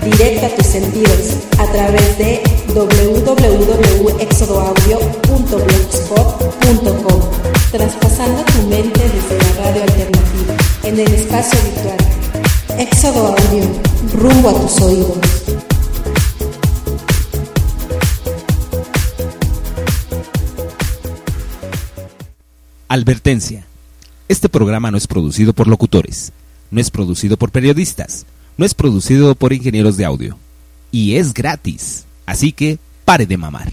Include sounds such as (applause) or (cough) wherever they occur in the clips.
Conecta tus sentidos a través de www.exodoaudio.blogspot.com, traspasando tu mente desde la radio alternativa en el espacio virtual. Éxodo Audio, rumbo a tus oídos. Advertencia. Este programa no es producido por locutores, no es producido por periodistas, no es producido por ingenieros de audio. Y es gratis. Así que pare de mamar.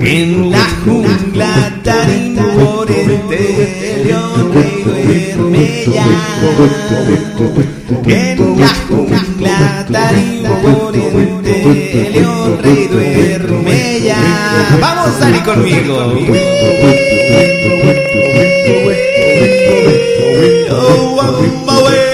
En la jungla tan imponente leones duerme ya. En la jungla tan imponente león rey duerme ya. Vamos a salir conmigo. Oh, mamá, güey.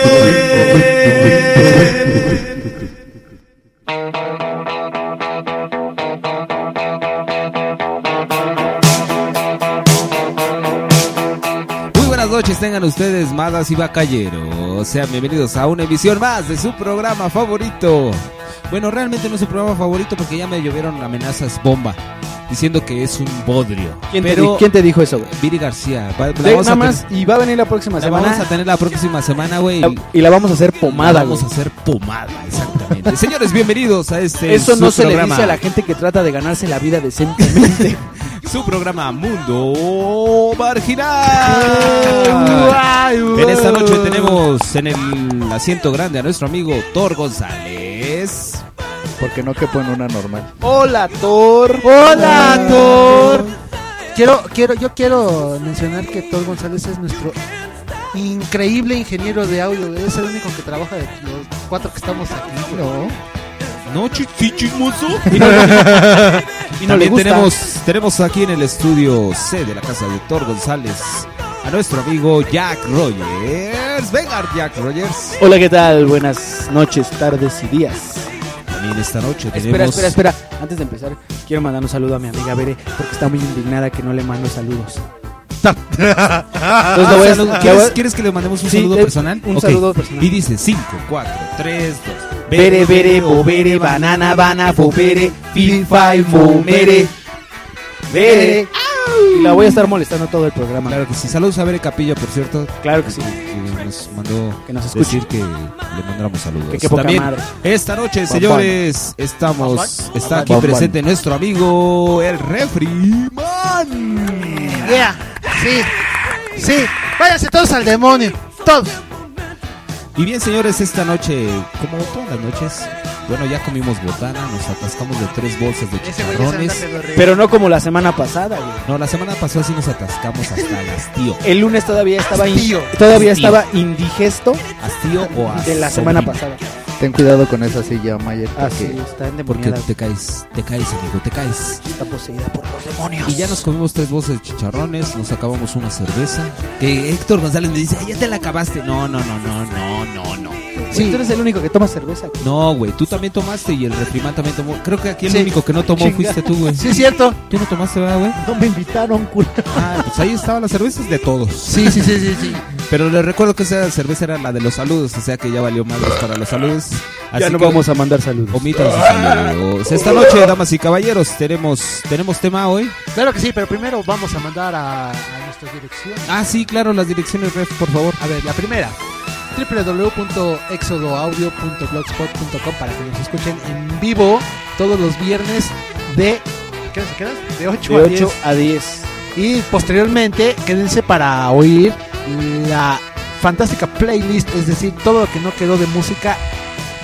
Muy buenas noches, tengan ustedes, madas y bacalleros. Sean bienvenidos a una emisión más de su programa favorito. Bueno, realmente no es su programa favorito porque ya me llovieron amenazas bomba diciendo que es un bodrio. ¿Quién, te, Pero di- quién te dijo eso, güey? Viri García, va- la Ve vamos, nada a más, y va a venir la próxima tener, la vamos a semana. tener la próxima semana, güey. y- Y la vamos a hacer pomada, Vamos güey. a hacer pomada, exactamente. Señores, bienvenidos a este Eso su no se le programa. dice a la gente que trata de ganarse la vida decentemente. su programa Mundo Marginal. En esta noche tenemos en el asiento grande a nuestro amigo Thor González. Porque no que en una normal. Hola, Thor. Hola, Thor. Quiero, quiero, yo quiero mencionar que Thor González es nuestro increíble ingeniero de audio. güey. Es el único que trabaja de los cuatro que estamos aquí. güey. No. No, chi- sí, chismoso. Y, no- y Y no le también gusta. tenemos, tenemos aquí en el estudio C de la casa de Thor González a nuestro amigo Jack Rogers. Venga, Jack Rogers. Hola, ¿qué tal? Buenas noches, tardes y días. También esta noche Espera, tenemos. espera, espera. Antes de empezar, quiero mandar un saludo a mi amiga Bere porque está muy indignada que no le mando saludos. Entonces, Ah, lo voy a- lo salud. voy a- ¿Quieres, quieres que le mandemos un Sí, saludo eh, personal? un Ok. saludo personal. Y dice 5, 4, 3, 2. Bere, bere, bobere, banana, bana, bobere, fin, five, momere. Bere. Y la voy a estar molestando todo el programa. Claro, Claro que sí. Saludos a Bere Capilla, por cierto, que sí. que nos mandó Que nos escuche. decir que le mandáramos saludos. Que qué poca También madre. esta noche, señores, estamos está aquí Bambán. presente nuestro amigo el Refri Man. Yeah, sí, sí. Váyanse todos al demonio. Todos. Y bien, señores, esta noche, como todas las noches, bueno, ya comimos botana, nos atascamos de tres bolsas de chicharrones. Pero no como la semana pasada, güey. No, la semana pasada sí nos (laughs) atascamos hasta el hastío. El lunes todavía estaba in- Hastío. todavía Hastío. estaba indigesto ¿Hastío o de la asombrío? semana pasada. Ten cuidado con esa silla, Mayer. Así porque está Porque endemoniada, te caes, te caes, amigo, te caes. está poseída por los demonios. Y ya nos comimos tres bolsas de chicharrones, nos acabamos una cerveza. Que Héctor González me dice, "Ay, ya te la acabaste. No, no, no, no, no, no, no. Sí, tú eres el único que toma cerveza. güey. No, güey, tú también tomaste y el refrimán también tomó. Creo que aquí el Sí. único que no tomó Chinga. (laughs) fuiste tú, güey. Sí, es cierto. Tú no tomaste, ¿verdad, güey? no me invitaron, culo. Ah, pues ahí estaban las cervezas de todos. Sí, sí, sí, sí. sí. Pero les recuerdo que esa cerveza era la de los saludos, o sea que ya valió más para los saludos. Ya Así no que- vamos a mandar saludos. Omitan sus saludos. Esta Ah. noche, damas y caballeros, tenemos, tenemos tema hoy. Claro que sí, pero primero vamos a mandar a, a nuestra dirección. Ah, sí, claro, las direcciones, ref, por favor. A ver, la primera www.exodoaudio.blogspot.com para que nos escuchen en vivo todos los viernes de ¿qué nos quedas? De 8 De a 8 10. a 10. y posteriormente quédense para oír la fantástica playlist, es decir, todo lo que no quedó de música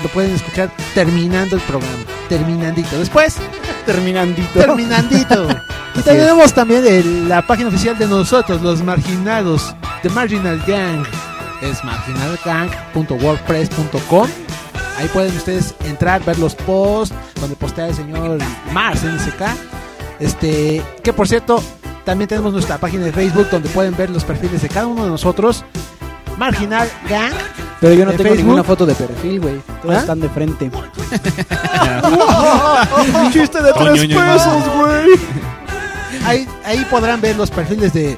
lo pueden escuchar terminando el programa, terminandito. Después, Terminandito. (laughs) terminandito. y tenemos también el- la página oficial de nosotros, los marginados, The Marginal Gang es marginalgang.wordpress.com. Ahí pueden ustedes entrar, ver los posts donde postea el señor Mars NSK. Este, que por cierto, También tenemos nuestra página de Facebook donde pueden ver los perfiles de cada uno de nosotros. Marginal Gang. Pero yo no ¿De tengo Facebook? ninguna foto de perfil, güey. Todos ¿Ah? están de frente. (laughs) chiste de tres pesos, güey. Ahí, ahí podrán ver los perfiles de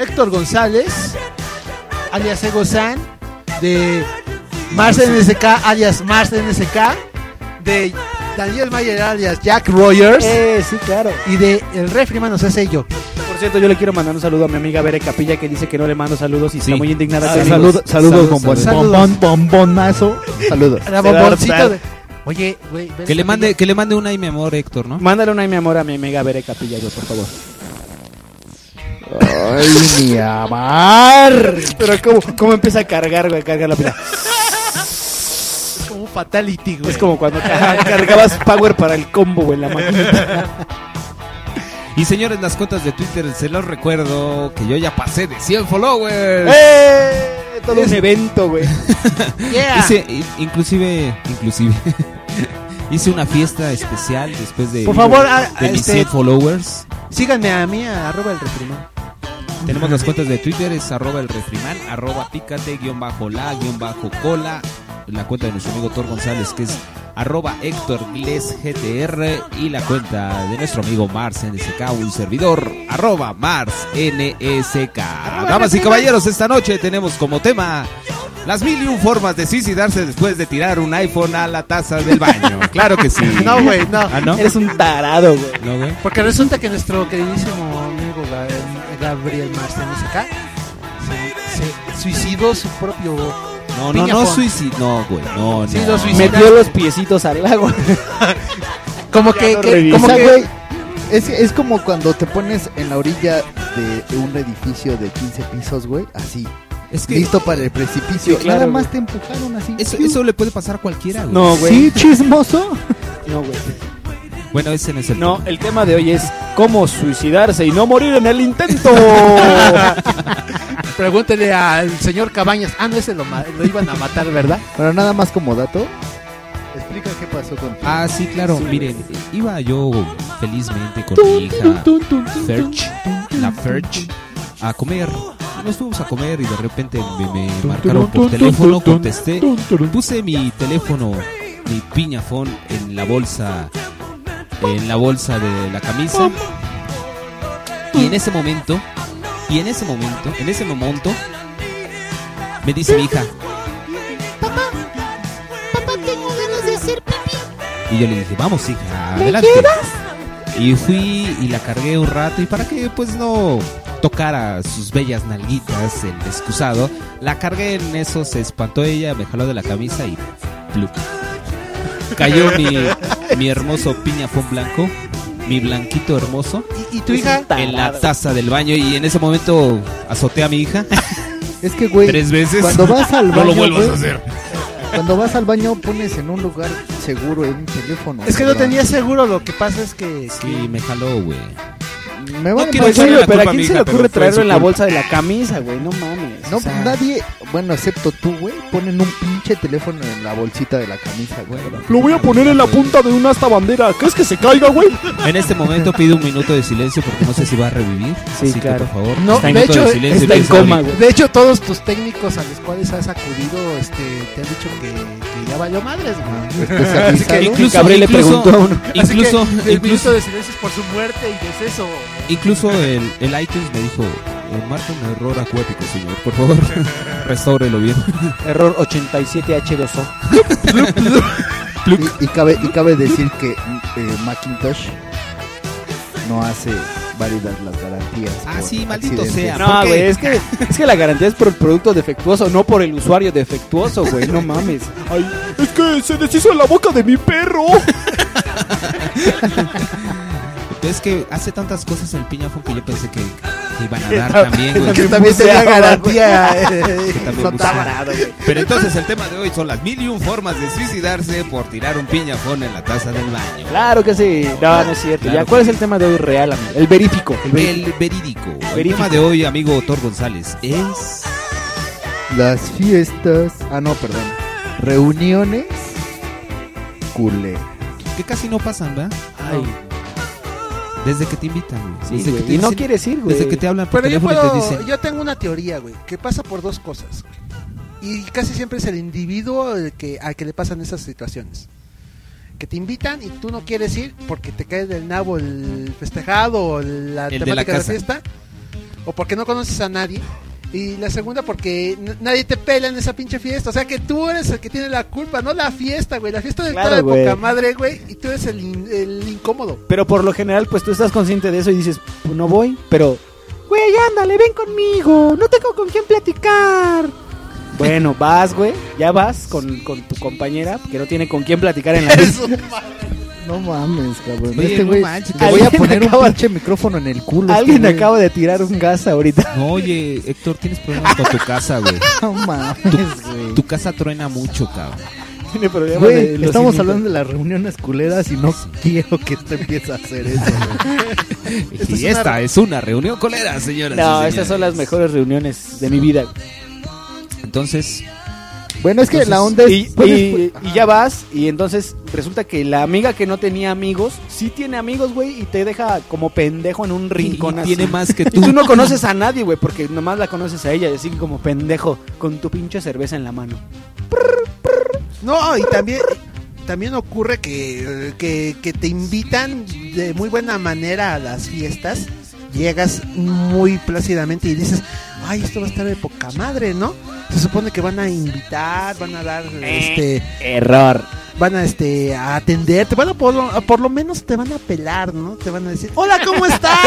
Héctor González, alias Ego San, de Marcel NSK, alias Marcel NSK, de Daniel Mayer, alias Jack Rogers, Eh, sí, claro. y de El Refriman, o sea, sé yo. Por cierto, yo le quiero mandar un saludo a mi amiga Bere Capilla que dice que no le mando saludos y Sí. está muy indignada. Saludos, conmigo. saludos, Saludos, Pues, bombones. saludos. Bombón, bombonazo. Saludos. Era Se va a bomboncito hartar. de- Oye, güey. ven Que le esa mande, que le mande una y mi amor, Héctor, ¿no? Mándale una y mi amor a mi amiga Bere Capilla, yo, por favor. Ay, mi amar. Pero ¿cómo, cómo empieza a cargar, güey? Carga la pila. pila, Es como un fatality, güey. Es como cuando ca- cargabas power para el combo, güey, la maquinita. (laughs) Y señores, las cuentas de Twitter, se los recuerdo que yo ya pasé de 100 followers. ¡Eh! Todo un evento, güey. Yeah. Hice, i- inclusive, inclusive, (laughs) hice una fiesta especial después de, Por favor, ah, a- de a mis este- 100 followers. Síganme a mí, a arroba el refriman. Tenemos las cuentas de Twitter, es arroba el refrimán, arroba pícate, guión bajo la, guión bajo cola. La cuenta de nuestro amigo Thor González, que es arroba Héctor Gles GTR. Y la cuenta de nuestro amigo Mars NSK, un servidor, arroba Mars NSK. Damas y caballeros, esta noche tenemos como tema las mil y un formas de suicidarse después de tirar un iPhone a la taza (laughs) del baño. claro que sí. No, güey, no. Ah, no. Eres un tarado, güey. No, güey. Porque resulta que nuestro queridísimo amigo Ga- Gabriel Marcel SK se, se suicidó su propio. No, no, no, Piñafón. suicid- No, güey. No, Sí, no. lo suicidó. Metió los piecitos al (laughs) lago. Como que. lo que- revisé. como O sea, que- güey, es, es como cuando te pones en la orilla de un edificio de 15 pisos, güey, así, Es que listo para el precipicio. Sí, claro, Nada más te empujaron así. eso, eso le puede pasar a cualquiera, güey. No, güey. Sí, chismoso. No, güey. Bueno, ese no es el No, tema. el tema de hoy es cómo suicidarse y no morir en el intento. Pregúntele al señor Cabañas. Ah, no, ese lo, ma- lo iban a matar, ¿verdad? Pero nada más como dato, explica qué pasó con eh. Ah, sí, claro. Miren, iba yo felizmente con mi hija Ferch, la Ferch, a comer. Nos fuimos a comer y de repente me, me marcaron por teléfono, contesté, puse mi teléfono, mi piñafón en la bolsa, en la bolsa de la camisa. Y en ese momento, y en ese momento, en ese momento, me dice mi hija, Y yo le dije, vamos hija, adelante. Y fui y la cargué un rato y para que pues no tocara sus bellas nalguitas el excusado, la cargué en eso, se espantó ella, me jaló de la camisa y plup. Cayó (laughs) mi, mi hermoso piñafón blanco, mi blanquito hermoso, (laughs) ¿Y, y tu hija? en la taza del baño y en ese momento azoté a mi (laughs) hija Es que, güey, tres veces. cuando vas al baño, (laughs) no lo vuelvas güey, a hacer. cuando vas al baño pones en un lugar seguro en un teléfono. Es que no cabrón. tenía seguro. Lo que pasa es que. Sí, me jaló, güey. Me vale quiero madre. Pues sí, echarle güey, la pero ¿a culpa a mi quién se hija, le pero ocurre fue traerlo su en la culpa. bolsa de la camisa, güey? No mames. No, O sea, nadie, bueno, excepto tú, güey, ponen un pinche teléfono en la bolsita de la camisa, güey. Lo voy a poner en la punta de una hasta bandera. ¿Crees que se caiga, güey? En este momento pido un minuto de silencio porque no sé si va a revivir. Sí, así claro. que por favor, No, está en de minuto hecho, de silencio. y Está en piensa coma, ahorita. güey. De hecho, todos tus (laughs) técnicos a los cuales has acudido este, te han dicho que, que ya valió madres, güey. Especializado. Incluso- Gabriel le incluso- preguntó a (laughs) uno. Así que Incluso, el minuto incluso, de silencio es por su muerte y es eso. incluso el, el iTunes me dijo, "Eh, marca un error acuático, señor. Por favor, (laughs) restáurelo bien. Error 87H2O. Y, y cabe, y cabe decir que eh, Macintosh no hace válidas las garantías. Ah, por sí, maldito accidentes. sea. No, ¿Por qué? güey, es que, es que la garantía es por el producto defectuoso, no por el usuario defectuoso, güey. No mames. Ay, es que se deshizo en la boca de mi perro. Es que hace tantas cosas el piñafón que yo pensé que, que iban a dar también, güey. Que también tenía buceaba, (laughs) garantía. eh, Que también no buceaba. estaba. Pero entonces el tema de hoy son las mil y un formas de suicidarse por tirar un piñafón en la taza del baño. Claro que sí. No, no es cierto. Claro ya, ¿cuál que es el tema de hoy real, amigo? El verífico. El verífico. El verídico. El Verídico. tema de hoy, amigo Thor González, es... Las fiestas. Ah, no, perdón. Reuniones. Culé. Que casi no pasan, ¿verdad? Ay, Desde que te invitan, güey. Sí, desde güey, que te y no dicen- quieres ir, güey. Desde que te hablan por Pero yo teléfono y te puedo, dicen. yo tengo una teoría, güey, que pasa por dos cosas. Y casi siempre es el individuo el que, al que le pasan esas situaciones. Que te invitan y tú no quieres ir porque te cae del nabo el festejado o la El de la temática de la, casa. fiesta. O porque no conoces a nadie. Y la segunda porque n- nadie te pela en esa pinche fiesta. O sea que tú eres el que tiene la culpa, no la fiesta, güey. La fiesta del Claro, cara de güey. poca madre, güey. Y tú eres el, in- el incómodo. Pero por lo general, pues tú estás consciente de eso y dices, "Pues, no voy, pero... Güey, ándale, ven conmigo, no tengo con quién platicar. (laughs) Bueno, vas, güey, ya vas con, con tu compañera, que no tiene con quién (laughs) platicar en la mesa. No mames, cabrón. Oye, este no güey. manches. le voy a Alguien poner un acaba- pinche micrófono en el culo. este Alguien güey. acaba de tirar un gas ahorita. (laughs) No, oye, Héctor, tienes problemas con tu casa, güey. No mames, güey. Tu casa truena mucho, cabrón. Tiene problemas Güey, de- los estamos invitan. hablando de las reuniones culeras y no quiero que te empiece a hacer eso, güey. y esta es una reunión colera, señoras. y No, señores. esas son las mejores reuniones de mi vida. Entonces, Bueno, es que la onda es. Y, puedes- y- y ya vas, y entonces resulta que la amiga que no tenía amigos, sí tiene amigos, güey, y te deja como pendejo en un rincón y así. tiene (laughs) más que Y tú. Pues tú no conoces a nadie, güey, porque nomás la conoces a ella, así como pendejo, con tu pinche cerveza en la mano. No, y también, también ocurre que, que, que te invitan de muy buena manera a las fiestas. Llegas muy plácidamente y dices, ay, esto va a estar de poca madre, ¿no? Se supone que van a invitar, van a dar, Eh. este, Error. van a, este, a atenderte, van a por lo, por lo menos te van a pelar, ¿no? Te van a decir, hola, ¿cómo (laughs) estás?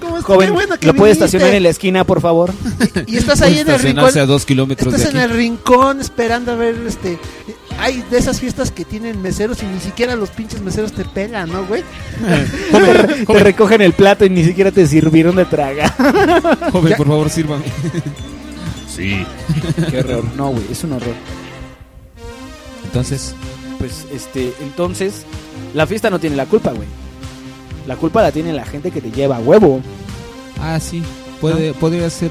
¿Cómo Pues estás? Joven, Qué bueno que ¿lo puede viniste". estacionar en la esquina, por (laughs) favor? Y estás ahí en el rincón, estacionarse a dos kilómetros Estás en de aquí. el rincón esperando a ver este. Hay de esas fiestas que tienen meseros y ni siquiera los pinches meseros te pelan, ¿no, güey? Te recogen el plato y ni siquiera te sirvieron de (laughs) traga. Joven, por favor, sírvame. sí. Qué error. No, güey, es un horror. Entonces, Pues, este, entonces, la fiesta no tiene la culpa, güey. La culpa la tiene la gente que te lleva a huevo. ah, sí. Puede, Podría ser.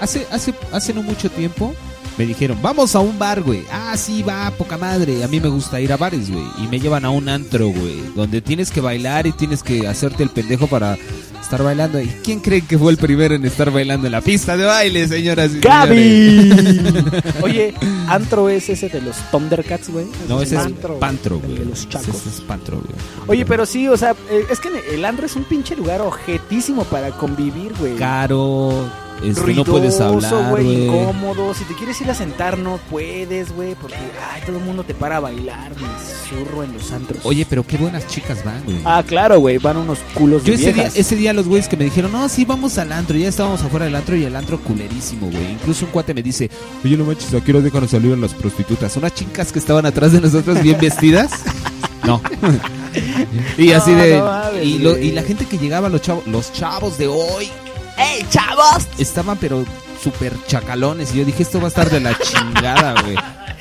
Hace, hace, hace no mucho tiempo me dijeron, vamos a un bar, güey. Ah, sí, va, poca madre. A mí me gusta ir a bares, güey. Y me llevan a un antro, güey. Donde tienes que bailar y tienes que hacerte el pendejo para estar bailando. ¿Y quién cree que fue el primero en estar bailando en la pista de baile, señoras y señores? (laughs) ¡Gaby! (laughs) Oye, ¿antro es ese de los Thundercats, güey? No, ese Antro, es güey. Pantro, El güey. de los chacos. Ese es Pantro, güey. Oye, pero sí, o sea, eh, es que el antro es un pinche lugar objetísimo para convivir, güey. Caro, este, Ruidoso, no puedes hablar, güey. güey. Incómodo. Si te quieres ir a sentar, no puedes, güey. Porque, ay, todo el mundo te para a bailar, me zurro en los antros. Oye, pero qué buenas chicas van, güey. Ah, claro, güey. Van unos culos Yo de ese día, viejas. ese día los güeyes que me dijeron, no, sí, vamos al antro, ya estábamos afuera del antro y el antro culerísimo, güey. Incluso un cuate me dice, oye, no manches, aquí los dejan salir a las prostitutas. Unas chicas que estaban atrás de nosotros bien (laughs) vestidas. No. y así No, de... no mames, y, lo- güey. y la gente que llegaba, los chavos, los chavos de hoy, ¡Ey, chavos! estaban pero súper chacalones. Y yo dije, esto va a estar de la chingada, güey.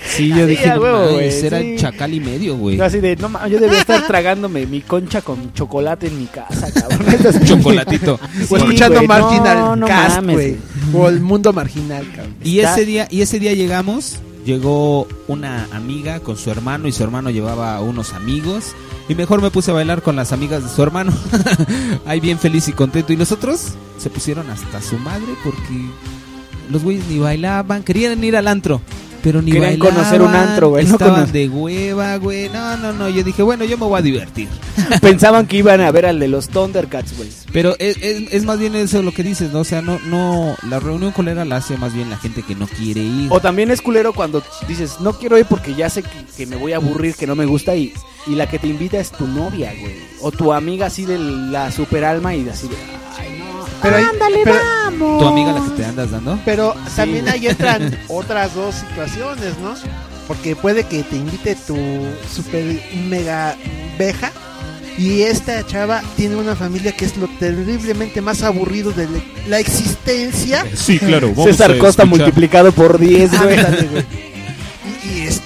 Sí, yo Sí, dije, a no huevo, güey, mames, era sí. chacal y medio, güey. Yo así de, no mames, yo debía estar (laughs) tragándome mi concha con chocolate en mi casa, cabrón. (laughs) Estas pinches- (laughs) Chocolatito. Sí, o escuchando güey, Marginal no, no Cast, mames, güey. O el mundo marginal, cabrón. Y Está- ese día, y ese día llegamos, llegó una amiga con su hermano y su hermano llevaba a unos amigos. Y mejor me puse a bailar con las amigas de su hermano. (laughs) Ahí bien feliz y contento. Y los otros se pusieron hasta su madre porque los güeyes ni bailaban, querían ir al antro. Pero ni Querían bailaban, conocer un antro, güey, no Estaban cono- de hueva, güey. No, no, no. Yo dije, bueno, yo me voy a divertir. Pensaban que iban a ver al de los Thundercats, güey. Pero es, es- es más bien eso lo que dices, ¿no? O sea, no, no. La reunión colera la hace más bien la gente que no quiere ir. O también es culero cuando dices, no quiero ir porque ya sé que, que me voy a aburrir, que no me gusta y, y la que te invita es tu novia, güey. O tu amiga así de la super alma y así de, ay, no. Pero ahí- pero, Tu amiga la que te andas dando. pero también güey. ahí entran otras dos situaciones, ¿no? Porque puede que te invite tu super mega veja. Y esta chava tiene una familia que es lo terriblemente más aburrido de la existencia. Sí, claro. César Costa multiplicado por 10, güey. Ándale, güey. Y, y es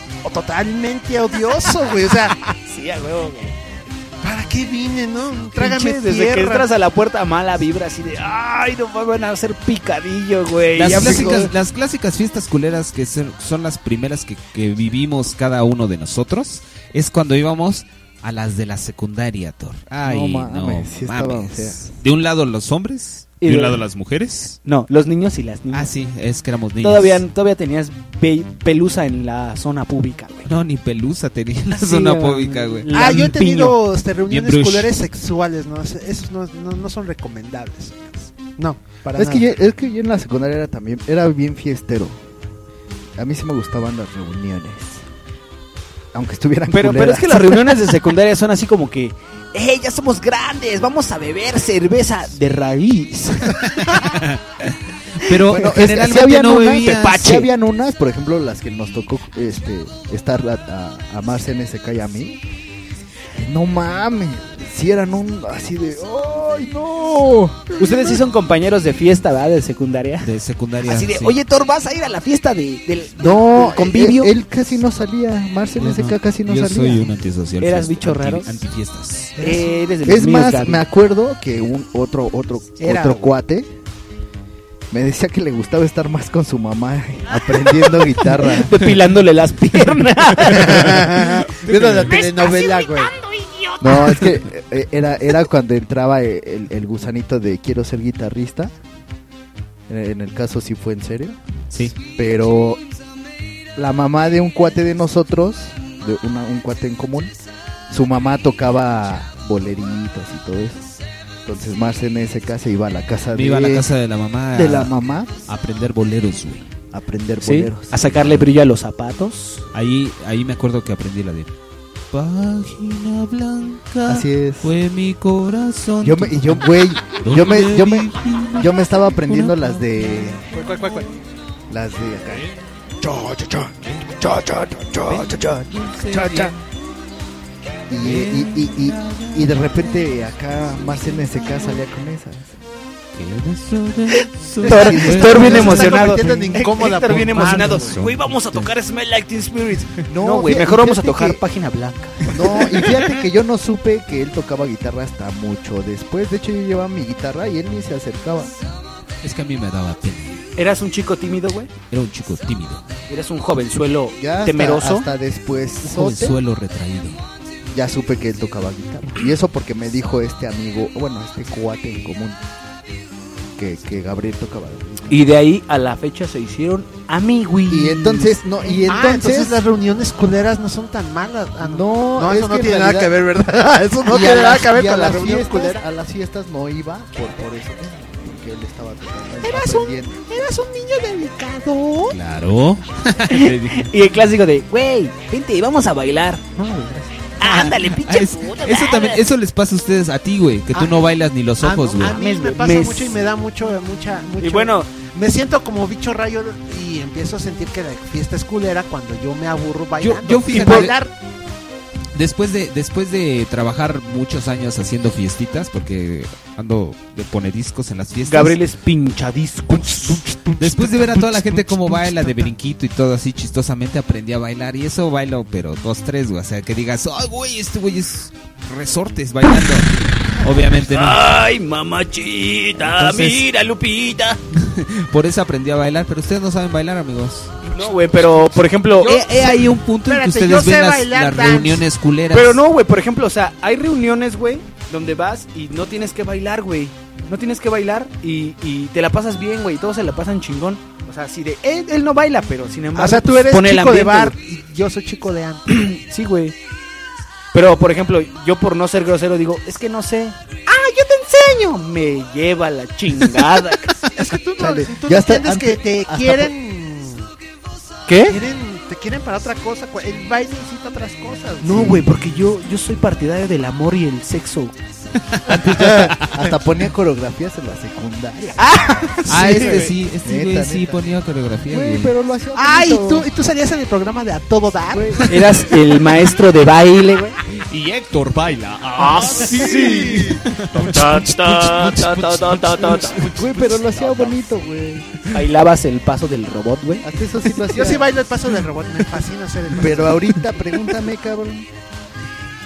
totalmente odioso, güey. O sea, sí, a huevo, güey. ¿para qué vine, no? (laughs) Trágame Trágame desde tierra. que entras a la puerta mala vibra así de, ay, no me van a hacer picadillo, güey. Las Ya me- clásicas, las clásicas fiestas culeras que ser- son las primeras que, que vivimos cada uno de nosotros es cuando íbamos a las de la secundaria, Thor. Ay, no mames, mames. sí estaba fea. De un lado los hombres, Y de de- un lado las mujeres. No, los niños y las niñas. Ah, sí, es que éramos niños. todavía, todavía tenías pe- pelusa en la zona pública, güey. No, ni pelusa tenía (laughs) en la zona güey. pública, güey. Ah, yo he Lampiño. tenido este, reuniones brush. escolares sexuales, ¿no? Es- Esos no, no, no son recomendables. No, para Es nada. que, yo, es que yo en la secundaria era también, era bien fiestero. A mí sí me gustaban las reuniones. Aunque estuvieran (laughs) Pero, pero es culeras. que las reuniones de secundaria son así como que, ¡eh, ya somos grandes! Vamos a beber cerveza de raíz. Pero Bueno, es que sí generalmente habían no unas- bebías. sí habían unas, por ejemplo, las que nos tocó este, estar a, a, a Marce NSK y a mí. No mames, si eran un así de, ¡ay no! Ustedes sí son compañeros de fiesta, ¿verdad? De secundaria. De secundaria. Así de, sí. oye, Thor, vas a ir a la fiesta de, del- No, del convivio. Él, él casi no salía, Marce Yo no- NSK casi no Yo salía. soy un antisocial. ¿Eras fiesta- bicho anti- raro? Antifiestas. Eh, eres de los Es míos, más, Gaby. me acuerdo que un otro otro Era, otro güey. cuate me decía que le gustaba estar más con su mamá eh, aprendiendo guitarra. (laughs) depilándole las piernas. Viendo la telenovela, güey. No, es que eh, era era cuando entraba el, el gusanito de quiero ser guitarrista. En el caso sí fue en serio, Sí. pero la mamá de un cuate de nosotros, de una- un cuate en común, su mamá tocaba boleritos y todo eso. Entonces Marce en ese caso iba a la casa Me de iba a la casa de la mamá de la a mamá a aprender boleros, güey. aprender ¿Sí? boleros. A sacarle brillo a los zapatos. Ahí, ahí me acuerdo que aprendí la de Página blanca Así es. fue mi corazón. Yo me, y yo, güey, yo me, yo me, yo me estaba aprendiendo las de, las de acá. Cho, cho, cho, cho, cho, cho, cho, cho, cho, cho. Y, y, y, y, y de repente acá Marcel en ese caso salía con esas. Thor, Thor bien pues, Se está emocionado. convirtiendo (laughs) en incómoda Héctor por bien manos, emocionado. güey. Güey, vamos a tocar Smell Like Teen Spirit. No, No, güey, fíjate- mejor vamos a fíjate tocar que- Página Blanca. No, y fíjate que yo no supe que él tocaba guitarra hasta mucho después. De hecho, yo llevaba mi guitarra y él ni se acercaba. Es que a mí me daba pena. ¿Eras un chico tímido, güey? Era un chico tímido, ¿Eras un jovenzuelo Ya hasta, temeroso? hasta después. un jovenzuelo retraído. ya supe que él tocaba guitarra. Y eso porque me dijo este amigo, bueno, este cuate en común, que, que Gabriel tocaba guitarra. Y de ahí a la fecha se hicieron amigos. Y entonces, no, y Mm. entonces... Ah, entonces (laughs) las reuniones culeras no son tan malas. Ah, No, No, es eso no que en tiene nada que ver, (laughs) ¿verdad? Eso no y a tiene nada las- que ver y a con la las reunión fiestas- culera. A las fiestas no iba por, por eso, porque él estaba tocando. aprendiendo. Eras un niño delicado. Claro. Le dije, Y el clásico de, güey, vente, vamos a bailar. Ándale, "Ah, pinche es- eso también, eso les pasa a ustedes, a ti, güey, que tú Ah. no bailas ni los ojos, Ah, no, güey. A mí me güey. pasa Me- mucho y me da mucho, mucha, mucho. Y bueno, me siento como bicho rayo y empiezo a sentir que la fiesta es culera cuando yo me aburro bailando. yo y fíjate- bailar Después de, después de trabajar muchos años haciendo fiestitas, porque ando de pone discos en las fiestas. Gabriel es pinchadisco. Después de ver a toda la gente (laughs) cómo baila de brinquito y todo así chistosamente, aprendí a bailar. Y eso bailo, pero dos, tres, güey. O sea, que digas, ay, güey, este güey es resortes bailando. Obviamente no. Ay, mamachita, Entonces- mira, Lupita. Por eso aprendí a bailar, pero ustedes no saben bailar, amigos. No, güey, pero, por ejemplo... eh, He, he ahí eh, un punto Espérate, en que yo ustedes sé ven las, bailar las dance. reuniones culeras. Pero no, güey, por ejemplo, o sea, hay reuniones, güey, donde vas y no tienes que bailar, güey. No tienes que bailar y, y te la pasas bien, güey. Todos se la pasan chingón. O sea, así de, él, él no baila, pero sin embargo. O sea, tú pues, eres pone el chico de ambiente, bar y yo soy chico de antro. güey. Sí, güey. Pero, por ejemplo, yo por no ser grosero digo, es que no sé. ¡Ah, yo te enseño! Me lleva la chingada. (laughs) es que tú no, Chale, tú no ya está, entiendes que antes- te hasta quieren, ¿Qué? quieren, te quieren para otra cosa. cua- El baile necesita otras cosas. No, güey, porque yo, yo soy partidario del amor y el sexo. (laughs) Hasta ponía coreografías en la secundaria. Ah, este sí, este Neta, güey sí neta. ponía coreografía, Güey, güey. pero lo hacía Ay, bonito. ¿tú, y tú salías en el programa de A Todo Dar. Güey, Eras el maestro de baile, güey. Y Héctor baila. Ah, güey, pero lo hacía bonito, güey. Bailabas el paso del robot, güey. Hasta eso (laughs) sí lo hacía. Yo sí bailo el paso del robot, me fascina hacer el paso. Pero ahorita pregúntame, cabrón.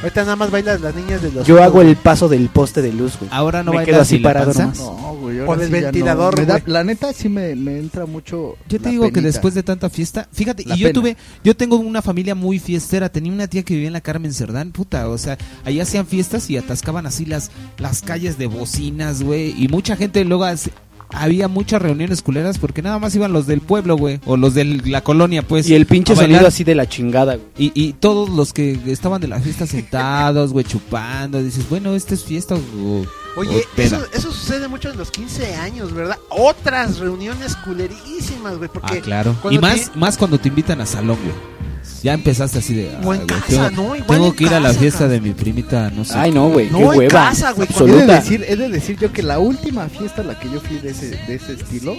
Ahorita nada más bailas las niñas de los. Yo hago el paso del poste de luz, güey. Ahora no Me bailas quedo así ni la parado panza. nomás. No, güey. Por ahora el sí ya no. ventilador, Me da- güey. La neta sí me, me entra mucho. Yo te la digo que penita. después de tanta fiesta, fíjate, La y yo pena. tuve, yo tengo una familia muy fiestera, tenía una tía que vivía en la Carmen Cerdán, puta, o sea, allá hacían fiestas y atascaban así las, las calles de bocinas, güey, y mucha gente luego hace- había muchas reuniones culeras porque nada más iban los del pueblo, güey, o los de la colonia, pues. Y el pinche a bailar. sonido así de la chingada, güey. Y, y todos los que estaban de la fiesta sentados, güey, chupando, dices, bueno, esta es fiesta o- Oye, o peda. eso, eso sucede mucho en los 15 años, ¿verdad? Otras reuniones culerísimas, güey. Porque Ah, claro. cuando Y más, te- más cuando te invitan a salón, güey. Ya empezaste así de. O en "Ay, güey, casa, tengo, ¿no? Igual tengo en que ir a la casa, fiesta cabrón. de mi primita, no sé. Ay, no, güey. No, qué en hueva. casa, güey, He de, Absoluta. decir, he de decir yo que la última fiesta a la que yo fui de ese, de ese estilo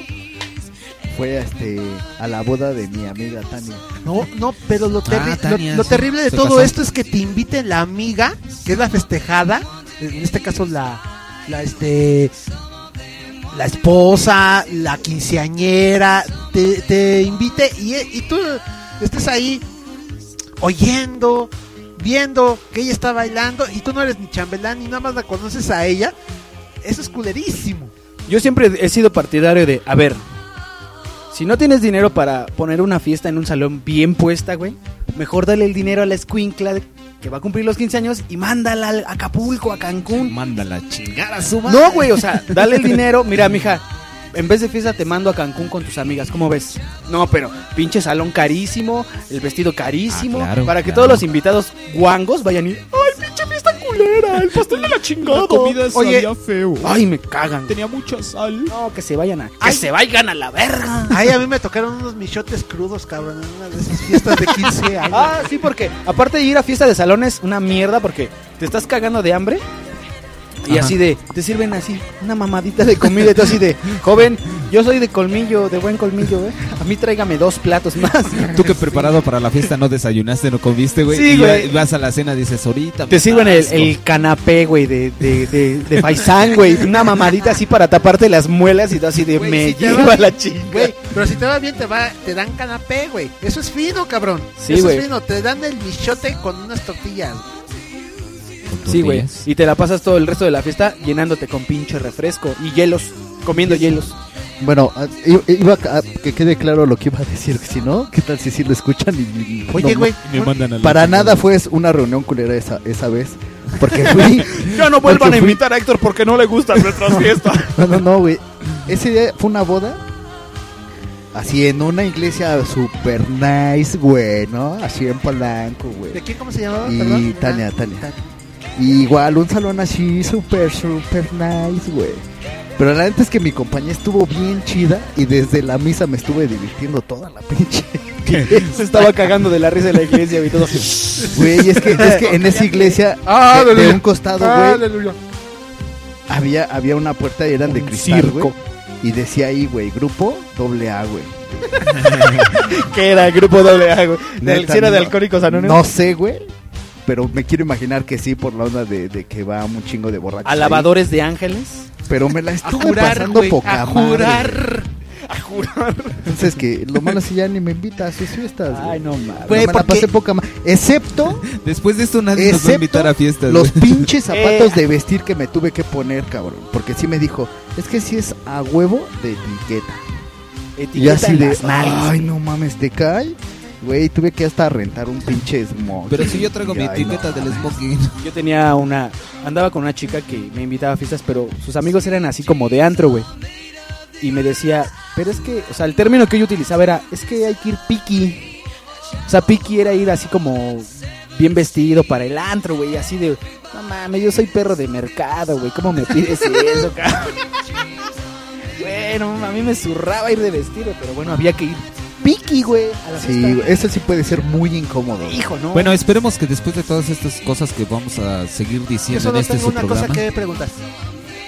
fue este, a la boda de mi amiga Tania. No, no, pero lo, terri- Ah, Tania, lo- lo sí. terrible de Se todo casó. esto es que te invite la amiga, que es la festejada, en este caso la, la este, la esposa, la quinceañera, te, te invite y, y tú estés ahí oyendo, viendo que ella está bailando y tú no eres ni chambelán ni nada más la conoces a ella. Eso es culerísimo. Yo siempre he sido partidario de, a ver, si no tienes dinero para poner una fiesta en un salón bien puesta, güey, mejor dale el dinero a la escuincla de- que va a cumplir los 15 años y mándala a Acapulco, a Cancún. Mándala a chingar a su madre. No, güey, o sea, dale el dinero, mira, mija, en vez de fiesta te mando a Cancún con tus amigas, ¿cómo ves? No, pero pinche salón carísimo, el vestido carísimo, Ah, claro, para que claro. todos los invitados guangos vayan y, ay, pinche fiesta culera, el pastel de la chingada. Oye, feo. ay, me cagan. Tenía mucha sal. No, que se vayan a. ¡Que Ay. se vayan a la Ah. verga! Ay, a mí me tocaron unos michotes crudos, cabrón, en una de esas fiestas (laughs) de 15 años. Ah, sí, porque aparte de ir a fiesta de salones, una mierda, porque te estás cagando de hambre. Y Ajá. así de, te sirven así, una mamadita de comida, y tú así de, joven, yo soy de colmillo, de buen colmillo, ¿eh? A mí tráigame dos platos más. Tú que preparado para la fiesta no desayunaste, no comiste, güey. Sí, y ya güey. vas a la cena, dices, ahorita. Te me sirven el, atasco". el canapé, güey, de, de, de, de faisán, güey. Una mamadita así para taparte las muelas y tú así de, Güey, me sí te lleva vas. la chinga. Güey, pero si te va bien, te va, te dan canapé, güey. Eso es fino, cabrón. Sí, Eso güey. es fino. Te dan el michote con unas tortillas. Con Sí, güey. tortillas. Y te la pasas todo el resto de la fiesta llenándote con pinche refresco y hielos, comiendo hielos. Bueno, ah, i- iba a, a- que quede claro lo que iba a decir, que si no, ¿qué tal si sí lo escuchan? Y, y- Oye, no, güey. Me mandan a la- Para nada fue una reunión culera esa, esa vez. Porque (laughs) fui. Ya no vuelvan a invitar a Héctor porque no le gustan nuestras fiestas. (laughs) No, no, no, güey. Ese día fue una boda. Así en una iglesia super nice, güey, ¿no? Así en Polanco, ¿De güey. quién cómo se llamaba? Y Perdón. Tania, Tania. Y igual un salón así super, super nice, güey. Pero la neta es que mi compañía estuvo bien chida y desde la misa me estuve divirtiendo toda la pinche. (laughs) Se estaba cagando de la risa de la iglesia y todo. Güey, es que, es que (laughs) en esa iglesia, de, de un Ah, costado, güey, había, había una puerta y eran de Un cristal, circo. güey. Y decía ahí, güey, grupo doble A, güey. que era el grupo doble A, güey. Del Neta, cierre de no. alcohólicos anónimos. No sé, güey. Pero me quiero imaginar que sí, por la onda de, de que va un chingo de borrachos. ahí. Alabadores de ángeles. Pero me la estuve pasando güey, poca a madre. jurar. A jurar. Entonces, que lo malo es que ya ni me invita a sus fiestas. güey. Ay, no mames. Pero güey, me la porque- pasé poca madre. Excepto, Después de esto nadie nos va a excepto invitar a fiestas. los güey. (laughs) pinches Eh. zapatos de vestir que me tuve que poner, cabrón. Porque sí me dijo, es que sí es a huevo de etiqueta. y Etiqueta así en de, las nalgas. ay, no mames, te cae. Güey, tuve que hasta rentar un pinche smoking. Pero si yo traigo mi Ay, no etiqueta del mames. smoking. Yo tenía una. Andaba con una chica que me invitaba a fiestas, pero sus amigos eran así como de antro, güey. Y me decía, pero es que, o sea, el término que yo utilizaba era, es que hay que ir piqui. O sea, piqui era ir así como bien vestido para el antro, güey. Así de, no mames, yo soy perro de mercado, güey. ¿Cómo me pides eso, (laughs) cabrón? Bueno, a mí me zurraba ir de vestido, pero bueno, había que ir piqui, güey, a la Sí, fiesta. güey, eso sí puede ser muy incómodo. güey. Hijo, ¿no? Bueno, esperemos que después de todas estas cosas que vamos a seguir Yo diciendo en solo este tengo su una programa. cosa que preguntar.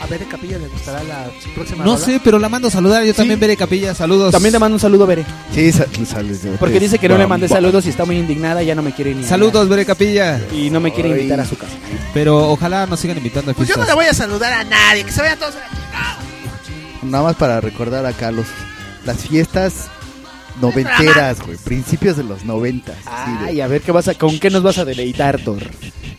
A ver, de Capilla le gustará la próxima No rola? sé, pero la mando a saludar. Yo también veré Capilla. Saludos. También te mando un saludo, Bere. Sí, sa- sales de Porque dice que no le mandé saludos y está muy indignada, ya no me quiere ni hablar. Saludos, veré Capilla. Y no me quiere invitar a su casa. Pero ojalá nos sigan invitando a Pues yo no fiestas. le voy a saludar a nadie. Que se vayan todos. a (laughs) la- Nada más para recordar acá los, las fiestas noventeras, güey. Principios de los noventas. así de- Ay, a ver, ¿qué vas a, ¿con qué nos vas a deleitar, Thor?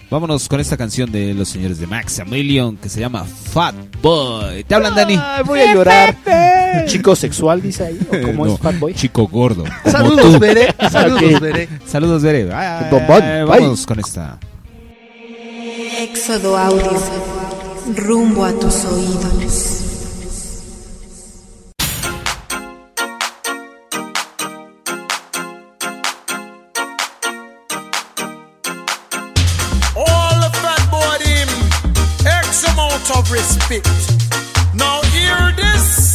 Vámonos con esta canción de los señores de Maximilian que se llama Fat Boy. ¿Te hablan, Dani? Ay, voy a llorar. Un chico (laughs) sexual, dice ahí. (laughs) ¿O cómo No, es Fatboy? Chico gordo. como Saludos, tú. (laughs) veré. Saludos, Ok. veré. Saludos, Bere. Ay, Don Bon, ay, bye. Vámonos con esta. Éxodo Audio, rumbo a tus oídos. all the fat boy him X amount of respect. Now hear this.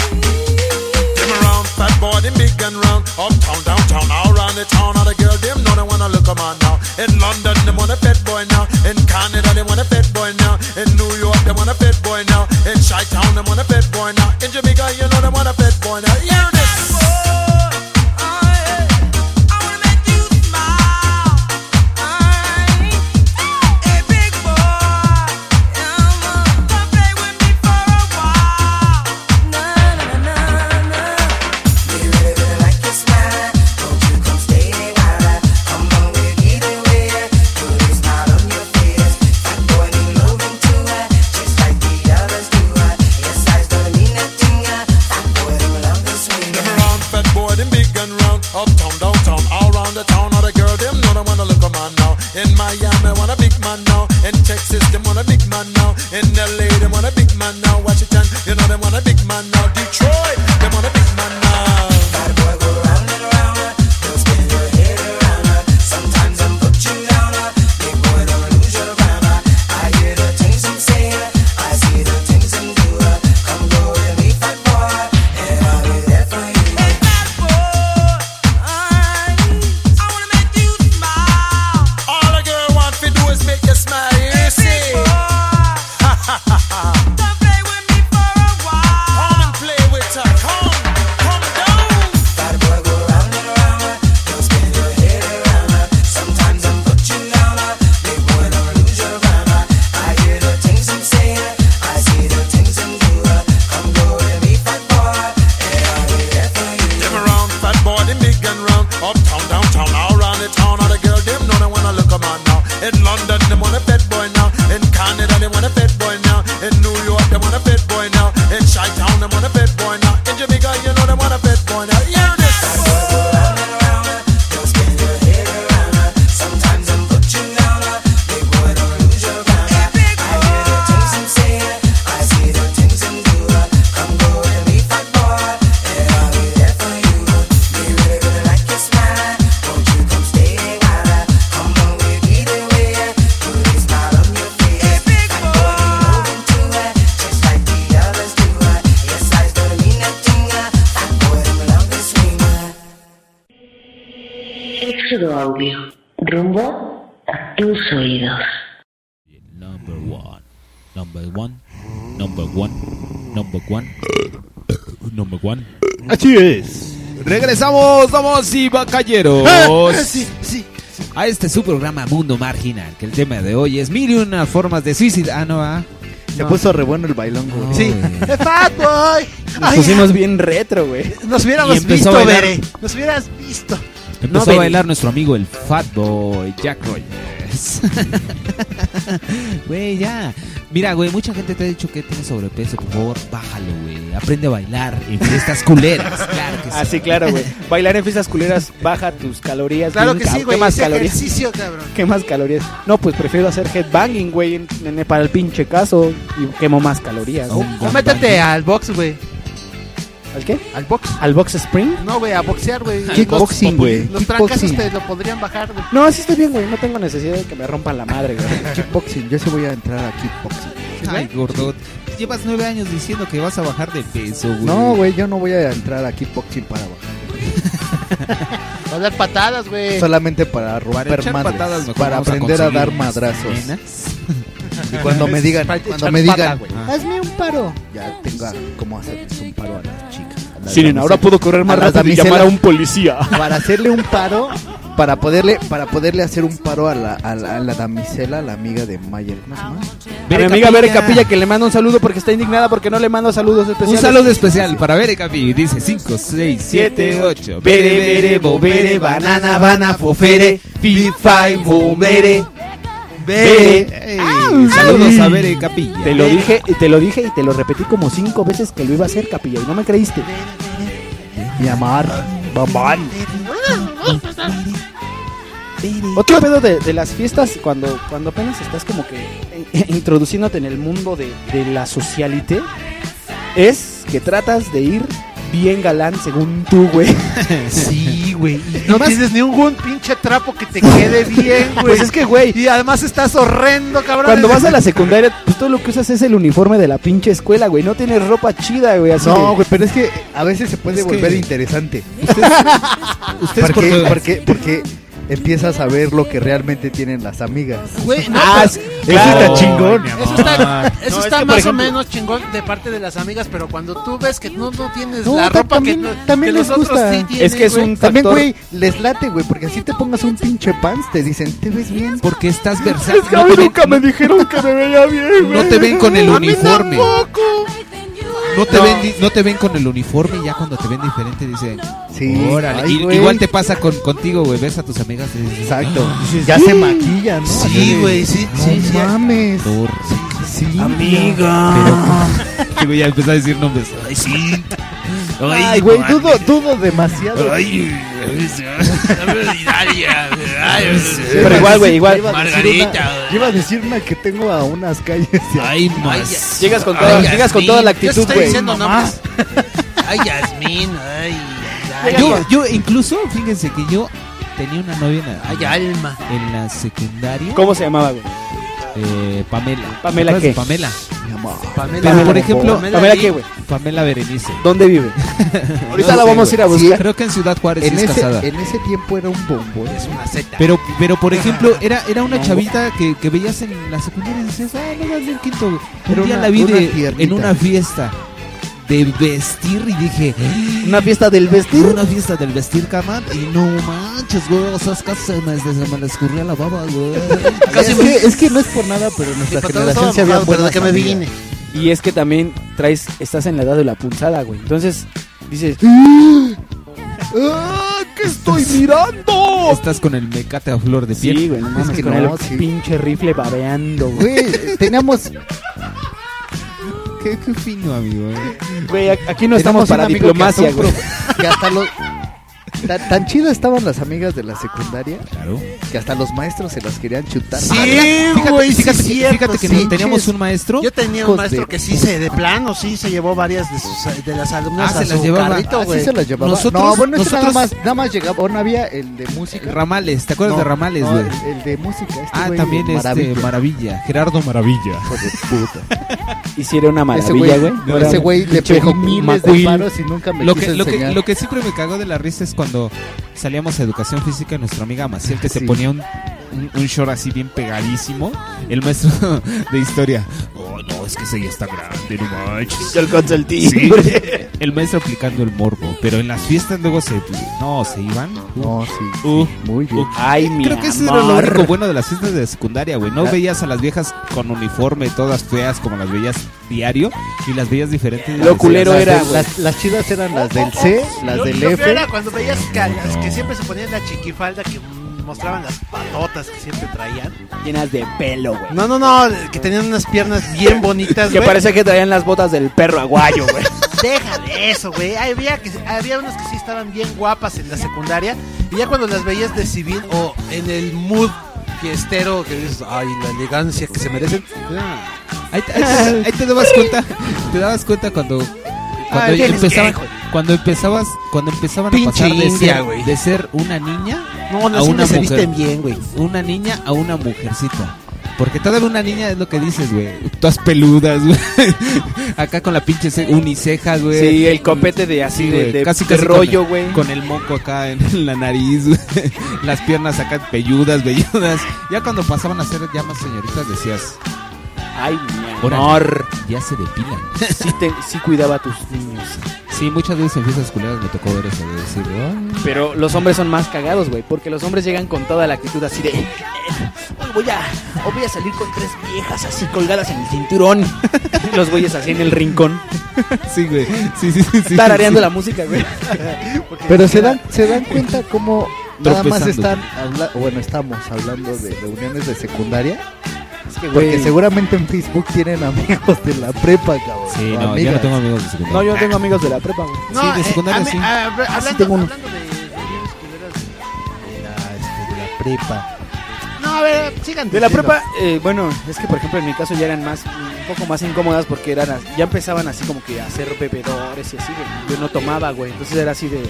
Them around, fat boy, them big and round. Uptown, downtown, all around the town. All the girl, them know they wanna look 'em on now. In London, they want a fat boy now. In Canada, they want a fat boy now. In New York, they want a fat boy now. In Chi Town, they want a fat boy now. In Jamaica, you know they want a fat boy now. Hear this. Them around, fat boy, them big and round. Uptown, downtown, all round the town. All the girl, them know they wanna look a man now. In Miami, want a big man now. In Texas, them want a big man now. In LA, they want a big man now. Washington, you know they want a big man now. Detroit, they want a big man now. All a girl want to do is make you smile. You see? Come and play with her. Come, come down. Them around, fat boy, them big and round. Uptown, downtown, all round the town. All the girl, them know they wanna look a man now. In London, they want a fat boy now. In Canada, they want a fat boy now. In New York, they want a fat boy now. In Chi Town, they want a fat boy now. In Jamaica, you know they want a fat boy now. Hear this. Éxodo Audio, rumbo a tus oídos. Number one, number one, number one, number one, number one. Así es. Regresamos, somos y (laughs) Ah, bacalleros. sí, sí. A este su programa Mundo Marginal, que el tema de hoy es mil y una formas de suicidio. Ah, no, ah. Se puso re bueno el bailón, güey. (laughs) Sí. Eh, Fat boy. Nos Ay, pusimos bien retro, güey. Nos Y hubiéramos empezó visto, a bailar. Bere. Nos hubieras visto. Empezó No, a bailar nuestro amigo el Fatboy Jack Rogers. (laughs) Güey, ya. Mira, güey, mucha gente te ha dicho que tienes sobrepeso. Por favor, bájalo, güey. Aprende a bailar en fiestas culeras. (laughs) Claro que sí. Ah, sí, claro, güey. Bailar en fiestas culeras baja tus calorías. Claro bien que sí, cab- güey. ¿Qué más ese calorías? ejercicio, cabrón. ¿Qué más calorías? No, pues prefiero hacer headbanging, güey, en- en- para el pinche caso y quemo más calorías. Oh, güey. Bomba. O métete al box, güey. ¿Al qué? Al box. ¿Al box spring? No, güey, a boxear, güey. Kickboxing, güey. Los trancazos Kickboxing. te lo podrían bajar, güey. No, sí estoy bien, güey. No tengo necesidad de que me rompan la madre, güey. Kickboxing. Yo sí voy a entrar a kickboxing. Ay, gordo. Llevas nueve años diciendo que vas a bajar de peso, güey. No, güey, yo no voy a entrar a kickboxing para bajar. Va a dar patadas, güey. Solamente para romper Para echar madres. patadas mejor para vamos aprender a, conseguir dar unas madrazos. nenas. Y cuando me digan, Para cuando echar me pata, digan, güey. hazme un paro. Ya tengo a- cómo hacerles un paro a las chicas. a las Siren, ahora damiselas. puedo correr más A las rápido y llamar a damiselas. un policía. para hacerle un paro, para poderle, para poderle hacer un paro a la, a la, a la damisela, la amiga de Mayer. ¿Cómo se llama? A mi amiga Bere Capilla que le manda un saludo porque está indignada porque no le mando saludos Un especiales. saludo especial para Bere Capi. Dice 5, 6, 7, 8. Bere, bere, bobere, banana, bana, fofere, fifa y bobere. Bere. Saludos a Bere Capilla. Te lo dije y te lo dije y te lo repetí como cinco veces que lo iba a hacer, Capilla, y no me creíste. Mi amor. Bambán. Otro pedo de, de las fiestas, cuando, cuando apenas estás como que en- (laughs) introduciéndote en el mundo de, de la socialité, es que tratas de ir bien galán según tú, güey. (laughs) Sí, güey. Y No tienes ni un pinche trapo que te quede (laughs) bien, güey. Pues es que, güey, Y además estás horrendo, cabrón. cuando vas a (laughs) la secundaria, pues todo lo que usas es el uniforme de la pinche escuela, güey. No tienes ropa chida, güey. Así No, de- güey, pero es que a veces se puede Es que- volver interesante. Ustedes Porque, por- porque, porque empiezas a ver lo que realmente tienen las amigas. Güey, no, Ah, pero- sí, Eso está chingón. Eso está, eso está No, es que, por más ejemplo- o menos chingón de parte de las amigas, pero cuando tú ves que no, no tienes No, la ta- ropa también- que, no- también que les los otros gusta. sí tienen, Es que es güey. un También, factor- güey, les late, güey, porque así te pongas un pinche pants, te dicen, te ves bien. Porque estás versátil. A mí nunca me dijeron que me veía (laughs) bien, No te ven con el uniforme. No te, ven, di- no te ven con el uniforme y ya cuando te ven diferente dicen, Sí, órale. ay, Y- güey. igual te pasa con, contigo, güey. Ves a tus amigas y dices, Exacto. Ya se maquillan, ¿no? Sí, güey, sí, sí. No mames. "Ah, dor- Sí. (laughs) Que güey ya empezó a decir nombres. Ay, sí. Ay, güey, dudo, dudo demasiado. Pero igual, güey, igual. Margarita. Iba a decir una que tengo a unas calles. de- Ay, más. Llegas Ah, con toda, llegas con toda la Yo actitud, estoy güey. diciendo nombres. (laughs) Ay, Yasmin, ay, ay, Yo, ay, yo incluso, fíjense que yo tenía una novia en la, ay, alma. en la secundaria, ¿Cómo se llamaba, güey? eh, Pamela. ¿Pamela ¿Te acuerdas de qué? Pamela. Mi amor. Pamela, Pero por Pamela, ejemplo, Pamela, qué, güey? Pamela Berenice. ¿Dónde vive? (laughs) Ahorita No la sé, vamos a ir a güey. buscar. Creo que en Ciudad Juárez En es casada. ese, en ese tiempo era un bombón. Pero, pero por ejemplo, era, era una chavita que, que veías en la secundaria y decías, ah, no vas bien quinto. güey". Un Era día una- la vi una de- tiernita. en una fiesta de vestir y dije, Una fiesta del en vestir. una fiesta del vestir camán y no manches, güey, o sea, casi se me, se me le escurría la baba, güey. (laughs) es, que, es que no es por nada, pero nuestra Para todos generación estaba se había mojado, pero de buenas que me amigas. vine. Y es que también traes, estás en la edad de la punzada, güey. Entonces, dices, Estás con el mecate a flor de piel. sí, güey, no mames, que con no, el sí. pinche rifle babeando, güey. Güey, teníamos. Qué, qué fino, amigo. eh. Güey, a- aquí no estamos teníamos un para amigo que hasta diplomacia, un güey. prof- Que hasta los. Tan, tan chido estaban las amigas de la secundaria Claro. que hasta los maestros se las querían chutar. fíjate, güey, sí fíjate, es que- cierto, fíjate que sí, teníamos ches. un maestro. Yo tenía Hijos un maestro de que sí se de plano, sí se llevó varias de sus de las alumnas Ah, a se las su llevaba. carrito, Así güey. se las llevaba. Nosotros- no, bueno, nosotros... nada nosotros- más, nada más llegaba. Bueno, había el de música. eh, Ramales, ¿te acuerdas No, de Ramales, no, güey? el- el de música. Este ah, güey, también este Maravilla. Maravilla. Gerardo Maravilla. Hijo de puta. Hicieron una Ese maravilla, güey. No güey, era- ese güey le pinche pegó Mac- miles de McQueen. paros y nunca me lo quiso que, lo, que, enseñar. lo que siempre me cagó de la risa es cuando salíamos a educación física, nuestra amiga Maciel, que se Sí. ponía un, un, un short así bien pegadísimo, el maestro (laughs) de historia. Oh, no, es que ese ya está grande, no manches. Yo alcanzo el (laughs) tío. Sí, pues, el maestro aplicando el morbo, pero en las fiestas luego se... No, se iban. No, sí. Uh, Muy bien. uh. Ay, mi Creo que eso era lo único bueno de las fiestas de secundaria, güey. Ah. No veías a las viejas con uniforme, todas feas, como las veías diario, y las veías diferentes. y Lo decías, culero "Ah, era, Las, güey. las- las chidas eran las del C, las Lo- del lo peor F. era cuando veías que, a las No. que siempre se ponían la chiquifalda que mm, mostraban las palotas que siempre traían. Llenas de pelo, güey. No, no, no, que tenían unas piernas bien bonitas, (laughs) Que güey. parecía que traían las botas del perro aguayo, (laughs) güey. Deja de eso, güey. Había, que, había unas que sí estaban bien guapas en la secundaria. Y ya cuando las veías de civil o en el mood fiestero, que dices, ay, la elegancia que se merecen. "Ah, Ahí, te- ahí te- ahí te dabas cuenta, te dabas cuenta cuando, cuando Ay, tienes empezaban, que, güey. Cuando empezabas, cuando empezaban a Pinche pasar de, India, ser, güey. de ser una niña No, no, a sí una no se mujer. visten bien, güey. Una niña a una mujercita. Porque todavía una niña es lo que dices, güey. Todas peludas, güey. (laughs) Acá con la pinche ce- uniceja, güey. Sí, el copete de así, Sí, de, güey, de- casi, de casi con- rollo, güey. Con el moco acá en (laughs) la nariz, güey. las piernas acá pelludas, velludas. Ya cuando pasaban a ser ya más señoritas decías, Ay, mi Órale. amor. ya se depilan. Sí, te- sí cuidaba a tus niños. Sí, muchas veces en fiestas culeras me tocó ver eso, de decir, "Ay, Pero los hombres son más cagados, güey. Porque los hombres llegan con toda la actitud así de. "Eh, hoy voy a, hoy voy a salir con tres viejas así colgadas en el cinturón. (laughs) los güeyes así en el rincón. sí, güey. Sí, sí, sí, sí. Tarareando la música, güey. Pero se dan, se dan cuenta cómo nada más están, Tropezando. habla- bueno, estamos hablando de reuniones de secundaria. Es que, Porque güey. seguramente en Facebook tienen amigos de la prepa, cabrón. Sí, o no, yo no amigas. tengo amigos de secundaria. No, yo no tengo amigos de la prepa, güey. Sí, de secundaria, eh, a mí- sí. a- a- hablando, tengo uno. hablando de reuniones culeras, eh, De la, este, de la prepa. No, a ver, sigan. De la diciendo. prepa, eh, bueno, es que por ejemplo en mi caso ya eran más, un poco más incómodas porque eran, as- ya empezaban así como que a ser bebedores y así, güey. Yo no tomaba, güey. Entonces era así de.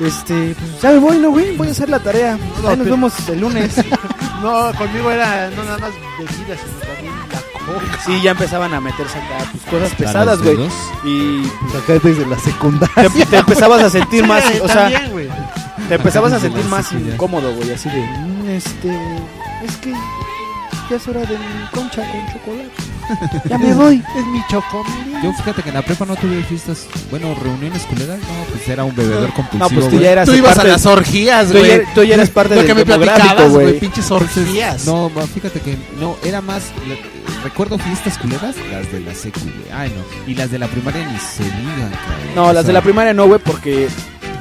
Este, pues ya me voy, no, güey. Voy a hacer la tarea. Ahí nos pero- vemos el lunes. (laughs) No, conmigo era no nada más bebidas, sino también la coca. sí, ya empezaban a meterse acá tus cosas Para pesadas, los güey. dedos. Y Acá desde la secundaria. (laughs) te, te empezabas a (laughs) sentir más, Sí, o sea, también, güey. te empezabas a Acá desde sentir la más secundaria. incómodo, güey. Así de, "Mm, este, es que ya es hora de mi concha con chocolate. Ya me voy, es mi chocomil. Yo fíjate que en la prepa no tuve fiestas, bueno, reuniones culeras, no, pues era un bebedor compulsivo. No, pues tú güey. ya eras Tú ibas a parte- las orgías, Tú güey. ya, tú ya eras parte Lo del que me demográfico, platicabas, güey, pinches orgías. No, ma, fíjate que no, era más. le- recuerdo fiestas culeras, las de la secu, güey. Ay, no. Y las de la primaria ni se digan, cabrón. No, O las de sea, la primaria no, güey, porque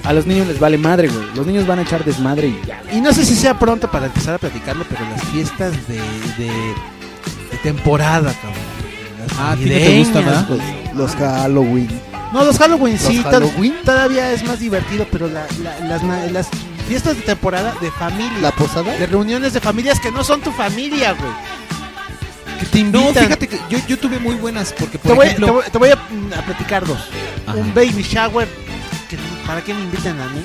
a los niños les vale madre, güey. Los niños van a echar desmadre y ya. Y no sé si sea pronto para empezar a platicarlo, pero las fiestas de, de, de temporada, cabrón. Las Ah, ¿a ti que te gusta, navideñas, verdad? güey. Los Halloween. No, los Halloween sí, ¿Los to- Halloween? todavía es más divertido, pero la- la- las, na- las fiestas de temporada de familia, ¿La posada? de reuniones de familias que no son tu familia, güey. Que te No, invitan. fíjate que yo, yo tuve muy buenas, porque por te, voy, ejemplo. te voy- te voy a, mm, a platicar dos. Ajá. Un baby shower. que- ¿Para qué me invitan a mí?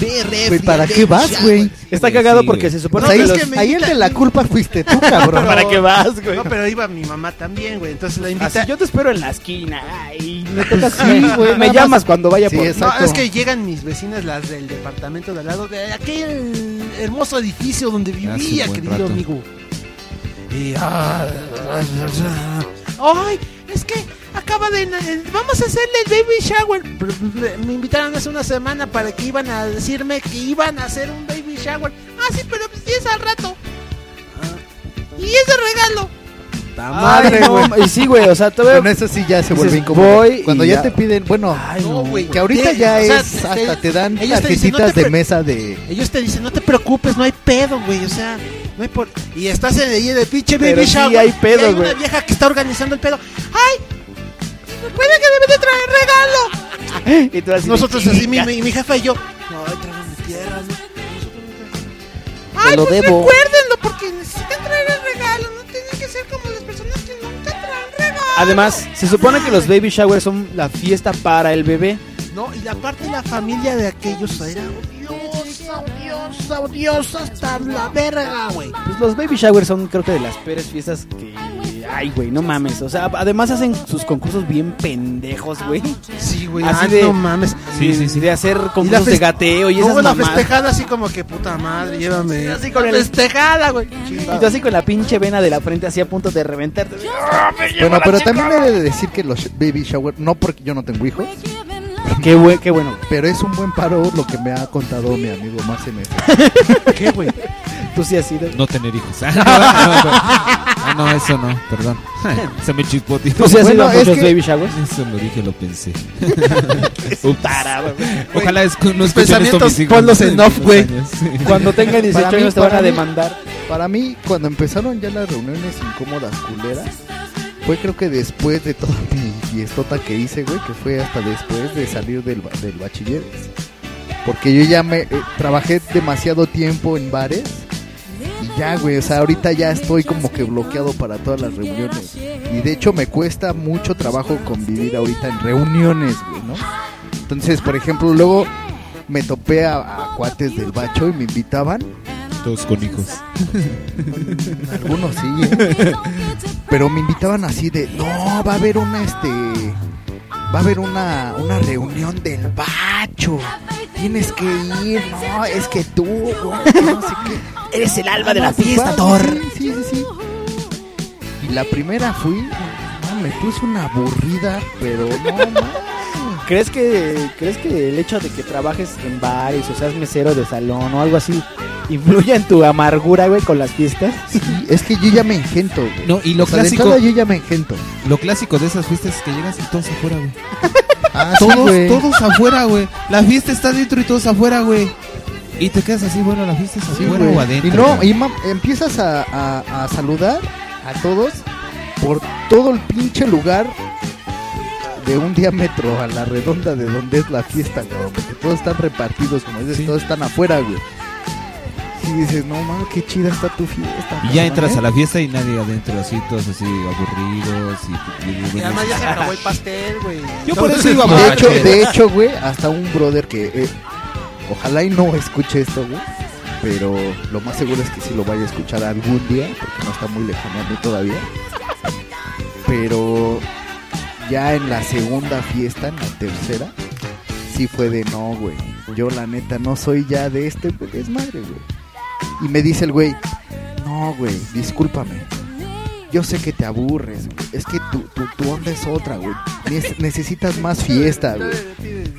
Güey, Pues, ¿Para qué vas, güey? Está cagado sí, porque güey. se Pues supone No, ahí, que pero los... es que me ahí el de la culpa fuiste tú, cabrón. ¿Para qué vas, güey? No, pero iba mi mamá también, güey. Entonces la invita. Así, yo te espero en la esquina. Ay, me tocas Sí, güey, Me nada llamas cuando vaya Sí, por... es- No, Exacto. es que llegan mis vecinas, las del departamento de al lado, de aquel hermoso edificio donde vivía, buen querido rato. amigo. Y, ah, ah, ah, ah. ¡Ay! Es que acaba de. na- eh, Vamos a hacerle el baby shower. Pero, eh, Me invitaron hace una semana para que iban a decirme que iban a hacer un baby shower. Ah, sí, pero pues, sí es al rato. Ah, Y es de regalo. Ay, no, y sí, güey, o sea, todavía... Bueno, eso sí ya se Dices, vuelve incómodo. voy y Cuando ya, ya. te piden, bueno, Ay, no, güey. que ahorita Te- ya o sea, es, te- hasta te dan ellos te dicen, no tarjetitas te de pre- mesa de... Ellos te dicen, no te preocupes, no hay pedo, güey. O sea, no hay por. Y estás en ahí de pinche Pero baby sí shower. hay y pedo, hay una güey. vieja que está organizando el pedo. ¡Ay! Recuerda que debe de traer regalo. Y tú así de, Nosotros así, mi, "Chinga". mi, mi jefa y yo. No, traigo mi tierra, ¿no? Nosotros no traemos". Te Ay, lo pues debo. recuérdenlo, porque necesitan traer el regalo. No tienen que ser como las personas que nunca traen regalo. Además, se supone que los baby showers son la fiesta para el bebé. No, y la parte de la familia de aquellos era odiosa, odiosa, odiosa hasta la verga, güey. Pues los baby showers son creo que de las peores fiestas que... Ay, güey, no mames. O sea, además hacen sus concursos bien pendejos, güey. Sí, güey. Así ah, de- no mames. Sí, sí, sí. De hacer concursos fes- de gateo y No, esas la mamadas. festejada así como que puta madre, llévame. así con La el- festejada, güey. Y tú así con la pinche vena de la frente así a punto de reventarte. Ah, Bueno, pero también he de decir que los baby shower, no porque yo no tengo hijos, Qué, bue- qué bueno. pero es un buen paro lo que me ha contado mi amigo más ¿Qué, güey? Tú sí has sido. No tener hijos. (laughs) Ah, no, no, no. Ah, no, eso no, perdón. (laughs) se me chispó, tío. ¿Tú sí has Bueno, ido a es muchos que- baby (laughs) showers? Eso lo dije, lo (laughs) pensé. Ups. Ojalá es, no escuchen esto pensamientos, mis hijos. ponlos en off, güey. Años, sí. Cuando tengan 18 Para mí, años te van para a mí. demandar. Para mí, cuando empezaron ya las reuniones incómodas culeras, fue creo que después de toda mi fiestota que hice, güey, que fue hasta después de salir del, ba- del bachiller. Porque yo ya me eh, trabajé demasiado tiempo en bares Y ya, güey, o sea, ahorita ya estoy como que bloqueado para todas las reuniones. Y de hecho me cuesta mucho trabajo convivir ahorita en reuniones, güey, ¿no? Entonces, por ejemplo, luego me topé a, a cuates del bacho y me invitaban. Todos con hijos. Algunos sí, ¿eh? Pero me invitaban así de, no, va a haber una, este, va a haber una, una reunión del bacho. Tienes que ir, no, es que tú, güey, no sé qué. Eres el alma de la fiesta, Thor. Sí, sí, sí. Y la primera fui, no, me puse una aburrida, pero no, no. ¿Crees que, ¿Crees que el hecho de que trabajes en bares o seas mesero de salón o algo así influya en tu amargura, güey, con las fiestas? Sí, es que yo ya me engento, güey. No, y lo O sea, de clásico- entrada yo ya me engento. Lo clásico de esas fiestas es que llegas y todos afuera, güey. Ah, sí, Todos, güey. todos afuera, güey. La fiesta está dentro y todos afuera, güey. Y te quedas así, bueno, la fiesta es Sí, afuera güey. o adentro. Y no, güey. y ma- empiezas a, a- a saludar a todos por todo el pinche lugar de un diámetro a la redonda de donde es la fiesta, cabrón. Porque todos están repartidos, como dices, Sí. todos están afuera, güey. Y dices, no mames, qué chida está tu fiesta. ¿eh?" Y ya entras a la fiesta y nadie adentro, así, todos así aburridos. Y, y- y- se acabó el pastel, güey. Yo por eso iba De hecho, borracho. de hecho, güey, hasta un brother que eh, ojalá y no escuche esto, güey. Pero lo más seguro es que sí lo vaya a escuchar algún día, porque no está muy lejano a mí todavía. Pero ya en la segunda fiesta, en la tercera, sí fue de no, güey. Yo la neta no soy ya de este güey, desmadre, güey. Y me dice el güey, no, güey, discúlpame. Yo sé que te aburres, güey. Es que tu, tu, tu onda es otra, güey. Ne- necesitas más fiesta, güey. (laughs)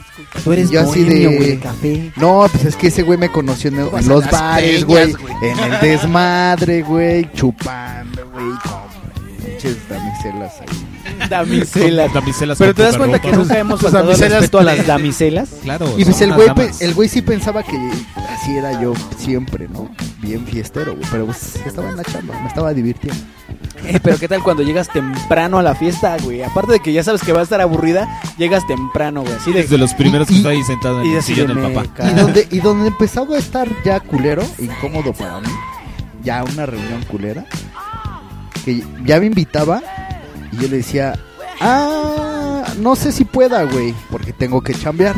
Tú eres Yo así bohemio, de- güey, de café. No, pues es que ese güey me conoció en, en los bares, güey. En el desmadre, güey. Chupando, güey. con Pinches damiselas ahí. Damiselas. Damiselas Pero con te das poca cuenta ropa. que nunca hemos faltado al damiselas respeto a las damiselas. Claro, Y pues son el unas güey, damas. pues, el güey sí pensaba que así era yo siempre, ¿no? Bien fiestero, güey. Pero pues estaba en la chamba, me estaba divirtiendo. Eh, pero qué tal cuando llegas temprano a la fiesta, güey. Aparte de que ya sabes que va a estar aburrida, llegas temprano, güey. Así de, Es de los primeros que y- está ahí sentado en y el así sillón de del me papá. cago. Y donde, y donde empezaba a estar ya culero, incómodo para mí, ya una reunión culera, que ya me invitaba y yo le decía, ah, no sé si pueda, güey, porque tengo que chambear.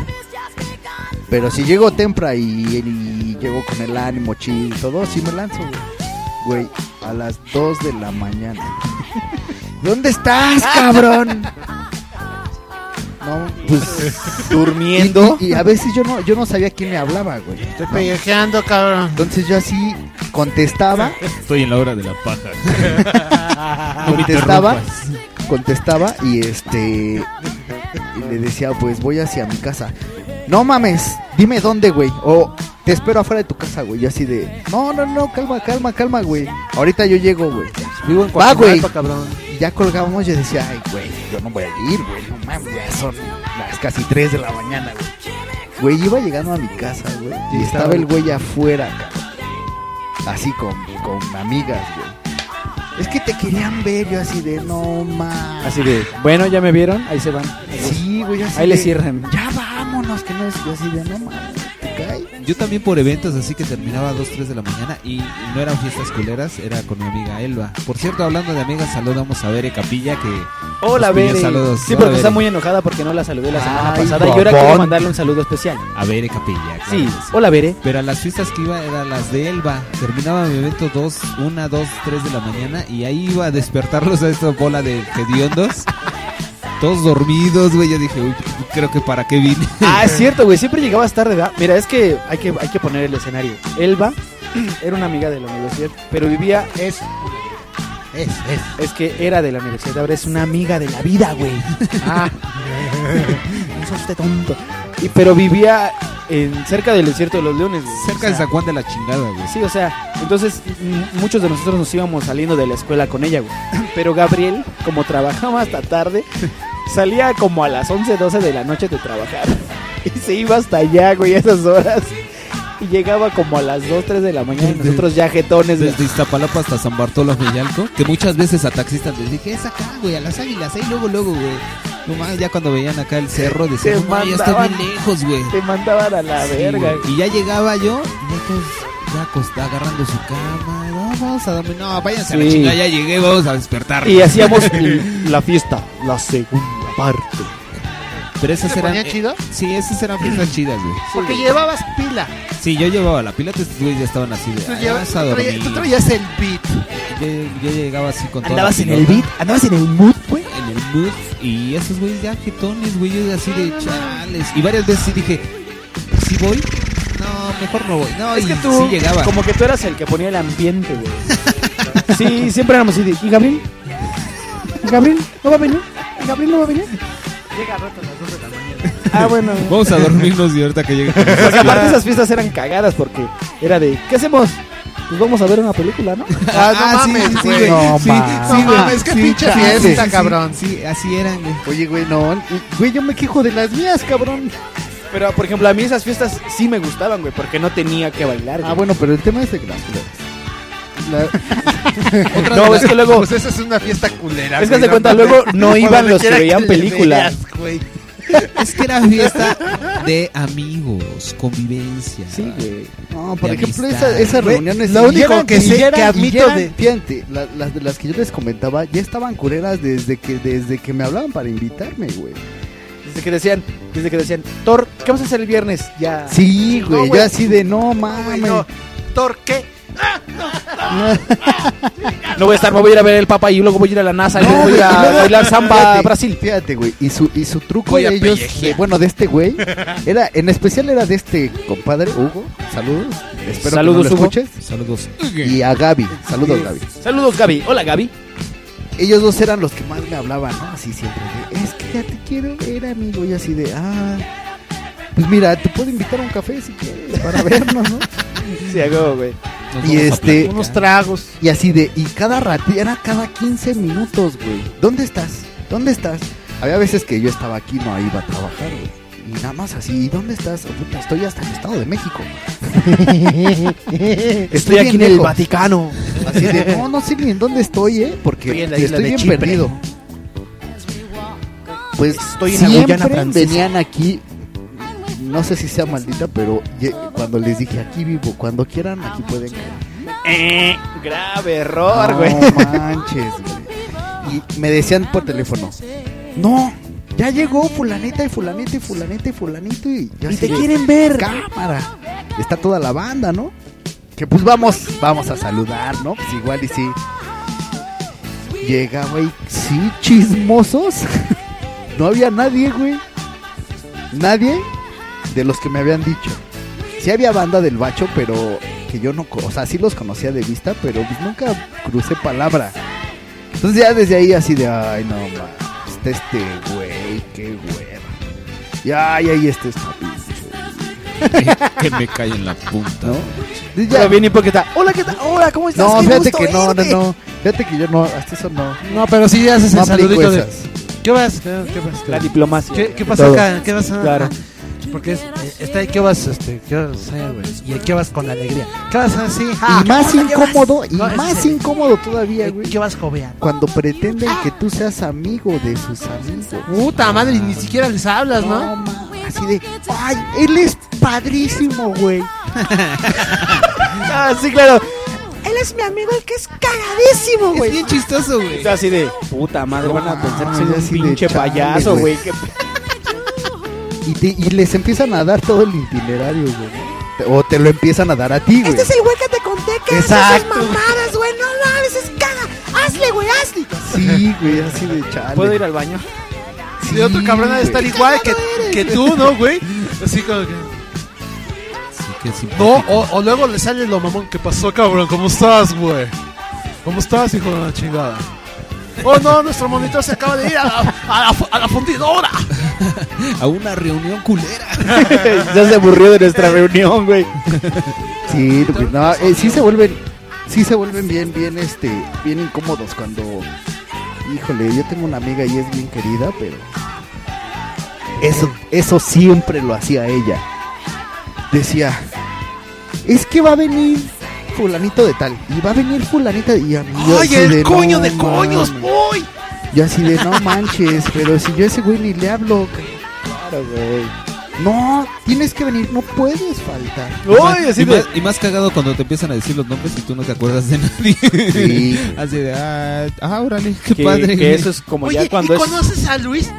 Pero si llego temprano y, y llego con el ánimo chido y todo, sí me lanzo, güey. Güey, a las 2 de la mañana. (laughs) ¿Dónde estás, cabrón? No, pues durmiendo. y, y a veces yo no, yo no sabía quién me hablaba, güey. Estoy pellejeando, cabrón. Entonces yo así contestaba, Estoy en la hora de la paja. No me contestaba, interrumpas. eh. contestaba y este y le decía, pues voy hacia mi casa. No mames, dime dónde, güey. O te espero afuera de tu casa, güey. Yo así de, no, no, no, calma, calma, calma, güey. Ahorita yo llego, güey. Vivo en Va, güey. Coajimalpa, cabrón. Y ya colgábamos, yo decía, ay, güey, yo no voy a ir, güey, no mames, ya son las casi 3 de la mañana, güey. Güey, iba llegando a mi casa, güey, y estaba el güey afuera, cabrón. Así con, con amigas, güey. Es que te querían ver, yo así de, no mames. Así de, bueno, ya me vieron, ahí se van. Sí, güey, yo así Ahí le de, cierran. Ya vámonos, que no es, yo así de, no mames, te cae. Yo también por eventos así que terminaba a 2, 3 de la mañana y no eran fiestas culeras, era con mi amiga Elba. Por cierto, hablando de amigas, saludamos a Bere Capilla que... Hola, nos pidió Bere. Saludos. Sí, Hola, porque Bere. está muy enojada porque no la saludé la semana Ay, pasada. Y ahora quiero babón. mandarle un saludo especial. A Bere Capilla. claro Sí, que sí. hola, (laughs) Bere. Pero a las fiestas que iba eran las de Elba. Terminaba mi evento 2, 1, 2, 3 de la mañana y ahí iba a despertarlos a esta bola de hediondos. Todos dormidos, güey. Yo dije, uy, creo que para qué vine. Ah, es cierto, güey. Siempre llegabas tarde, ¿verdad? Mira, es que hay que, hay que poner el escenario. Elba (clears throat) era una amiga de la universidad, pero vivía. Es. Es, es. Es que era de la universidad, ahora es una amiga de la vida, güey. Ah, no sos usted tonto. Y, pero vivía en, cerca del desierto de los leones, güey. (laughs) Cerca de O sea, San Juan de la chingada, güey. Sí, o sea, entonces m- muchos de nosotros nos íbamos saliendo de la escuela con ella, güey. (laughs) Pero Gabriel, como trabajaba hasta tarde, salía como a las 11, 12 de la noche de trabajar. (laughs) Y se iba hasta allá, güey, a esas horas. Y llegaba como a las 2, 3 de la mañana y nosotros ya jetones, güey. Desde Iztapalapa hasta San Bartolo Villalco, que muchas veces a taxistas les dije, es acá, güey, a las águilas, ahí luego, luego, güey. No más, ya cuando veían acá el cerro, decían, Te no, ya estoy mandaban- bien lejos, güey. Te mandaban a la Sí, verga. güey. Y ya llegaba yo, y ya todos ya acost- agarrando su cama, vamos a dormir. No, váyanse a la Sí. chingada, ya llegué, vamos a despertar. Y (laughs) hacíamos el- la fiesta, la segunda parte. Pero esas ¿Se eran. ponía eh, chido? sí, esas eran fiestas chidas, güey. Porque llevabas pila. Sí, yo llevaba la pila, estos güeyes ya estaban así de. Tú, Ah, "Ay, llevabas- vas a tú dormir. traías, tú traías el beat. Yo, yo llegaba así con toda Andabas la en el pilota, beat, andabas en el mood, güey. En el mood. Y esos güeyes ya jetones, güey, yo así de chales. Y varias veces sí dije, ¿sí voy? No, mejor no voy. No, Es y que tú, sí llegaba. como que tú eras el que ponía el ambiente, güey. Sí, siempre éramos así de, ¿y Gabriel? ¿Y Gabriel? ¿No va a venir? ¿Y Gabriel no va a venir? Llega rato a las 12 de la mañana. Ah, bueno. Vamos a dormirnos y ahorita que (laughs) llegue. Porque aparte esas fiestas eran cagadas porque era de, ¿qué hacemos? Pues vamos a ver una película, ¿no? Ah, no mames, güey. No, Sí, sí, güey. Sí, chale. Sí, sí, Sí, así eran, güey. Oye, güey, no. Güey, (laughs) yo me quejo de las mías, cabrón. Pero, por ejemplo, a mí esas fiestas sí me gustaban, güey, porque no tenía que bailar. Ah, bueno, pero el tema es de las (laughs) La- Otra No, de es las- que luego- Pues esa es una fiesta culera. Es que güey, de cuenta, mames. luego no Por iban donde los que quiera veían le películas. veas, güey. Es que era fiesta de amigos, convivencia. Sí, güey. No, por De ejemplo, amistad. esa, esas Güey, reuniones. lo y único que y sé eran- que y admito eran- de- Fíjate, la- las de las que yo les comentaba ya estaban culeras desde que, desde que me hablaban para invitarme, güey. Desde que decían, desde que decían, Thor, ¿qué vamos a hacer el viernes? Ya. Sí, güey, Ah, No, yo güey. así de no mames. Güey, no. Thor, ¿qué? No voy a estar, me voy a ir a ver el Papa y luego voy a ir a la NASA y luego voy a ir a bailar samba a Fíjate, Brasil. Fíjate, güey. Y su, y su truco Voy a de ellos, pellejear. de- bueno, de este güey, era, en especial era de este compadre, Hugo. Saludos. Espero Saludos, que no lo Hugo. escuches. Saludos. Y a Gaby. Saludos, Gaby. Saludos, Gaby. Hola, Gaby. Ellos dos eran los que más me hablaban, ¿no? Así siempre. de, es que ya te quiero ver, amigo. Y así de, ah. Pues mira, te puedo invitar a un café si quieres, para vernos, (laughs) ¿no? Sí, hago, güey. Nos Y vamos a este- Eh, platicar. Unos Y así de, y cada rato, era cada 15 minutos, güey. ¿Dónde estás? ¿Dónde estás? Había veces que yo estaba aquí, no iba a trabajar, güey. Y nada más así, ¿y dónde estás? Oh, puta, estoy hasta el Estado (laughs) de México. (laughs) estoy, Estoy aquí bien en el lejos. Vaticano. Así de, no, no sé ni en dónde estoy, ¿eh? Porque Estoy estoy, en la isla de bien Chipre. perdido. Pues Estoy en la siempre Guyana francesa. venían aquí, no sé si sea maldita, pero ye- cuando les dije, aquí vivo, cuando quieran, aquí pueden caer". Eh, grave error, No güey. manches, güey. Y me decían por teléfono, no, ya llegó fulanita y fulanita y fulanita y fulanito y, yo así de, ver. cámara. Está toda la banda, ¿no? Que pues vamos, vamos a saludar, ¿no? Pues igual y sí. Llega, güey, sí, chismosos. (laughs) no había nadie, güey. Nadie de los que me habían dicho. Sí había banda del bacho, pero que yo no, co- o sea, sí los conocía de vista, pero pues nunca crucé palabra. Entonces ya desde ahí así de, ay, no, ma, está este güey, qué hueva. Y ay, ahí está este Que me cae en la punta. ¿no? Y ya- Ya viene porque está. Hola, ¿qué tal? Hola, ¿cómo estás? no, Qué fíjate gusto que no, no, verte. este. no. Fíjate que yo no, hasta eso no. No, pero sí haces No el aplico saludito de. esas. ¿Qué vas? ¿Qué, qué vas? La diplomacia. ¿Qué, qué pasó Todo. acá? ¿Qué vas a Claro. Porque es, eh, está ahí, ¿qué vas, este, qué vas a hacer, güey? Y el, ¿qué vas con alegría? ¿Qué vas a hacer? Ah, (laughs) y más hola, ¿qué vas? incómodo, y No, ese eh, más es el- incómodo todavía, güey. ¿Qué vas, joven? Cuando pretenden que tú seas amigo de sus amigos. Puta madre, ni siquiera les hablas, No, ¿no? ma, así de, ay, él es padrísimo, güey. Ah, (laughs) sí, claro. Él es mi amigo, el que es cagadísimo, Es bien chistoso, güey. Está así de puta madre, van a pensar que soy mames, un así de pinche chale, payaso, güey. güey. Qué- Y, te- y les empiezan a dar todo el itinerario, güey. Te- O te lo empiezan a dar a ti, güey. el güey que te conté que hace esas Exacto. mamadas, güey. No mames, es caga. Hazle, güey, hazle. Sí, güey, así de chale. ¿Puedo ir al baño? Sí, Y otro cabrón ha de güey. estar igual que, que tú, ¿no, güey? Así como que. Sí, qué simpático. No, o, o luego le sale lo mamón. ¿Qué pasó, cabrón? ¿Cómo estás, güey? ¿Cómo estás, hijo de la chingada? Oh, no, nuestro monitor se acaba de ir a la, a la fu- a la fundidora. A una reunión culera. ya se aburrió de nuestra reunión, güey. Sí, güey, no, eh, sí se vuelven, sí se vuelven bien, bien, este, bien incómodos cuando, híjole, yo tengo una amiga y es bien querida, pero eso, eso siempre lo hacía ella. Decía, es que va a venir fulanito de tal y va a venir fulanita y a mí yo ¡Ay, así el no coño de coños, mames. voy! Yo así de no manches, pero si yo a ese güey ni le hablo. ca-". Claro, güey. No, tienes que venir, no puedes faltar. y, más, y más cagado cuando te empiezan a decir los nombres y tú no te acuerdas de nadie. (laughs) Así de, ah, ah, órale, qué Que, padre. que eso es como Pues Oye, ya cuando ¿y es conoces a Luis?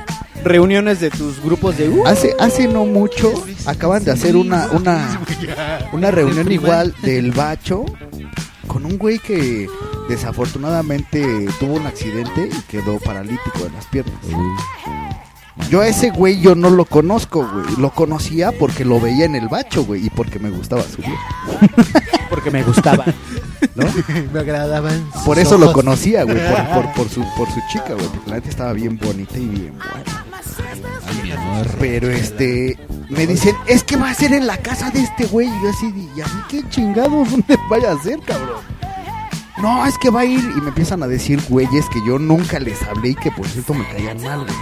reuniones de tus grupos de... Uh, Hace, hace no mucho acaban de hacer una, una, una reunión igual del bacho con un güey que desafortunadamente tuvo un accidente y quedó paralítico de las piernas. Yo a ese güey yo no lo conozco, güey. Lo conocía porque lo veía en el bacho, güey, y porque me gustaba su vieja, porque me gustaba. ¿no? (laughs) Me agradaban. Por eso lo conocía, güey, por, (laughs) por, por su, por su chica, güey, porque la neta estaba bien bonita y bien buena. Pero este, me dicen, es que va a ser en la casa de este güey. Y yo así, de, ¿y a mí qué chingados (laughs) dónde vaya a ser, cabrón? No, es que va a ir. Y me empiezan a decir güeyes que yo nunca les hablé y que por cierto me caían mal, güey.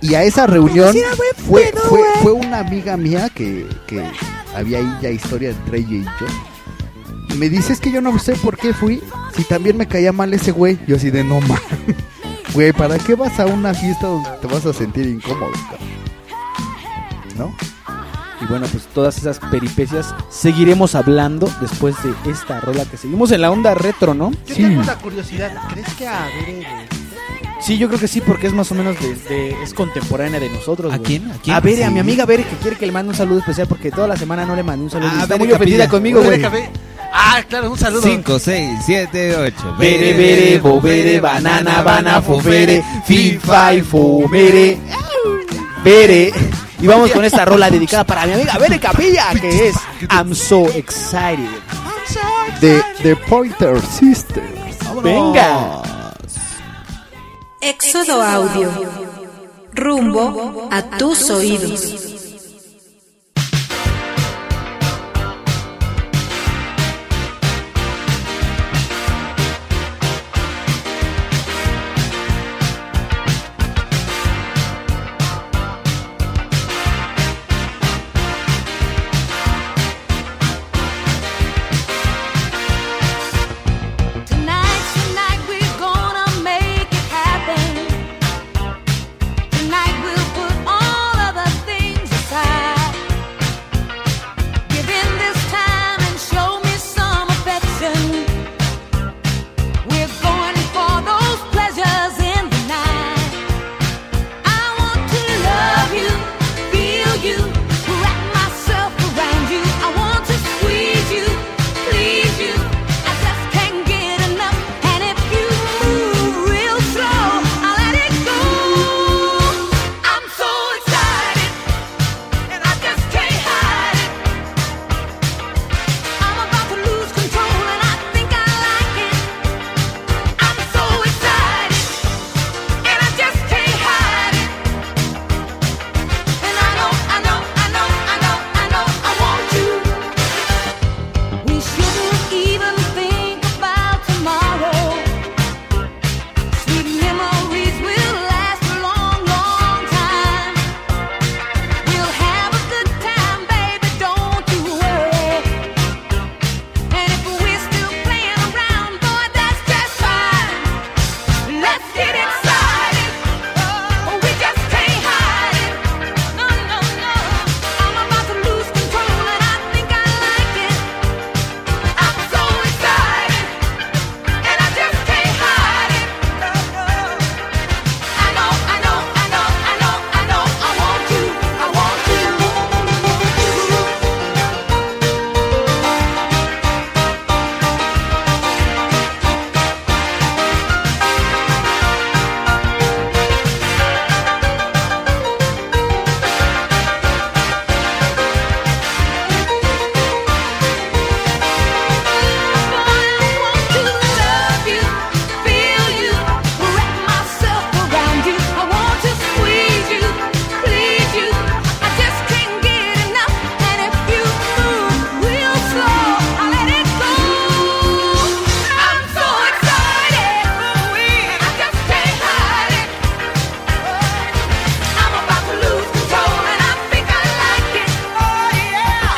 Y a esa reunión fue, fue, fue una amiga mía que, que había ahí ya historia entre ella y yo. Y me dice, es que yo no sé por qué fui, si también me caía mal ese güey. Yo así de no mames. Güey, ¿para qué vas a una fiesta donde te vas a sentir incómodo? cabrón? ¿No? Y bueno, pues todas esas peripecias seguiremos hablando después de esta rola que seguimos en la onda retro, ¿no? Yo tengo una curiosidad. ¿Crees que a eh, Bere Sí, yo creo que sí, porque es más o menos de, de- es contemporánea de nosotros. ¿A güey. quién? ¿A quién? A Bere, a Sí. mi amiga Bere, que quiere que le mande un saludo especial porque toda la semana no le mandé un saludo. y Ah, está Bere muy ofendida Capilla. conmigo, Bere güey. Café? Ah, claro, un saludo. 5, 6, 7, 8. Bere, bere, bobere, banana, bana, fofere, fifa y fomere. Bere. Y vamos con esta rola dedicada para mi amiga Bere Capilla, que es I'm So Excited. De, de Pointer Sisters. Venga. Éxodo Audio. Rumbo a tus oídos. Tonight, tonight we're gonna make it happen. Tonight we'll put all of the things Oh, Oh,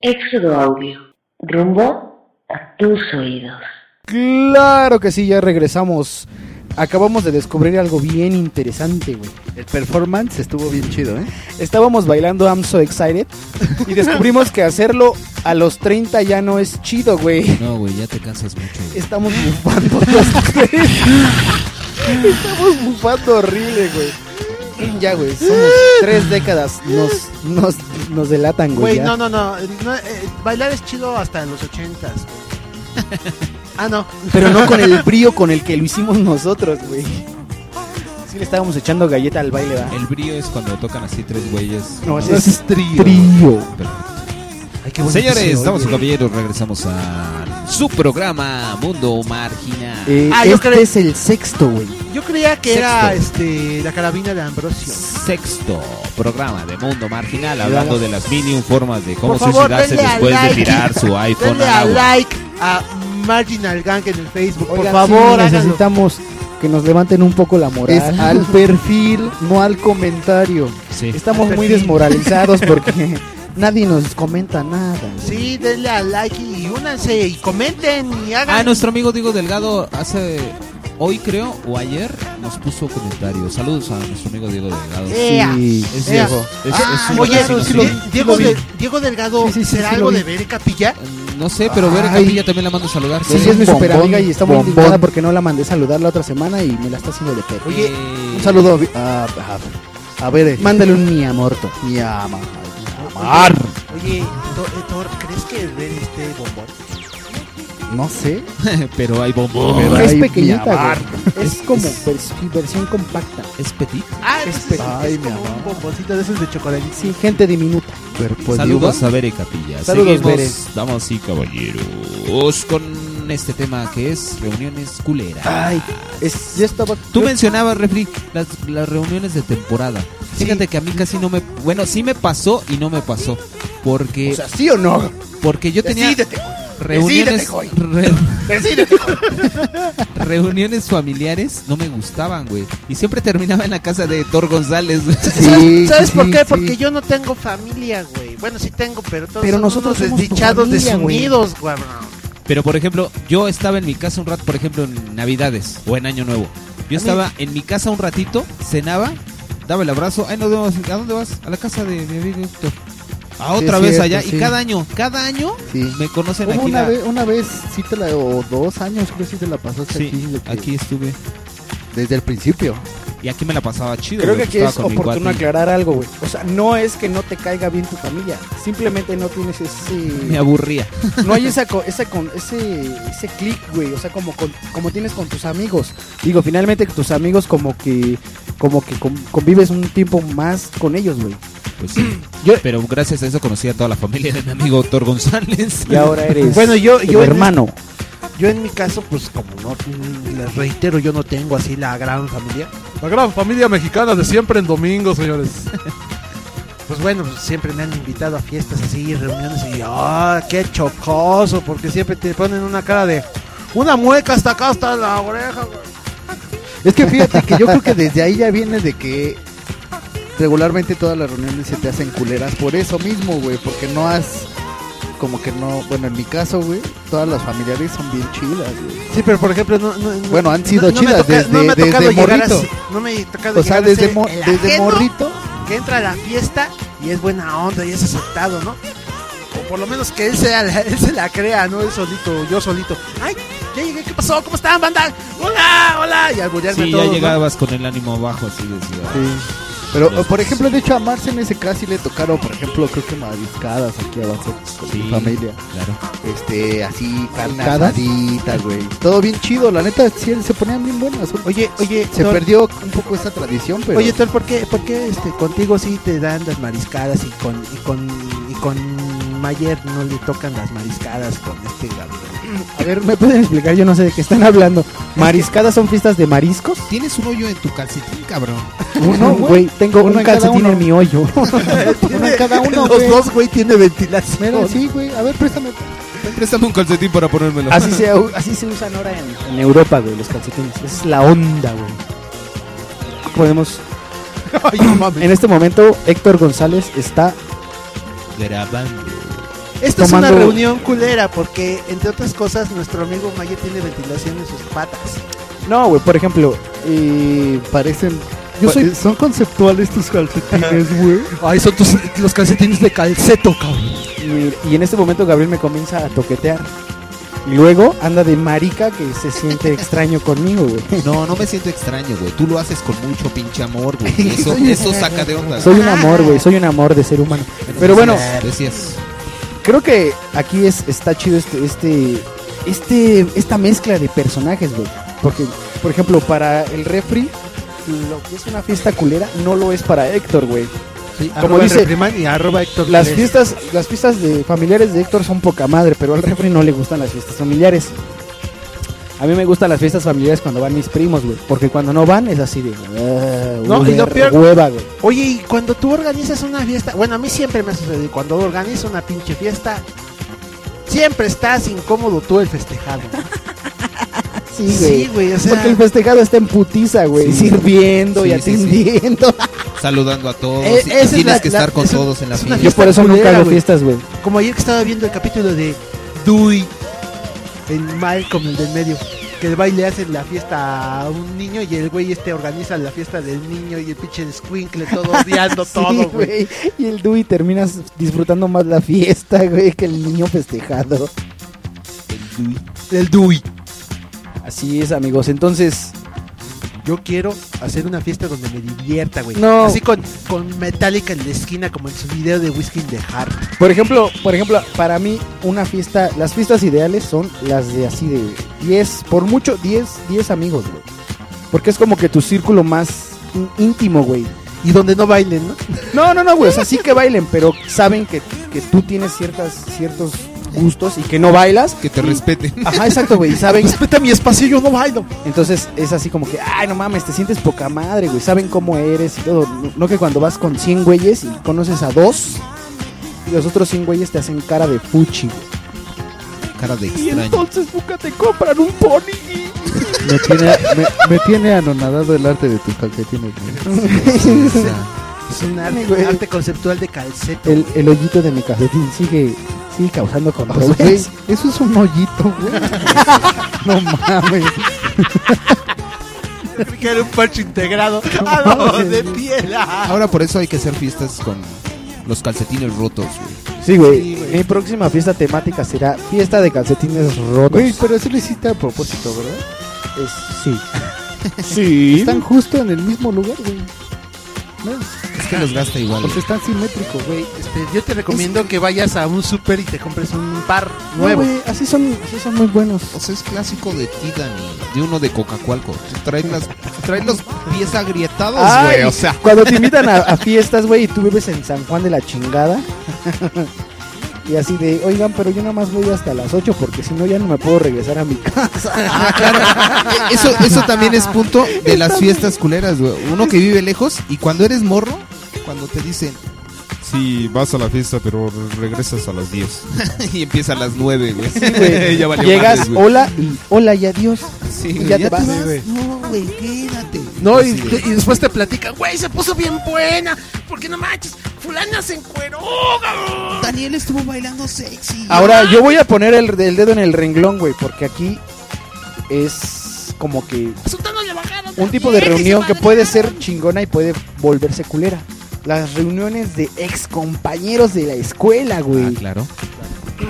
Éxodo Audio, rumbo a tus oídos. Claro que sí, ya regresamos. Acabamos de descubrir algo bien interesante, güey. El performance estuvo bien chido, ¿eh? Estábamos bailando I'm So Excited y descubrimos que hacerlo a los 30 ya no es chido, güey. No, güey, ya te cansas mucho. güey. Estamos bufando los tres. Estamos bufando horrible, güey. Ya, güey, somos tres décadas. Nos, nos, nos delatan, güey. Güey, Pues ya. no, no, no. no, eh, bailar es chido hasta en los ochentas. ah, no. Pero no con el brío con el que lo hicimos nosotros, güey. Sí le estábamos echando galleta al baile, va. El brío es cuando tocan así tres güeyes. No, Perfecto. ese es trío. trío. Señores, estamos con caballeros, regresamos a su programa Mundo Marginal. Eh, Ah, yo este creo- es el sexto, güey. Yo creía que era Sexto. este la carabina de Ambrosio. Sexto programa de Mundo Marginal, hablando de las mil y un formas de cómo Por favor, suicidarse denle a después de like. tirar (laughs) su iPhone Denle al a agua. like a Marginal Gang en el Facebook. Oigan, por favor, sí, háganlo. necesitamos que nos levanten un poco la moral. Es al perfil, no al comentario. Sí. Estamos muy (laughs) desmoralizados porque nadie nos comenta nada. güey. Sí, denle a like y únanse y comenten y hagan. Ah, nuestro amigo Diego Delgado hace hoy creo o ayer nos puso comentarios. Saludos a nuestro amigo Diego Delgado. Ea, Sí, es ea. viejo. Es- ¡Eh! Ah, es un oye, vecino, Die- sí. Diego, Sí, de- Diego Delgado Sí, sí, sí, será sí, lo algo vi. de ver capilla. No sé, pero ver Ay. Capilla también la mando a saludar. Sí, Sí. sí, es mi Bombón, super amiga y está muy bombón. indignada porque no la mandé saludar la otra semana y me la está haciendo de pedo. Eh, Oye, Un saludo a, vi- a, a- a ver, eh, Mándale un mi amorto. mi ama. mi amar. Oye, Thor, eh, Thor, ¿creres que ver este bombón? No sé. (laughs) pero hay bombón. Pero es ay, mi pequeñita, amar. güey. Es como vers- versión compacta. Es petit. Ah, es, es, Ay, es mi como un amor. bomboncito de esos de chocolate. Sí, gente diminuta. Cuerpo de Saludos uva. Pues a Bere Capilla. Saludos, Seguimos, Bere. damas y caballeros, con este tema que es reuniones culeras. Ay, es, yo estaba. Tú yo- mencionabas, Refri, las, las reuniones de temporada. Fíjate que a mí casi no me... Bueno, sí me pasó y no me pasó. Porque, O sea, ¿sí o no? porque yo tenía Decídete. reuniones... decídete, Joy. re- (laughs) Decídete. reuniones familiares no me gustaban, güey. Y siempre terminaba en la casa de Thor González. güey. ¿Sabes, Sí, sabes sí, por qué? sí. Porque yo no tengo familia, güey. Bueno, sí tengo, pero todos Pero son nosotros unos somos tu desdichados familia, güey. desunidos, güey. bro. Pero, por ejemplo, yo estaba en mi casa un rato, por ejemplo, en Navidades o en Año Nuevo. Yo estaba en mi casa un ratito, cenaba, daba el abrazo. Ay, nos vemos. ¿A dónde vas? A la casa de mi amigo Héctor. Ah, Sí, otra es vez cierto, allá. Y sí. cada año, cada año Sí. me conocen Hubo aquí. una, la- vez, una vez, sí te la, o dos años, creo que sí te la pasaste Sí, aquí. de que- aquí estuve. Desde el principio. Y aquí me la pasaba chido. Creo güey, pues, que aquí estaba es con mi oportuno cuate. aclarar algo, güey. O sea, no es que no te caiga bien tu familia. Simplemente no tienes Me ese. aburría. No hay esa, co- esa con, ese, ese click, güey. O sea, como, con- como tienes con tus amigos. Digo, finalmente tus amigos, como que. Como que con- convives un tiempo más con ellos, güey. Pues (clears throat) sí. Yo- Pero gracias a eso conocí a toda la familia de mi amigo Héctor González. Y ahora Pues, eres. Bueno, yo- tu yo en- hermano. Yo en mi caso, pues como no, mm, les reitero, yo no tengo así la gran familia. La gran familia mexicana de siempre en domingo, señores. (laughs) Pues bueno, pues, siempre me han invitado a fiestas así, reuniones y ¡ah, qué chocoso! Porque siempre te ponen una cara de una mueca hasta acá, hasta la oreja. güey". Es que fíjate que yo creo que desde ahí ya viene de que regularmente todas las reuniones se te hacen culeras por eso mismo, güey, porque no has como que no, bueno, en mi caso, güey, todas las familiares son bien chidas, güey. Sí, pero por ejemplo, no, no- no- Bueno, han sido me chidas toca- desde- no me ha desde tocado llegar morrito. así, no me ha tocado O sea, llegar a desde ser mo- el desde ajeno morrito, que entra a la fiesta y es buena onda y es aceptado, ¿no? O por lo menos que él, sea la- (laughs) él se la crea, ¿no? Él solito, yo solito. ¡Ay! Ya llegué, ¿qué pasó? ¿Cómo están, banda? ¡Hola! ¡Hola! Y alburearme Sí, a todos, ya ¿no? llegabas con el ánimo bajo así decía. pero eh, por ejemplo, de hecho a Marce en ese caso sí le tocaron, por ejemplo, creo que mariscadas aquí abajo con Sí. mi familia. Claro. Este, así, carne ¿Mariscadas? asadita, güey. Todo bien chido, la neta, sí, se ponían bien buenas. güey. Oye, oye, se Thor, perdió un poco esa tradición, pero... oye, Thor, ¿por qué, por qué este, contigo sí te dan las mariscadas y con, y con, y con Mayer no le tocan las mariscadas con este Gabriel? A ver, ¿me pueden explicar? Yo no sé de qué están hablando. ¿Mariscadas son fiestas de mariscos? Tienes un hoyo en tu calcetín, cabrón. Uno, güey. Tengo Uno un en cada calcetín uno. en mi (laughs) hoyo. Una en cada uno, Los güey. dos, güey, tiene ventilación. Mira, sí, güey. A ver, préstame. Préstame un calcetín (laughs) para ponérmelo. Así se, así se usan ahora en, en Europa, güey, los calcetines. Esa es la onda, güey. Podemos. En este momento, Héctor González está Grabando. Esta es tomando- una reunión culera porque, entre otras cosas, nuestro amigo Maya tiene ventilación en sus patas. No, güey, por ejemplo, y parecen Yo soy- Pues, Son conceptuales tus calcetines, güey. Ay, son tus, los calcetines de calceto, cabrón. Y, y en este momento Gabriel me comienza a toquetear. Y luego anda de marica que se siente extraño conmigo, güey. No, no me siento extraño, güey. Tú lo haces con mucho pinche amor, (laughs) güey. Eso, Soy- eso saca de onda. Soy un amor, güey, soy un amor de ser humano. Pero bueno, Gracias. creo que aquí es está chido este este este esta mezcla de personajes, güey, porque por ejemplo, para el refri lo que es una fiesta culera no lo es para Héctor, güey. arroba el refriman y arroba Héctor Las tres. fiestas las fiestas de familiares de Héctor son poca madre, pero al refri no le gustan las fiestas familiares. A mí me gustan las fiestas familiares cuando van mis primos, güey, porque cuando no van es así de ah, No, y lo hueva, peor- hueva, güey. Oye, y cuando tú organizas una fiesta, bueno, a mí siempre me ha sucedido, cuando organizo una pinche fiesta, siempre estás incómodo tú el (laughs) festejado. Sí, Sí, güey, o sea- Porque el festejado está en putiza, güey. Sirviendo y Sí, sí, sí. atendiendo. Saludando a todos. Eh, Sí, esa es tienes la- que la- estar con es un- todos en la es una fiesta. Yo por eso nunca culera, hago güey. fiestas, güey. Como ayer que estaba viendo el capítulo de Dui, el Malcolm, el del medio, que el baile hace la fiesta a un niño y el güey este organiza la fiesta del niño y el pinche squinkle todo odiando (laughs) Sí, todo, güey. Y el Dui terminas disfrutando más la fiesta, güey, que el niño festejado. El Dui. Así es, amigos. Entonces, Yo quiero hacer una fiesta donde me divierta, güey. No. Así con, con Metallica en la esquina, como en su video de Whiskey in the Heart. por ejemplo, por ejemplo, para mí una fiesta, las fiestas ideales son las de así de 10, por mucho 10, 10 amigos, güey. Porque es como que tu círculo más ín- íntimo, güey. Y donde no bailen, ¿no? No, no, no, güey. O sea, sí que bailen, pero saben que, que tú tienes ciertas, ciertos gustos y que no bailas. Que te respeten. Ajá, exacto, güey. y (laughs) Saben. Respeta mi espacio, yo no bailo. Entonces es así como que, ay, no mames, te sientes poca madre, güey. Saben cómo eres y todo. No- No que cuando vas con 100 güeyes y conoces a dos, y los otros 100 güeyes te hacen cara de fuchi, güey. Cara de extraño. nunca te compran un pony. Me tiene, me, me tiene anonadado el arte de tus calcetines, (laughs) güey. Es un arte, güey. arte conceptual de calceto. El, el hoyito de mi cafetín sigue, sigue causando O sea, güey, controversias. eso es un hoyito, güey. No mames. Que era un parche integrado. Ah, no, de piel. ah. Ahora por eso hay que hacer fiestas con los calcetines rotos, güey. Sí, güey. Mi próxima fiesta temática será fiesta de calcetines rotos. Güey, pero eso lo hiciste a propósito, ¿verdad? Es- sí. sí. Están justo en el mismo lugar, güey. No, Es que los gasta igual. porque güey. están simétricos, güey. Güey, este, yo te recomiendo que vayas a un super y te compres un par nuevo. así son, así son muy buenos. O sea, es clásico de ti, Dani. De uno de Coca-Cualco. Traes, las- traes los pies agrietados, Pues, güey. O sea, Cuando te invitan a, a fiestas, güey, y tú vives en San Juan de la chingada. (laughs) y así de, oigan, pero yo nada más voy hasta las 8 porque si no ya no me puedo regresar a mi casa. (laughs) Ah, claro. Eso, eso también es punto de las fiestas culeras, güey. Uno que vive lejos y cuando eres morro, cuando te dicen. Sí, vas a la fiesta, pero regresas a las 10. (laughs) y empieza a las 9, güey. (laughs) güey. (laughs) Ya valió Llegas, madres, güey. hola y hola y adiós. Sí, y güey, ya te vas. No, güey, quédate. No, y, Así de- y después te platican, güey, se puso bien buena. Porque no manches, fulana se encueró, cabrón. Daniel estuvo bailando sexy. Ahora yo voy a poner el, el dedo en el renglón, güey, porque aquí es como que A su tono le bajaron. un tipo también, de y se reunión que madrearon. puede ser chingona y puede volverse culera. Las reuniones de ex compañeros de la escuela, Ah, güey. claro.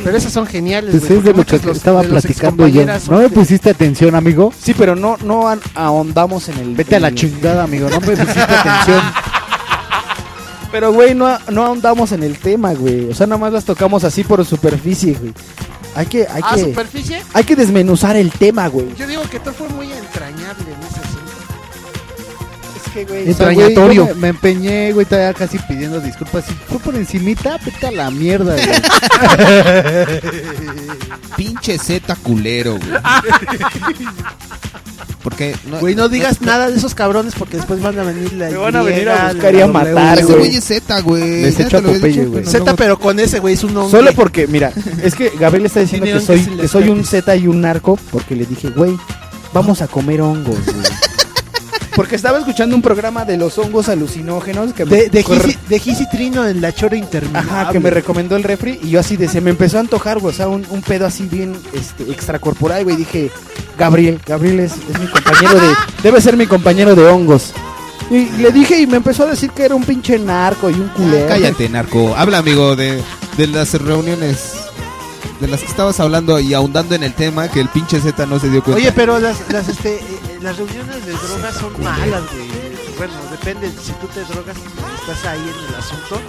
Pero esas son geniales. Pues güey, es porque de lo que muchas los- estaba de los platicando yo. excompañeras son ¿No me de- pusiste atención, amigo? Sí, pero no, no an- ahondamos en el. Vete a la en- chingada, amigo. No me pusiste atención. Pero, güey, no, a- no ahondamos en el tema, güey. O sea, nada más las tocamos así por superficie, güey. Hay que, hay A Ah, que, superficie, hay que desmenuzar el tema, güey. yo digo que todo fue muy entrañable en ese asunto. Es que, güey, O sea, güey, Entrañatorio. yo me, me empeñé, güey, todavía casi pidiendo disculpas. Si fue por encimita, vete a la (laughs) mierda, güey. Pinche Z culero, (laughs) güey. Porque no, Güey, no digas nada de esos cabrones porque después van a venir la. Me van a venir griega, a buscar y la a W. matar, ese güey. güey es Z, güey. Les eh, Ya echo te a lo había Popeye, dicho, güey. pero Z, no- pero con ese, güey, es un nombre. Solo porque, mira, es que Gabriel está diciendo Tiene que soy, hongos en la que soy un Z y un narco porque le dije, güey, vamos a comer hongos, güey. (laughs) Porque estaba escuchando un programa de los hongos alucinógenos que De, de, cor- Gisi- de Gisi Trino en la chora interminable. Ajá, que me recomendó el refri y yo así de se me empezó a antojar, güey, o sea, un, un pedo así bien este, extracorporal, güey, dije, Gabriel, Gabriel es, es mi compañero de, debe ser mi compañero de hongos. Y le dije y me empezó a decir que era un pinche narco y un ¿eh? Ah, culero. (laughs) Cállate, narco. Habla, amigo, de, de las reuniones de las que estabas hablando y ahondando en el tema que el pinche Z no se dio cuenta. Oye, pero las, las, este, eh, eh, las reuniones de drogas son malas, güey. Bueno, depende, si tú te drogas y estás ahí en el asunto,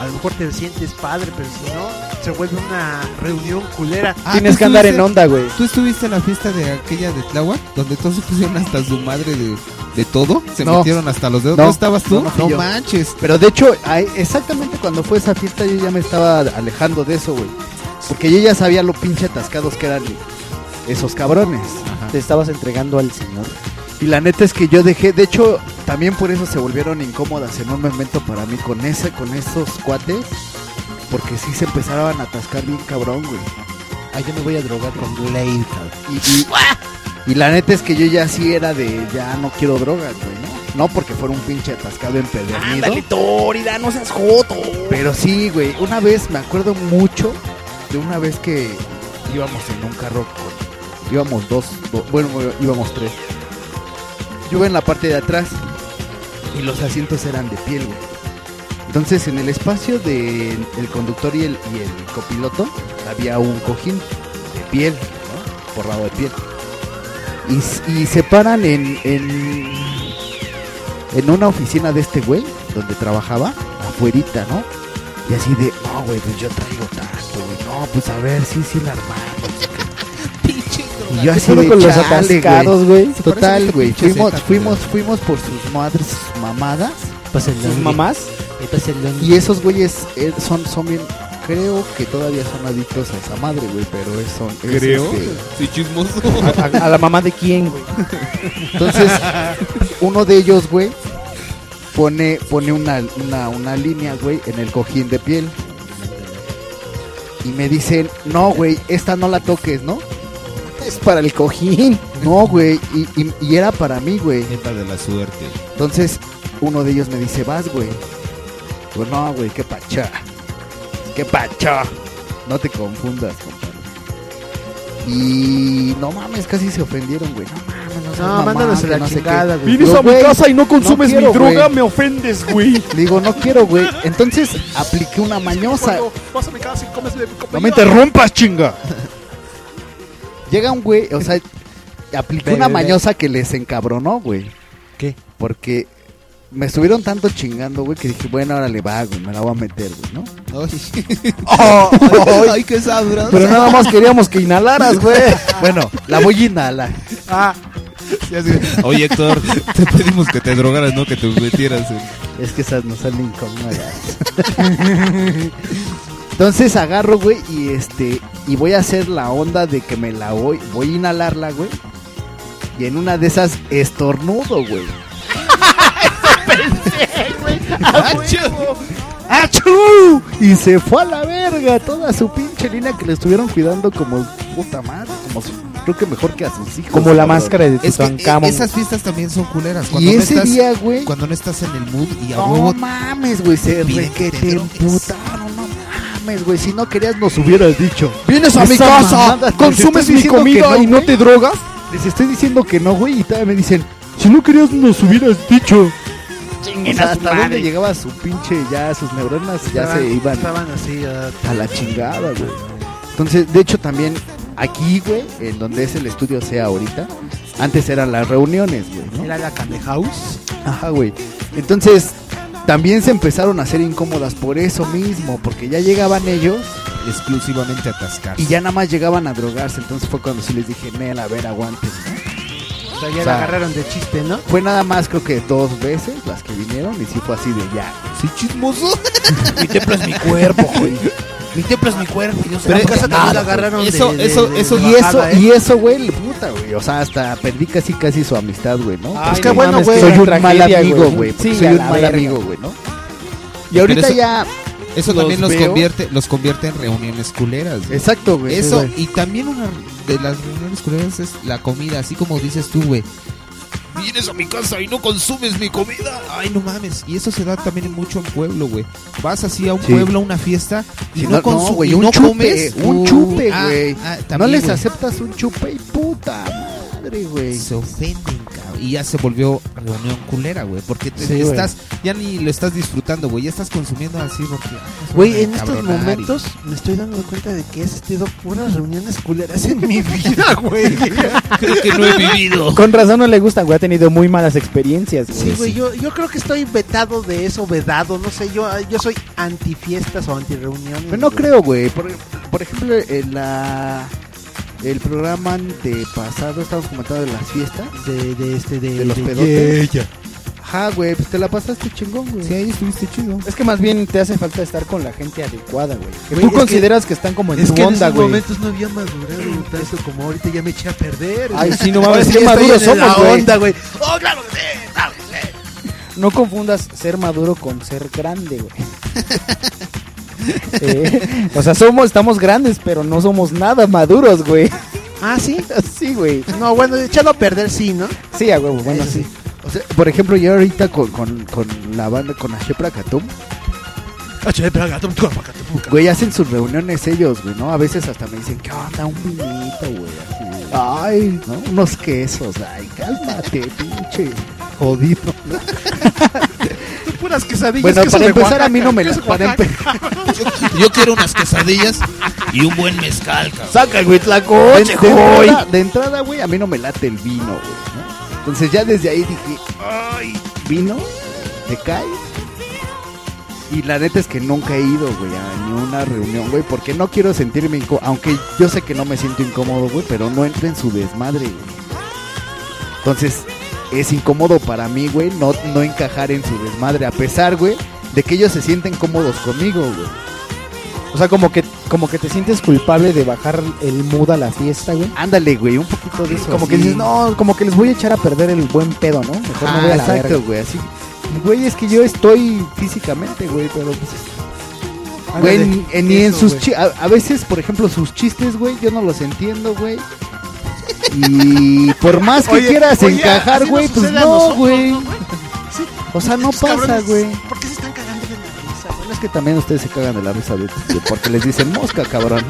a lo mejor te sientes padre, pero si no, se vuelve una reunión culera. Ah, Tienes ¿tú que andar en estuviste- onda, güey. ¿Tú estuviste en la fiesta de aquella de Tláhuac? Donde todos se pusieron hasta su madre de, de todo. Se No. metieron hasta los dedos. ¿No, estabas tú? No, fui yo. manches. Pero de hecho, ahí- exactamente cuando fue esa fiesta, yo ya me estaba alejando de eso, güey. Porque yo ya sabía lo pinche atascados que eran esos cabrones. Te estabas entregando al señor. Y la neta es que yo dejé, de hecho, también por eso se volvieron incómodas en un momento para mí con ese, con esos cuates, porque sí se empezaron a atascar bien cabrón, güey. Ah, yo me voy a drogar con Blade, y, y- y la neta es que yo ya sí era de, ya no quiero drogas, güey, ¿no? No porque fuera un pinche atascado empedernido. Ándale, Torida, no seas joto. Pero sí, güey, una vez me acuerdo mucho de una vez que íbamos en un carro con- íbamos dos, do- bueno, íbamos tres. Yo iba en la parte de atrás y los asientos eran de piel, güey. Entonces, en el espacio del conductor y el, y el copiloto había un cojín de piel, ¿no? Forrado de piel. Y, s- y se paran en, en, en una oficina de este güey, donde trabajaba, afuerita, ¿no? Y así de, no, güey, pues yo traigo tanto, güey. No, pues a ver, sí, sí, (laughs) la armamos. Y yo así ¿Qué pedo de con los "Chale, atascados, güey? Se parece Total, que güey. pinche Fuimos, Zeta, fuimos, fuimos por sus madres sus mamadas. ¿Sus mamás? Y esos güeyes eh, son, son bien. Creo que todavía son adictos a esa madre, güey, pero es son. es, Creo. este, Sí, chismoso. A, a la mamá de quién, güey. Entonces, uno de ellos, güey, pone, pone una, una, una línea, güey, en el cojín de piel. Y me dicen, no, güey, esta no la toques, ¿no? Es para el cojín. No, güey, y, y- y era para mí, güey. Neta de la suerte. Entonces, uno de ellos me dice, vas, güey. Digo, no, güey, qué pacha. Qué pacha. No te confundas, compadre. Y no mames, casi se ofendieron, güey. No mames, no seas No, mamón, mándalos a que la no sé chingada, qué. güey. Digo, güey, quiero, güey. me ofendes, güey. Le Digo, no quiero, güey. Entonces apliqué una mañosa. Vas a mi casa y comes de mi comida. No me interrumpas, chinga. (laughs) Llega un güey, o sea, aplicó Ve, una ve, ve. mañosa que les encabronó, güey. ¿Qué? Porque me estuvieron tanto chingando, güey, que dije, bueno, ahora le va, güey, me la voy a meter, güey, ¿no? (laughs) ay, ay, qué sabroso. Pero nada más queríamos que inhalaras, (laughs) güey. Bueno, la voy a inhalar. Oye, Héctor, te pedimos que te drogaras, no que te metieras. en- Es que esas no salen incómodas. Entonces agarro, güey, y este, y voy a hacer la onda de que me la voy, voy a inhalarla, güey. Y en una de esas estornudo, güey. ¡Achú! Y se fue a la verga toda su pinche línea que le estuvieron cuidando como puta madre, como su- creo que mejor que a sus hijos. Como la cabrón. máscara de Es que Tutankamón. eh, esas fiestas también son culeras. Y no ese estás- día, güey. Cuando no estás en el mood y a No huevo mames, güey, se piden que requete te drogues. emputaron, no mames, güey. Si no querías, nos hubieras dicho. Vienes a mi casa, consumes mi comida y no te drogas. Les estoy diciendo que no, güey, y todavía me dicen, si no querías, nos hubieras dicho. O sea, hasta dónde llegaba su pinche, ya sus neuronas ya Estaban- se iban Estaban así, ah, a la chingada, güey. Entonces, de hecho, también aquí, güey, en donde es el estudio sea ahorita, antes eran las reuniones, güey, ¿no? era la Candy House. Ajá, güey. Entonces, también se empezaron a hacer incómodas por eso mismo, porque ya llegaban ellos exclusivamente atascar. y ya nada más llegaban a drogarse. Entonces fue cuando sí les dije, Nel, a ver, aguanten, ¿no? O sea, ya O sea, la agarraron de chiste, ¿no? Fue nada más, creo que dos veces las que vinieron y sí fue así de ya. Sí, chismoso. Mi (laughs) templo es mi cuerpo, güey. Mi templo es mi cuerpo. Yo soy Pero la es- casa también la agarraron eso- de, de- eso- de- eso- de Y eso, bajada, ¿eh? y eso, güey, puta, güey. O sea, hasta perdí casi, casi su amistad, güey, ¿no? Ay, Pues no mames, Soy qué un mal tragedia, amigo, güey. güey. porque Sí, soy a un la mal verga. amigo, güey, ¿no? Y ahorita eso- ya. Eso Los también los veo. convierte, los convierte en reuniones culeras. Pues güey. Exacto, güey. Eso, sí, güey. y también una de las reuniones culeras es la comida, así como dices tú, güey. vienes a mi casa y no consumes mi comida. Ay, no mames. Y eso se da también mucho en pueblo, güey. Vas así a un Sí. pueblo, a una fiesta, y Si no, no- no, consumes, güey, y un no chupe, comes. un Uh, chupe, ah, güey. ah, No también, les güey. aceptas un chupe y puta madre, güey. Se ofenden, cabrón. Y ya se volvió reunión culera, güey. Porque te- Sí, güey. estás, ya ni lo estás disfrutando, güey. Ya estás consumiendo así porque. Güey, en estos Cabronar y- (laughs) momentos me estoy dando cuenta de que he asistido a unas reuniones culeras en mi (laughs) Ah, vida, güey. Creo que no he vivido. Con razón no le gustan, güey. Ha tenido muy malas experiencias, güey. Sí, güey, yo, yo creo que estoy vetado de eso, vedado, no sé, yo, yo soy anti fiestas o anti reuniones. Pero no creo, güey. Por, por ejemplo, en la el programa antepasado estábamos comentando de las fiestas de, de este de, los de- pedotes. Yeah. Ajá, güey, pues te la pasaste chingón, güey. Sí, ahí estuviste chido. Es que más bien te hace falta estar con la gente adecuada, güey. Que Güey, tú es que- consideras que, están como en es tu que en onda, esos güey. momentos no había madurado tanto como ahorita ya me eché a perder. Ay, güey. sí, (laughs) no mames, Ahora sí qué ya estoy maduros en la somos, güey. onda, güey. Oh, claro que sí, claro que sí. No confundas ser maduro con ser grande, güey. (laughs) Eh, o sea, somos, estamos grandes, pero no somos nada maduros, güey. (laughs) Ah, sí. Sí, güey. No, bueno, echado a perder sí, ¿no? Sí, a huevo, bueno, Eso sí. O sea, por ejemplo, yo ahorita con, con, con la banda, con Ashepra Katum, güey, hacen sus reuniones ellos, güey, ¿no? A veces hasta me dicen, ¿qué onda? Un vinito, güey, así. Ay, ¿no? Unos quesos, ay, cálmate, pinche jodido. ¿no? Puras quesadillas. Bueno, queso para de empezar, Oaxaca, a mí no me la- queso de para Oaxaca. Yo quiero unas quesadillas y un buen mezcal, cabrón. Saca el de, huitlacoche, de güey. entrada- de entrada, güey, a mí no me late el vino, güey. ¿no? Entonces ya desde ahí dije, ay, vino, te cae. Y la neta es que nunca he ido, güey, a ni una reunión, güey, porque no quiero sentirme incómodo. Aunque yo sé que no me siento incómodo, güey, pero no entra en su desmadre, güey. Entonces, es incómodo para mí, güey, no, no encajar en su desmadre, a pesar, güey, de que ellos se sienten cómodos conmigo, güey. O sea, como que, como que te sientes culpable de bajar el mood a la fiesta, güey. Ándale, güey, un poquito de eso. Como que así. dices, no, como que les voy a echar a perder el buen pedo, ¿no? Mejor me voy Ah, a la verga. exacto, güey, así. Güey, es que yo estoy físicamente, güey, pero pues... Ah, Güey, Ándale, ni- eh, ni en eso, sus güey. chi- a, a veces, por ejemplo, sus chistes, güey, yo no los entiendo, güey. Y por más que Oye, quieras oye, encajar, así güey, nos pues sucede a no, nosotros, güey. ¿no, güey? Sí. O sea, no Esos pasa, cabrones, güey. ¿Por qué se están cagando de la risa, güey? Bueno, es que también ustedes se cagan de la risa, güey, porque les dicen mosca, cabrón.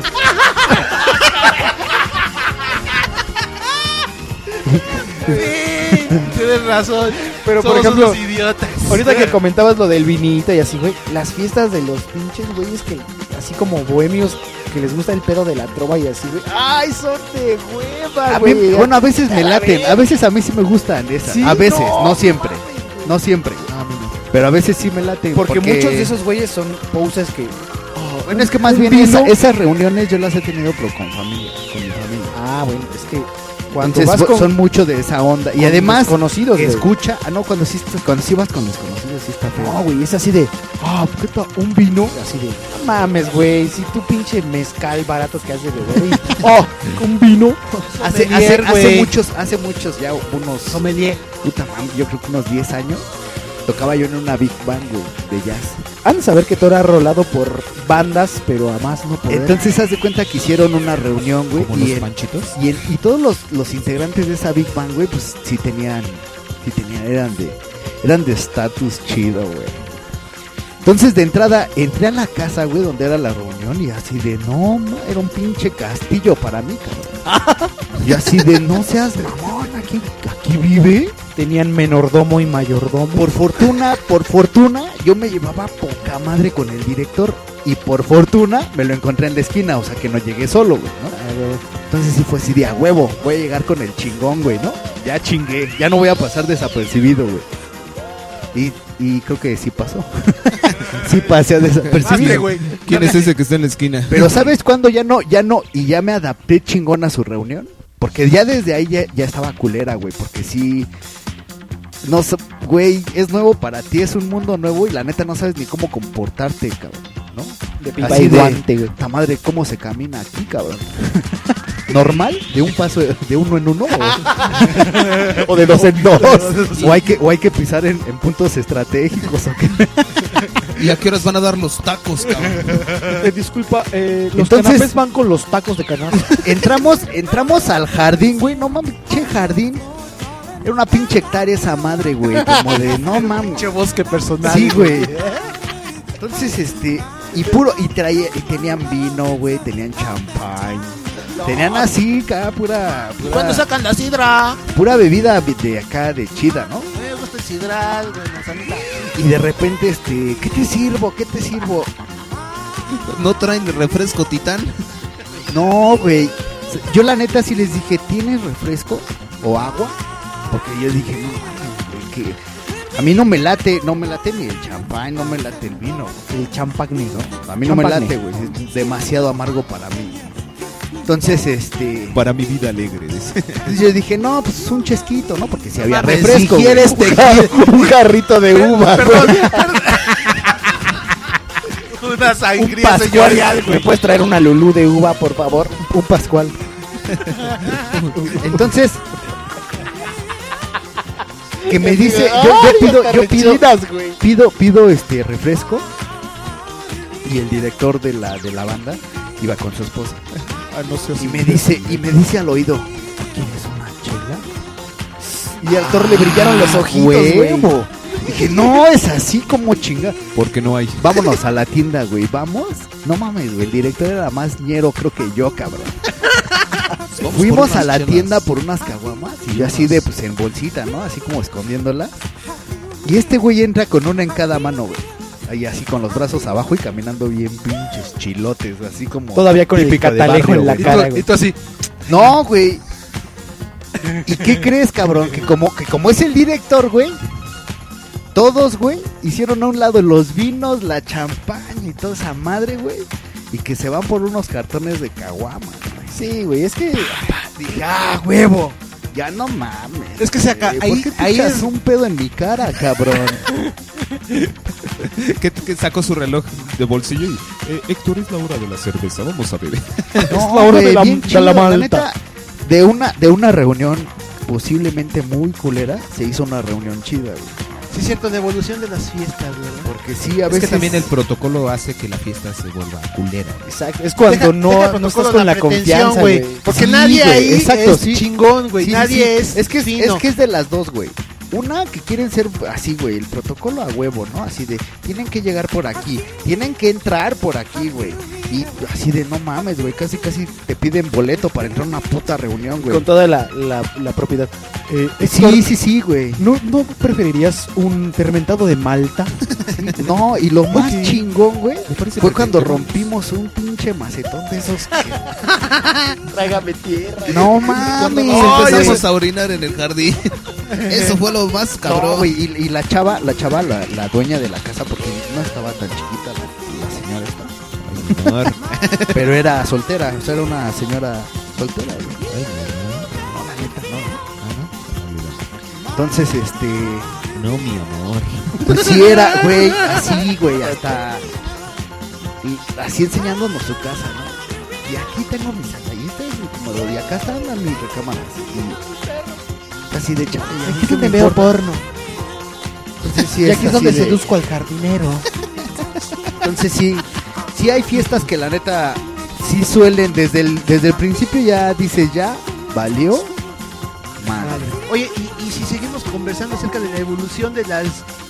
Tienes razón. Pero por Somos ejemplo, unos idiotas. ahorita (laughs) que comentabas lo del vinito y así, güey, las fiestas de los pinches güeyes que, así como bohemios, que les gusta el pedo de la trova y así, güey. ¡Ay, son de hueva, A mí- Ah, güey! bueno, a veces me la laten, verga. a veces a mí sí me gustan esas, Sí, a veces, no, no, siempre, no siempre, pero a veces sí me laten. Porque, muchos de esos güeyes son poses que. Bueno, es que más un bien vino- esa- esas reuniones yo las he tenido pero con familia, con mi familia. Ah, bueno, es que. Cuando Entonces vas bo- con, son mucho de esa onda. Y con además, desconocidos, güey. escucha, ah, no, cuando sí, estás- cuando sí vas con desconocidos, sí está feo. No, güey, es así de. Ah, ¿qué tal? ¿Un vino? Así de. No mames, güey. Si tu pinche mezcal barato que has de beber. y- ¡Oh! ¿Un vino? (laughs) hace, hace, Sommelier, hace güey. muchos, hace muchos ya unos, Sommelier. puta mam, yo creo que unos 10 años, tocaba yo en una Big Band, güey, de jazz. Han de saber que todo era rolado por bandas, pero a más no poder. Entonces, haz de cuenta que hicieron una reunión, güey, Como y los en- panchitos. Pues, Y, el- y todos los, los integrantes de esa Big Bang, güey, pues sí tenían, sí tenían, eran de, eran de estatus chido, güey. Entonces de entrada entré a la casa, güey, donde era la reunión y así de, no, ma, era un pinche castillo para mí, cabrón. y así de, no seas mamón, aquí, aquí vive. Tenían menordomo y mayordomo. Por fortuna, por fortuna, yo me llevaba poca madre con el director y por fortuna me lo encontré en la esquina, o sea que no llegué solo, güey, ¿no? Entonces sí fue así de a huevo, voy a llegar con el chingón, güey, ¿no? Ya chingué, ya no voy a pasar desapercibido, güey. Y, y creo que sí pasó. (laughs) Pues sí pasé a Hazle, Ah, desapercibido. güey. ¿Quién es ese que está en la (laughs) esquina? Pero ¿sabes cuándo ya no, ya no, y ya me adapté chingón a su reunión? Porque ya desde ahí ya, ya estaba culera, güey, porque sí... No, sé, güey, es nuevo para ti, es un mundo nuevo y la neta no sabes ni cómo comportarte, cabrón, ¿no? De pipa Así y de- guante, güey. ¡Ta madre, cómo se camina aquí, cabrón! (laughs) ¿Normal? ¿De un paso, de uno en uno? (laughs) ¿O, o de dos en dos? (laughs) ¿O hay que, o hay que pisar en, en puntos estratégicos? ¿o qué? ¿Y a qué horas van a dar los tacos, cabrón? disculpa, los los Entonces- canapés van con los tacos de canasta. Entramos, entramos al jardín, güey, no mames, che jardín Era una pinche hectárea esa madre, güey. Como (laughs) de, no mames. Pinche bosque personal. Sí, güey. Entonces, este. Y puro. Y, traía, y tenían vino, güey. Tenían champán. Tenían así, acá, pura. pura ¿Cuándo sacan la sidra? Pura bebida de acá, de chida, ¿no? Me gusta el sidral, güey, manzanita. Y de repente, este. ¿Qué te sirvo? ¿Qué te sirvo? ¿No traen refresco titán? No, güey. Yo la neta sí les dije, ¿tienes refresco o agua? Porque yo dije, no, mames, güey, que a mí no me late, no me late ni el champán, no me late el vino. El champagne, ¿no? A mí no me late, güey. Es demasiado amargo para mí. Entonces, este. Para mi vida alegre. Entonces yo dije, no, pues es un chesquito, ¿no? Porque si había Mames, refresco. si güey. quieres, te un, (laughs) jarro- (laughs) un jarrito de uva, güey. Una Un sangría, pascual. señor. ¿Me puedes traer una lulú de uva, por favor? Un pascual. Entonces. Que me dice, yo, yo pido, yo pido, pido, pido este refresco. Y el director de la, de la banda iba con su esposa. y me dice, y me dice al oído, ¿quieres una chela? Y al Thor le brillaron los Ah, ojitos, huevo. huevo. Dije, no, es así como chinga. Porque no hay. Vámonos a la tienda, güey, vamos. No mames, güey, el director era más ñero creo que yo, cabrón. Vamos por Fuimos unas a la chelas. tienda por unas caguamas y yo así de, pues, en bolsita, ¿no? Así como escondiéndolas. Y este güey entra con una en cada mano, güey. Ahí así con los brazos abajo y caminando bien pinches chilotes, así como... Todavía con el típico de catalejo barrio, en la güey. cara, güey. así. No, güey. ¿Y qué crees, cabrón? Que como, que como es el director, güey. Todos, güey, hicieron a un lado los vinos, la champaña y toda esa madre, güey. Y que se van por unos cartones de caguama. güey. Sí, güey, es que. Dije, ah, huevo. Ya no mames. Es que se acá- güey. ahí- ¿Por qué te ahí echas es- un pedo en mi cara, (laughs) cabrón? que, que sacó su reloj de bolsillo y eh, Héctor es la hora de la cerveza, vamos a beber. No, güey, bien chido, neta, de una, de una reunión posiblemente muy culera, se hizo una reunión chida, güey. Sí, es cierto, de evolución de las fiestas, güey. Porque sí, a Es que veces... también el protocolo hace que la fiesta se vuelva culera. Exacto. Es cuando Deja- no, deja el no protocolo, estás con la la, pretensión, confianza, güey. güey. Porque Sí, nadie güey, ahí exacto, es sí. chingón, güey. Sí, nadie sí. es. Es que es, fino. es que es de las dos, güey. Una que quieren ser así, güey, el protocolo a huevo, ¿no? Así de, tienen que llegar por aquí, tienen que entrar por aquí, güey. Y así de, no mames, güey, casi casi te piden boleto para entrar a una puta reunión, güey. Con toda la, la, la propiedad. Eh, Sí, sí, sí, güey. ¿No, ¿No preferirías un fermentado de Malta? No, y lo más Ok. chingón, güey, parece fue cuando perfecto. rompimos un pinche macetón de esos. que- Tráigame tierra. No mames. Cuando güey. empezamos a orinar en el jardín. Eso fue lo más No, cabrón. güey, y, y la chava, la chava, la, la dueña de la casa, porque no estaba tan chiquita la, la señora esta. Pero era soltera, o sea, era una señora soltera, güey. No, la neta, no. Entonces, este, No, mi amor. pues sí era, güey, así, güey, hasta, y así enseñándonos su casa, ¿no? Y aquí tengo mis ataístas y mi comedor, y acá están las- mis recámaras. Y así de chale, ¿y a mí Aquí qué es donde veo importa? porno. Entonces, sí y aquí es así donde de- seduzco al jardinero. Entonces sí, sí hay fiestas que la neta sí suelen desde el desde el principio ya dices ya valió madre. Oye, y, y si seguimos conversando acerca de la evolución de las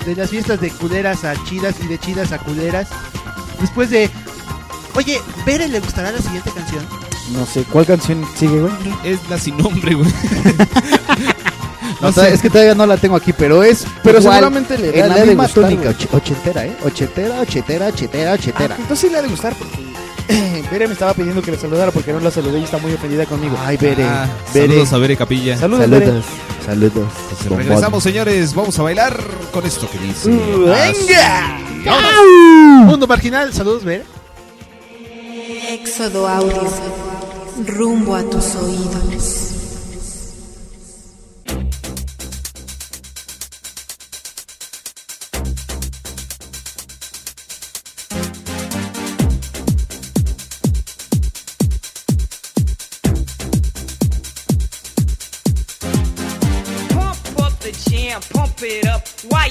de las fiestas de culeras a chidas y de chidas a culeras, después de Oye, ¿Pere le gustará la siguiente canción? No sé, ¿cuál canción sigue, güey? Es la sin nombre, güey. O sea, es que todavía no la tengo aquí, pero es Pero igual, seguramente le- en le la ha de misma gustar, tónica güey. och- ochentera, eh, ochentera, ochentera, ochentera, ochentera. Entonces Ah, pues sí le ha de gustar porque (clears throat) Bere me estaba pidiendo que le saludara porque no la saludé y está muy ofendida conmigo. Ay, Bere, Ah, Bere. Saludos a Bere Capilla. Saludos, Bere. Saludos, saludos. bombón. Regresamos, señores. Vamos a bailar con esto que dice. ¡Venga! Mundo marginal, saludos, Bere. Éxodo Audio, rumbo a tus oídos. Pump up the jam, pump it up while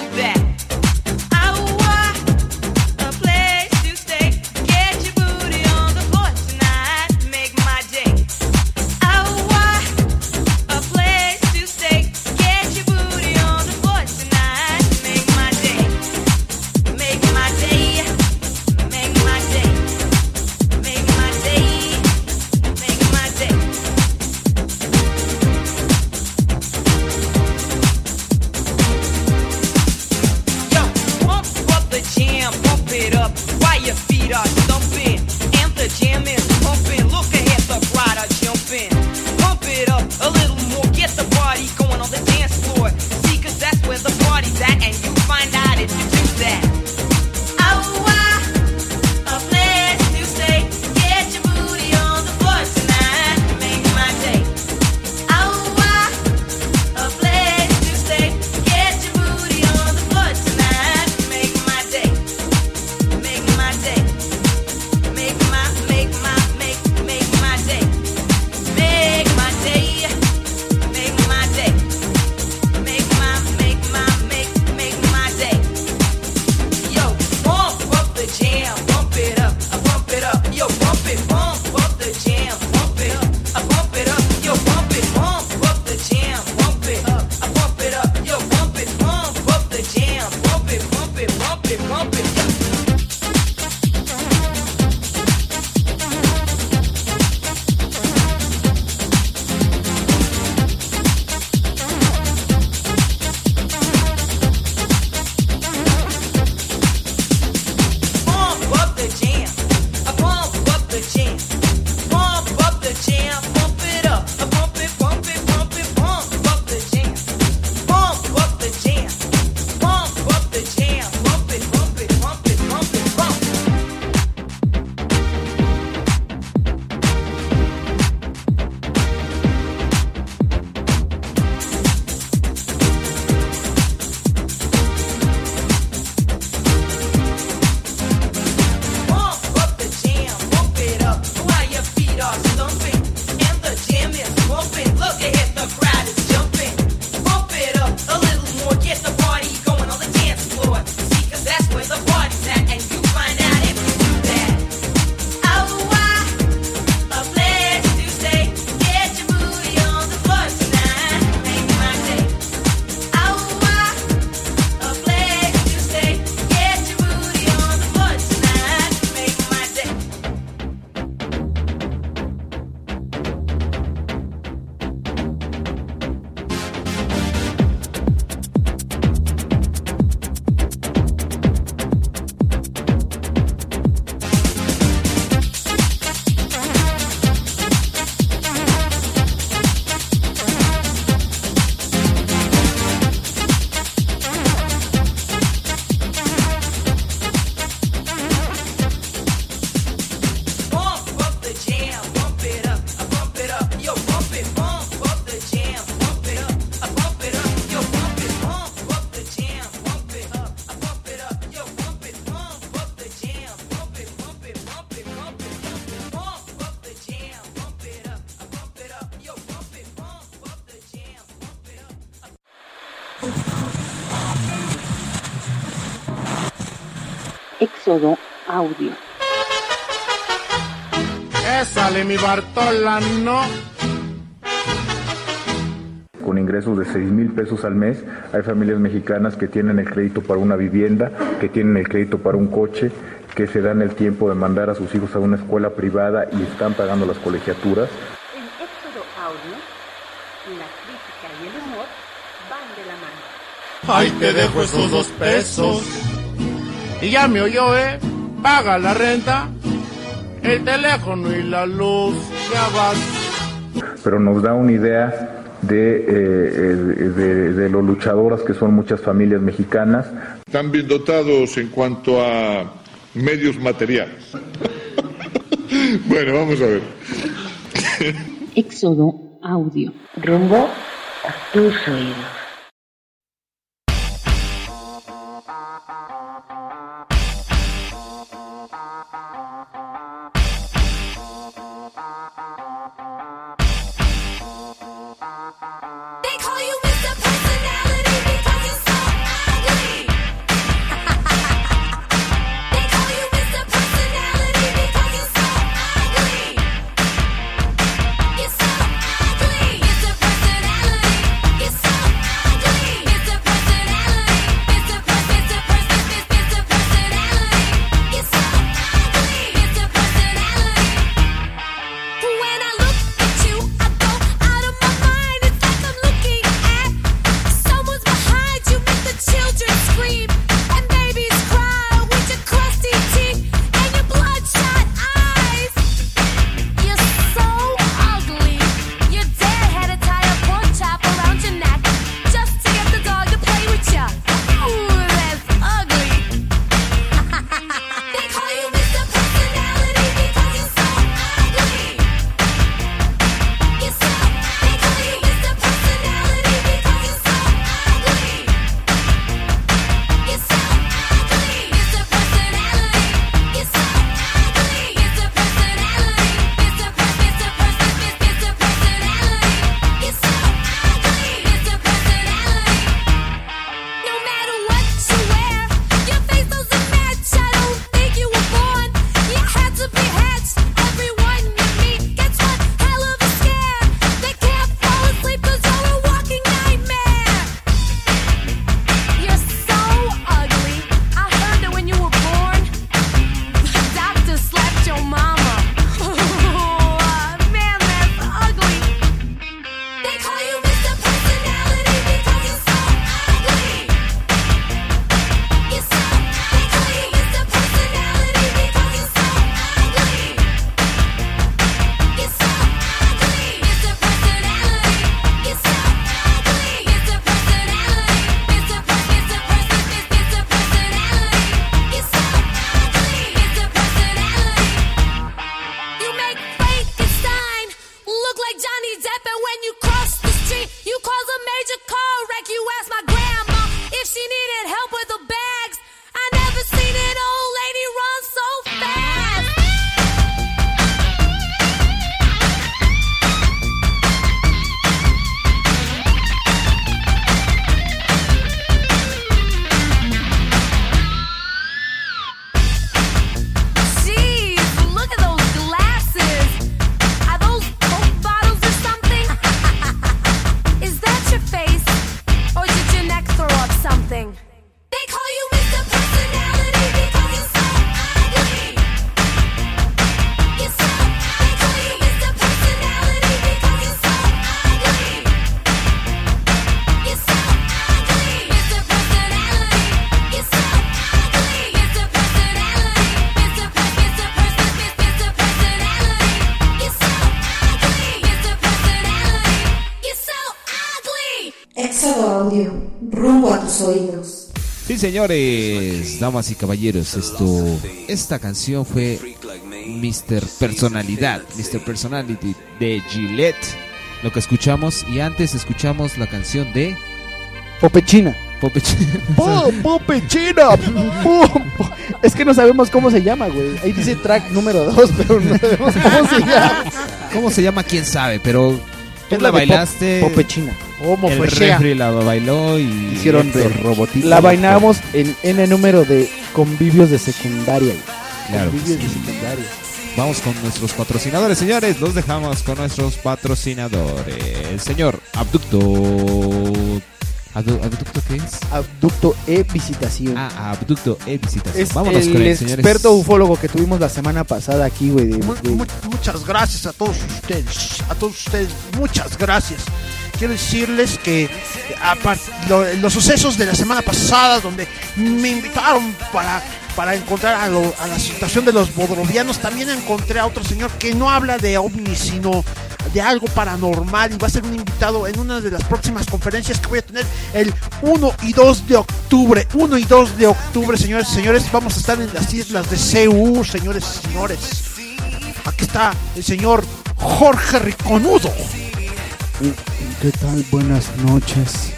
do that. Oh, Oh, Éxodo Audio. Sale mi Bartola, no. Con ingresos de 6 mil pesos al mes, hay familias mexicanas que tienen el crédito para una vivienda, que tienen el crédito para un coche, que se dan el tiempo de mandar a sus hijos a una escuela privada y están pagando las colegiaturas. En Éxodo Audio, la crítica y el humor Ahí van de la mano. te dejo esos dos pesos. Y ya me oyó, ¿eh? Paga la renta, el teléfono y la luz. Ya vas. pero nos da una idea de, eh, eh, de, de lo luchadoras que son muchas familias mexicanas. Están bien dotados en cuanto a medios materiales. (laughs) bueno, vamos a ver. Éxodo Audio. Rumbo a tus oídos. They call you Mr. Personality because you're so ugly. (laughs) they call you Mr. Personality because you're so ugly. You're so ugly. Mr. Personality. You're so ugly. Mr. Personality. Mr. Per- Mr. Per- Mr. Personality. You're so ugly. Mr. Personality. When I look at you, I go out of my mind. It's like I'm looking at Someone's behind you make the children scream and babies cry with your crusty teeth and your bloodshot eyes. You're so ugly. Your dad had to tie a pork chop around your neck just to get the dog to play with ya. Ooh, that's ugly. (laughs) they call you Mr. Personality because you're so ugly. You're so they call you Mr. Personality because you're so ugly. You're so ugly. Mr. Personality. You're so ugly. Mr. Personality. Mr. Per- Mr. Per- Mr. Mr. Personality. You're so ugly. Mr. Personality. No matter what you wear, your face doesn't match. I don't think you were born. You had to be hatched. Everyone you meet gets one hell of a scare. They can't fall asleep 'cause you're a walking nightmare. You're so ugly. I heard that when you were born, the doctor slapped your mama. (laughs) Oh, man, that's ugly. They call you Mr. Personality because you're so ugly. You're so they call you Mr. Personality because you're so ugly. You're so ugly, Mr. Personality. You're so ugly, Mr. Personality. Mr. Per- Mr. Person, Mr. Personality. You're so ugly, Mr. Personality. You make Frankenstein look like Johnny Depp, and when you cross the street, you cause a major car wreck. You ask my grandma if she needed help with the bags. I never seen an old lady run so fast. Jeez, look at those glasses. Are those Coke bottles or something? (laughs) Is that your face? Or did your neck throw up something? They call you Mr. Personality because you're so ugly. You're so, they call you Mr. Personality because you're so ugly. You're so ugly, Mr. Personality. You're so ugly, Mr. Personality. Mr. Per- Mr. Person, Mr. Personality. You're so ugly, Mr. Personality. You're so ugly. Éxodo Audio, rumbo a tus oídos. Sí, señores, damas y caballeros, esto, esta canción fue Mr. Personalidad, Mr. Personality de Gillette. Lo que escuchamos y antes escuchamos la canción de Popechina. Popechina. (laughs) Popechina. Es que no sabemos cómo se llama, güey. Ahí dice track número 2, pero no sabemos cómo se llama. ¿Cómo se llama? ¿Quién sabe? Pero tú Es la de Pop- bailaste. Oh, Popechina. ¿Cómo el fue, Shea? refri la bailó y Hicieron Héctor. del robotito. La bailamos en N número de convivios de secundaria. güey. Claro. Convivios de secundaria. Vamos con nuestros patrocinadores, señores. Los dejamos con nuestros patrocinadores. Señor Abducto. ¿Abdu- ¿Abducto qué es? Abducto e visitación. Ah, Abducto e visitación. Es Vámonos el con él, señores. experto ufólogo que tuvimos la semana pasada aquí, güey. de- de- Muchas gracias a todos ustedes, a todos ustedes, muchas gracias. Quiero decirles que a par- lo- los sucesos de la semana pasada, donde me invitaron para, para encontrar a, lo- a la situación de los bodrovianos, también encontré a otro señor que no habla de ovnis, sino de algo paranormal y va a ser un invitado en una de las próximas conferencias que voy a tener el 1 y 2 de octubre. 1 y 2 de octubre, señores y señores, vamos a estar en las islas de CU, señores y señores. Aquí está el señor Jorge Riconudo. ¿Qué tal? Buenas noches.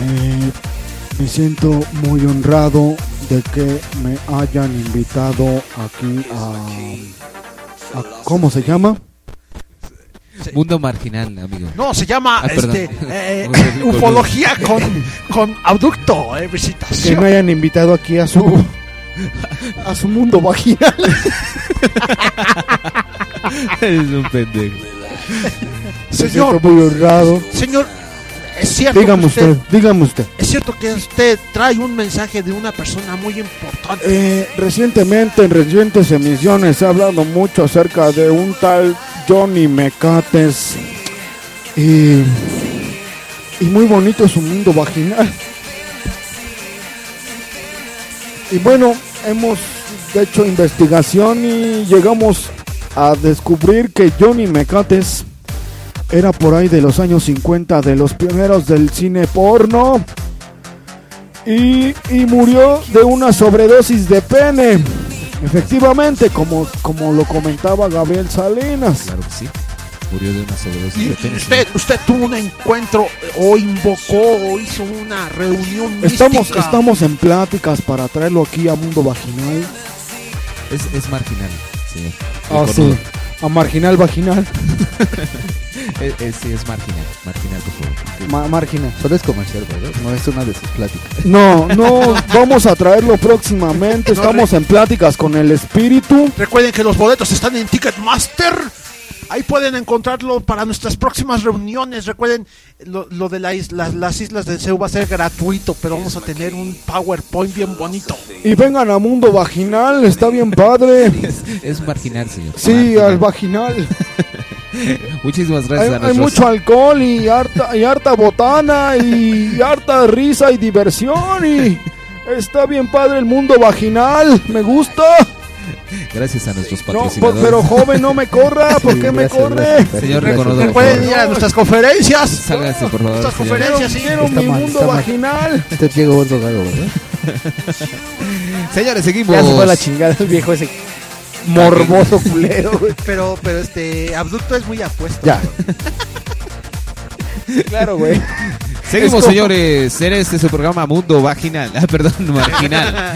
Eh, me siento muy honrado de que me hayan invitado aquí a... a- ¿Cómo se llama? Mundo marginal, amigo. No, se llama Ah, perdón. (laughs) este, eh, Muy bien, perdón. ufología con, con abducto, eh, Que visitación. me hayan invitado aquí a su... a su mundo vaginal. es un pendejo. Me siento muy honrado. Señor, es cierto Dígame que usted, usted, dígame usted. Es cierto que usted trae un mensaje de una persona muy importante. Eh, recientemente, en recientes emisiones, se ha hablado mucho acerca de un tal Johnny Mecates. Y, y muy bonito su mundo vaginal. Y bueno, hemos hecho investigación y llegamos a descubrir que Johnny Mecates era por ahí de los años 50, de los pioneros del cine porno. Y, y murió de una sobredosis de pene. Efectivamente, como, como lo comentaba Gabriel Salinas. Claro que sí. Murió de una sobredosis de pene. Usted, usted tuvo un encuentro eh, o invocó o hizo una reunión Estamos, mística. estamos en pláticas para traerlo aquí a Mundo Vaginal. Es, es marginal, señor. Ah, sí. A Marginal Vaginal. Es, es- sí, es marginal. Marginal, por favor. Ma- marginal. Solo es comercial, ¿verdad? No es una de sus pláticas. No, no, vamos a traerlo próximamente. Estamos en pláticas con el espíritu. Recuerden que los boletos están en Ticketmaster. Ahí pueden encontrarlo para nuestras próximas reuniones. Recuerden, lo, lo de la isla- las islas del CEU va a ser gratuito, pero vamos a tener un PowerPoint bien bonito. Y vengan a Mundo Vaginal, está bien padre. (laughs) Es marginal, señor. Sí, al vaginal. pues. Muchísimas Hay, gracias a hay nuestros... mucho alcohol y harta, y harta botana y, harta risa y diversión y está bien padre el mundo vaginal, me gusta. Gracias a nuestros pues, No, po- patrocinadores. pero joven no me (laughs) corra, ¿por Sí, qué me gracias, corre? gracias, gracias, Señor, gracias. reconoce, por Recuerden favor. ir a nuestras conferencias. Sálgase, por favor. Nuestras señor. conferencias, sí. Quiero mi mundo vaginal. Usted llegó drogado, (laughs) ¿verdad? Señores, seguimos. Ya se fue a la Pues. chingada el viejo ese morboso culero. güey. Pero, pero este, Abducto es muy apuesto. Ya. claro, (laughs) güey. Seguimos, Es como- señores. En este su programa Mundo Vaginal. (laughs) Ah, perdón, marginal.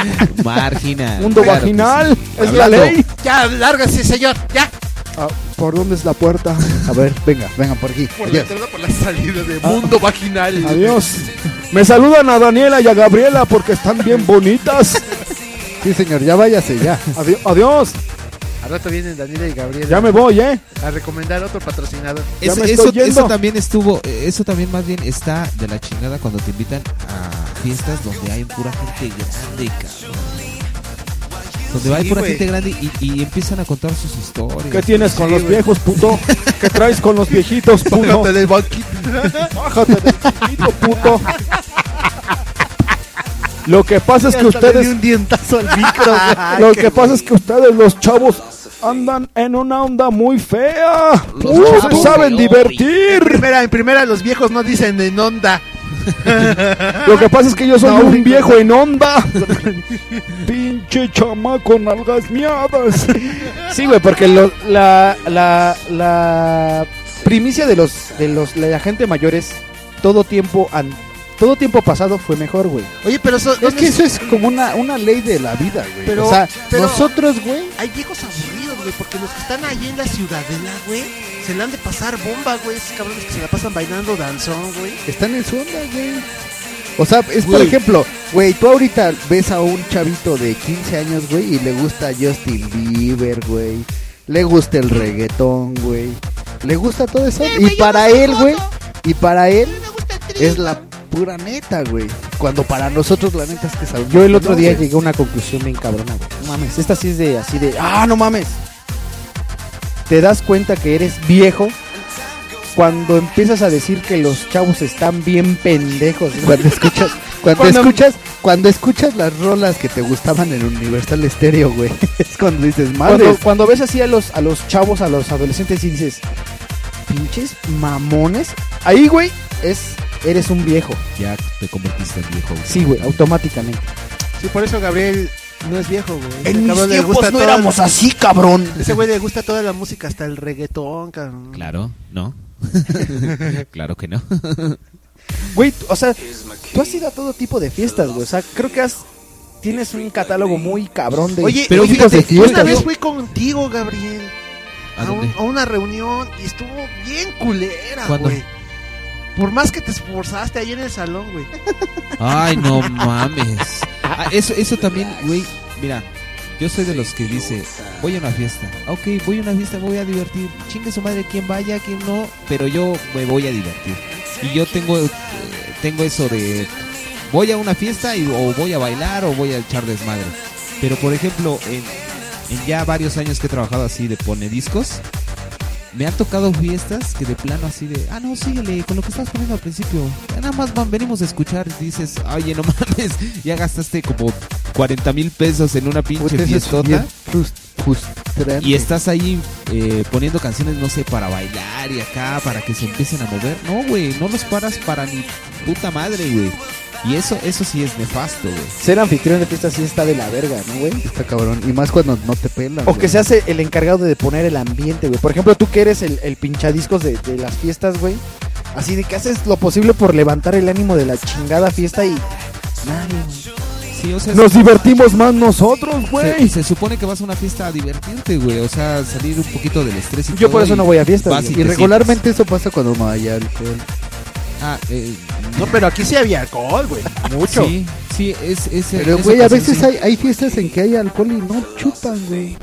(laughs) marginal. Mundo Claro que vaginal, sí. es la Hablando- ley. Ya, lárgase, señor. Ya. Ah, ¿Por dónde es la puerta? A ver, venga, vengan por aquí. Por la Adiós. entrada, por la salida de mundo vaginal. Adiós. Me saludan a Daniela y a Gabriela porque están bien bonitas. Sí, señor, ya váyase, (laughs) ya. Adio- adiós. Al rato vienen Daniela y Gabriel. Ya me voy, ¿eh? A recomendar otro patrocinador. Es- eso, eso también estuvo, eh, eso también más bien está de la chingada cuando te invitan a fiestas donde hay pura gente grande, cabrón. Donde hay Sí, pura güey. gente grande y, y empiezan a contar sus historias. ¿Qué tienes con Sí, los güey. viejos, puto? ¿Qué traes con los viejitos, puto? (laughs) Bájate del banquito. Bájate del banquito, puto. Lo que pasa es que Hasta le ustedes. di un dientazo (laughs) al micro, güey. Lo Ay, que qué pasa es que ustedes, los chavos, andan en una onda muy fea. No se saben divertir. En primera, en primera los viejos no dicen en onda. Lo que pasa es que yo soy No, un único. viejo en onda. Pinche chamaco, (laughs) nalgas miadas. Sí, güey, porque lo- la, la, la primicia de los de los de la gente mayores todo tiempo an- todo tiempo pasado fue mejor, güey. Oye, pero eso Es que eso es como una, una ley de la vida, güey. Pero- o sea, pero- nosotros, güey, Hay viejos aburridos, güey, porque los que están ahí en la ciudadela, güey, Se le han de pasar bomba, güey. Esos cabrones que se la pasan bailando danzón, güey. Están en su onda, güey. O sea, es por Güey. ejemplo, güey, tú ahorita ves a un chavito de 15 años, güey, y le gusta Justin Bieber, güey. Le gusta el reggaetón, güey. Le gusta todo eso. y para él, güey, y para él es la pura neta, güey. Cuando para nosotros la neta es que sabemos. Yo el que otro no, día güey. llegué a una conclusión bien cabrona, güey. No mames, esta sí es de así de, ah, no mames. Te das cuenta que eres viejo cuando empiezas a decir que los chavos están bien pendejos. Cuando escuchas, cuando, escuchas, cuando escuchas las rolas que te gustaban en Universal Stereo, güey. (laughs) Es cuando dices, madre. Cuando, cuando ves así a los, a los chavos, a los adolescentes y dices, pinches mamones, ahí, güey, es, eres un viejo. Ya te convertiste en viejo. Sí, güey, automáticamente. Sí, por eso Gabriel no es viejo, güey. Ese mis cabrón le tiempos gusta no toda éramos la- así, cabrón. (laughs) Ese güey le gusta toda la música, hasta el reggaetón, cabrón. Claro, ¿no? (laughs) claro que no. Güey, t- o sea, tú has ido a todo tipo de fiestas, güey. O sea, creo que has tienes un catálogo muy cabrón de Oye, pero pero fíjate, de fiestas. una vez ¿no? fui contigo, Gabriel, ¿A a, un- dónde? a una reunión y estuvo bien culera, ¿Cuándo? güey. Por más que te esforzaste ahí en el salón, güey. Ay, no mames. Ah, eso, eso también, güey. Mira, yo soy de los que dice, voy a una fiesta. Ah, Ok, voy a una fiesta, me voy a divertir. Chingue su madre quien vaya, quien no. Pero yo me voy a divertir. Y yo tengo, eh, tengo eso de, voy a una fiesta y, o voy a bailar o voy a echar desmadre. Pero por ejemplo, en, en ya varios años que he trabajado así de pone discos, me han tocado fiestas que de plano así de, ah, no, síguele con lo que estabas poniendo al principio. Nada más van, venimos a escuchar. Dices, oye, no (laughs) mames, ya gastaste como 40 mil pesos en una pues pinche Puta, eso es fiestota. bien frust- frustrante. Y estás ahí eh, poniendo canciones, no sé, para bailar y acá, para que se empiecen a mover. No, güey, no los paras para ni puta madre, güey. Y eso, eso sí es nefasto, güey. Ser anfitrión de fiestas sí está de la verga, ¿no, güey? Está cabrón. Y más cuando no te pelan. O que se hace el encargado de poner el ambiente, güey. Por ejemplo, tú que eres el, el pinchadiscos de, de las fiestas, güey. Así de que haces lo posible por levantar el ánimo de la chingada fiesta y... Sí, o sea, Nos divertimos más nosotros, güey. Se, se supone que vas a una fiesta a divertirte, güey. O sea, salir un poquito del estrés y Yo por todo, eso y no voy a fiestas, vas güey. te Y regularmente eso pasa cuando no hay alcohol. sientas- Ah, eh, No, pero aquí sí había alcohol, güey. Mucho. Sí, sí, es, es Pero, en güey, esa a ocasión veces sí. hay, hay fiestas en que hay alcohol y no chupan, güey.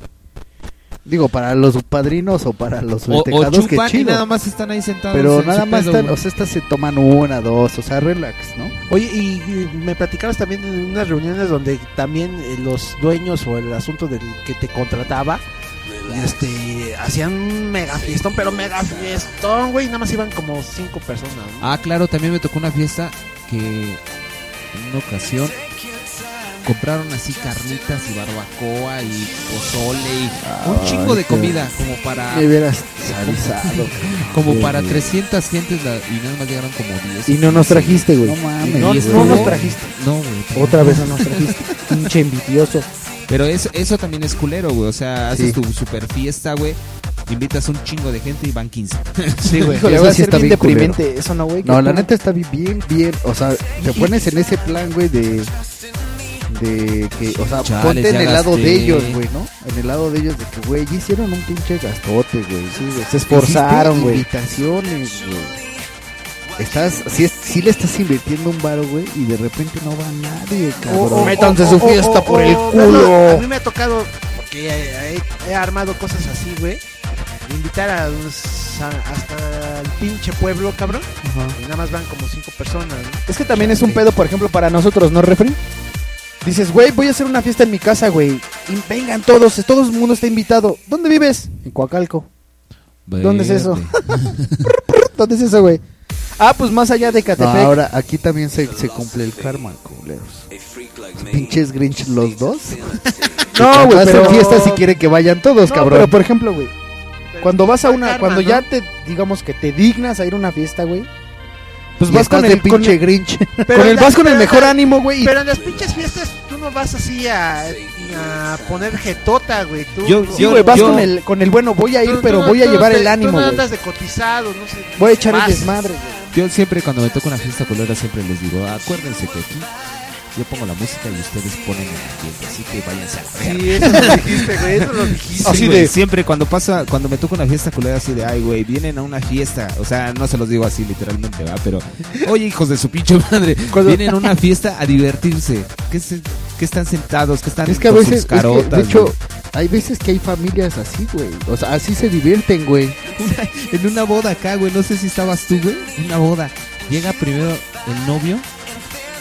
Digo, para los padrinos o para los O, o festejados, que chupan y chido. nada más están ahí sentados. Pero en nada su más, pedo, tan- güey. o sea, estas se toman una, dos, o sea, relax, ¿no? Oye, y, y me platicabas también en unas reuniones donde también eh, los dueños o el asunto del que te contrataba, este, hacían un mega fiestón, pero mega fiestón, güey, nada más iban como cinco personas. ¿no? Ah, claro, también me tocó una fiesta que en una ocasión compraron así carnitas y barbacoa y pozole y un Ay, chingo de qué- comida como para Me hubieras (laughs) avisado. como güey. para 300 gentes la- y nada más llegaron como 10. Y no nos trajiste, güey. No mames, No, güey. no nos trajiste. No, güey. Otra vez no nos trajiste. Pinche envidioso. Pero eso, eso también es culero, güey. O sea, haces Sí. tu super fiesta, güey. Invitas un chingo de gente y van 15. Sí, güey. Híjole, Eso va a sí ser está bien bien culero. deprimente eso, ¿no, güey? No, Que la tú- neta está bi- bien, bien. O sea, te pones en ese plan, güey, de. De que, o sea, Chale, ponte en ya el lado de gasté. ellos, güey, ¿no? En el lado de ellos, de que, güey, ya hicieron un pinche gastote, güey. Sí, güey. Se esforzaron, Hiciste güey. Invitaciones, güey. Estás, si, es, si le estás invirtiendo un varo, güey, y de repente no va nadie, Oh, cabrón. O- o- Métanse o- su o- fiesta o- por el o- culo. A mí me ha tocado, porque he, he- he armado cosas así, güey. Invitar a, los- a- hasta el pinche pueblo, cabrón. Y nada más van como cinco personas. ¿no? Es que también es un pedo, por ejemplo, para nosotros, ¿no, refri? Dices, güey, voy a hacer una fiesta en mi casa, güey. Y vengan todos, todo el mundo está invitado. ¿Dónde vives? En Coacalco. ¿Dónde es eso? (laughs) ¿Dónde es eso, güey? Ah, pues más allá de No, Catepec. ahora aquí también se, se cumple el karma, culeros. Pinches Grinch los dos. No, güey, Hacen pero- fiesta si quiere que vayan todos, No, cabrón. Pero por ejemplo, güey, cuando vas a una, karma, cuando ¿no? ya te, digamos que te dignas a ir a una fiesta, güey. Pues Y vas estás con de el pinche con el- Grinch. (laughs) Con el, la- vas con el pero mejor la- ánimo, güey. y- Pero en las pinches fiestas tú no vas así a, a poner jetota, güey. Tú, Yo- tú- Sí, güey, vas yo- con el, con el bueno, voy a ir, tú- tú pero no- voy a tú no llevar te- el Tú ánimo, no güey. andas de cotizado, no sé. Voy a echar el Vas. desmadre, güey. Yo siempre cuando me toca una fiesta colera siempre les digo, acuérdense que aquí Yo pongo la música y ustedes ponen el ambiente, así que váyanse a Sí, eso lo la (laughs) dijiste, güey, eso lo (laughs) dijiste. Así güey. de siempre cuando pasa, cuando me toca una fiesta culera así de, ay, güey, vienen a una fiesta, o sea, no se los digo así literalmente, va, pero oye, hijos de su pinche madre, vienen a una fiesta a divertirse. ¿Qué se- qué están sentados? ¿Qué están Es que a con veces, sus es que, carotas? de hecho, güey? hay veces que hay familias así, güey. O sea, así se divierten, güey. en una boda acá, güey, no sé si estabas tú, güey, en una boda. Llega primero el novio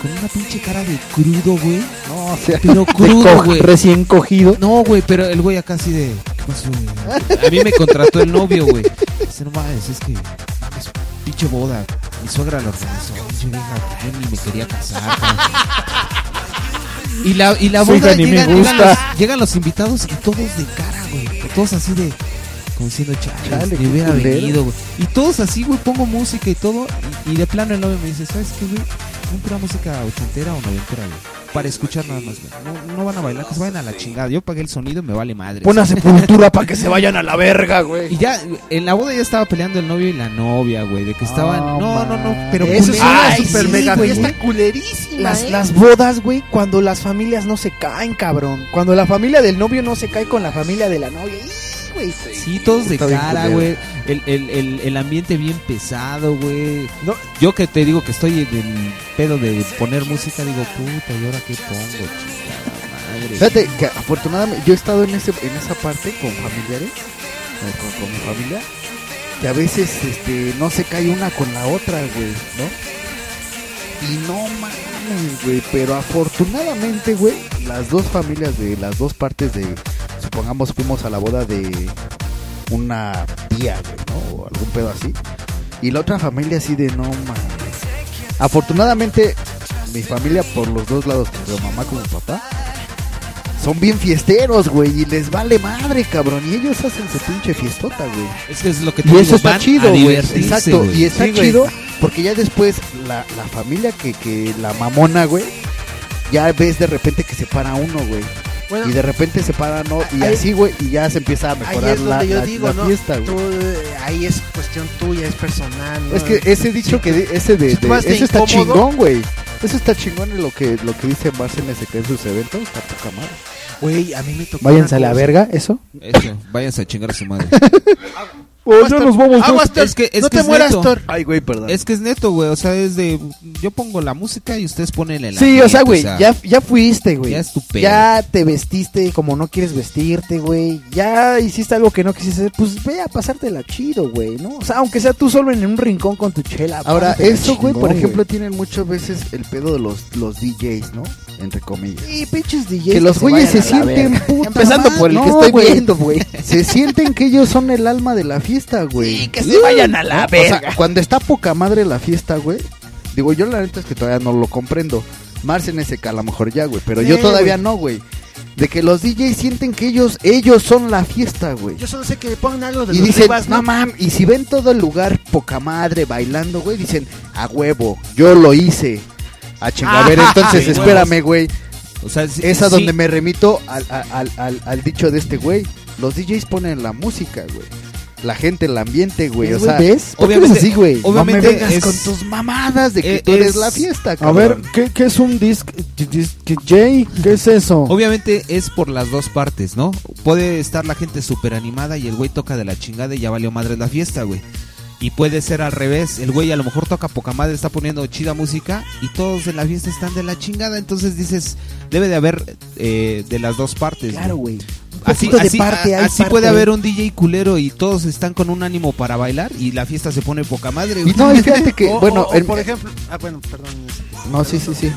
con una pinche cara de crudo, güey. No, o sea, pero de crudo, co- güey. recién cogido. No, güey, pero el güey acá así de, ¿qué pasó, güey? A mí me contrató el novio, güey. Dice, no mames, es que es pinche boda. Mi suegra lo organizó. Yo dije, "Ah, yo ni me quería casar. güey". Y la, y la Su hija boda ni me llegan, llegan gusta. los, llegan los invitados y todos de cara, güey. Todos así de, como diciendo, chale, Chale, que qué hubiera culero. venido, güey. Y todos así, güey, pongo música y todo. Y, y de plano el novio me dice, ¿sabes qué, güey? Pon pura música ochentera o noventera, güey. Para escuchar nada más, güey. No, no van a bailar, que se vayan a la chingada. Yo pagué el sonido, me vale madre. Pon a Sepultura pa' que se vayan a la verga, güey. Y ya, en la boda ya estaba peleando el novio y la novia, güey. De que estaban. no, no, no, pero. Eso es culero. una Ay, super sí, mega güey. fiesta culerísima. Las, ¿eh? las bodas, güey, cuando las familias no se caen, cabrón. Cuando la familia del novio no se cae con la familia de la novia. ¡ih, güey! Sí, todos de Está bien cara, culero. güey. El, el, el, el ambiente bien pesado, güey. Yo que te digo que estoy en el pedo de poner música, digo, puta, ¿y ahora qué pongo? chingada madre? Fíjate que afortunadamente yo he estado en ese en esa parte con familiares, eh, con, con mi familia, que a veces este no se cae una con la otra, güey, ¿no? Y no mames, güey, pero afortunadamente, güey, las dos familias de las dos partes de supongamos fuimos a la boda de una tía, güey, ¿no? O algún pedo así. Y la otra familia así de no mames. Afortunadamente mi familia por los dos lados, tanto mamá como papá, son bien fiesteros, güey, y les vale madre, cabrón, y ellos hacen su pinche fiestota, güey. Es que es lo que te Y digo, eso está van chido, a güey. divertirse, Exacto, güey. y está Sí, güey. chido porque ya después la, la familia que, que la mamona, güey, ya ves de repente que se para uno, güey. Bueno. y de repente se para no, y Ahí- así, güey, y ya se empieza a Ahí mejorar es la, donde yo la- digo, la ¿no? fiesta, güey. Tú, eh, ahí es cuestión tuya, es personal. ¿no? Es que ese dicho eh, Sí. que di- ese de, Si tú de- vas de eso está incómodo, chingón, güey. Eso está chingón en lo que lo que dice Bárcenas que en sus eventos, está poca madre. Güey, a mí me tocó. Váyanse a una la cosa. verga, eso. Eso, váyanse a chingar a su (laughs) madre. Oh, Pues ya nos vamos. Aguas, Thor. Es que- es no que te es mueras, neto. Thor. Ay, güey, perdón. Es que es neto, güey. O sea, es de. Yo pongo la música y ustedes ponen el. Sí, o sea, ambiente, güey, ya, ya fuiste, güey. Ya es tu pedo. Ya te vestiste como no quieres vestirte, güey. Ya hiciste algo que no quisiste hacer. Pues ve a pasártela chido, güey, ¿no? O sea, aunque sea tú solo en un rincón con tu chela. Ahora, pásatela eso, güey, chingón, por ejemplo, tienen muchas veces el pedo de los, los DJs, ¿no? Entre comillas. Y pinches DJs. que los güeyes se, vayan a la sienten verga. puta Empezando madre. por el No, que estoy güey. viendo, güey. Se sienten que ellos son el alma de la fiesta, güey. Y que se vayan a la O verga. sea, cuando está poca madre la fiesta, güey. Digo, yo la neta es que todavía no lo comprendo. Marcen ese a lo mejor ya, güey. Pero Sí, yo todavía güey. no, güey. De que los DJs sienten que ellos, ellos son la fiesta, güey. Yo solo sé que pongan algo de Y los dicen, Rivas, no mam, y si ven todo el lugar poca madre bailando, güey, dicen, a huevo, yo lo hice. A chingadera, Ah, entonces sí, espérame, güey. O sea, sí- es a sí. donde me remito al, al- al- al- al dicho de este güey. Los DJs ponen la música, güey. La gente, el ambiente, güey. O ¿Ves, güey? sea, ¿Ves? ¿Por qué eres obviamente, así, güey? Obviamente, No me vengas vengas con con tus mamadas de que Eh, tú eres es- la fiesta, A cabrón. ver, ¿qué, qué es un disc, disc Jay? ¿Qué es eso? Obviamente es por las dos partes, ¿no? Puede estar la gente súper animada y el güey toca de la chingada y ya valió madre la fiesta, güey. Y puede ser al revés, el güey a lo mejor toca poca madre, está poniendo chida música y todos en la fiesta están de la chingada, entonces dices, debe de haber eh, de las dos partes. Claro, ¿no? güey. Así, poquito de así- parte, a- hay así parte. puede haber un DJ culero y todos están con un ánimo para bailar y la fiesta se pone poca madre. güey. no, y fíjate que, O- o- bueno, o en- por ejemplo. Ah, bueno, perdón. No, sí, sí, sí.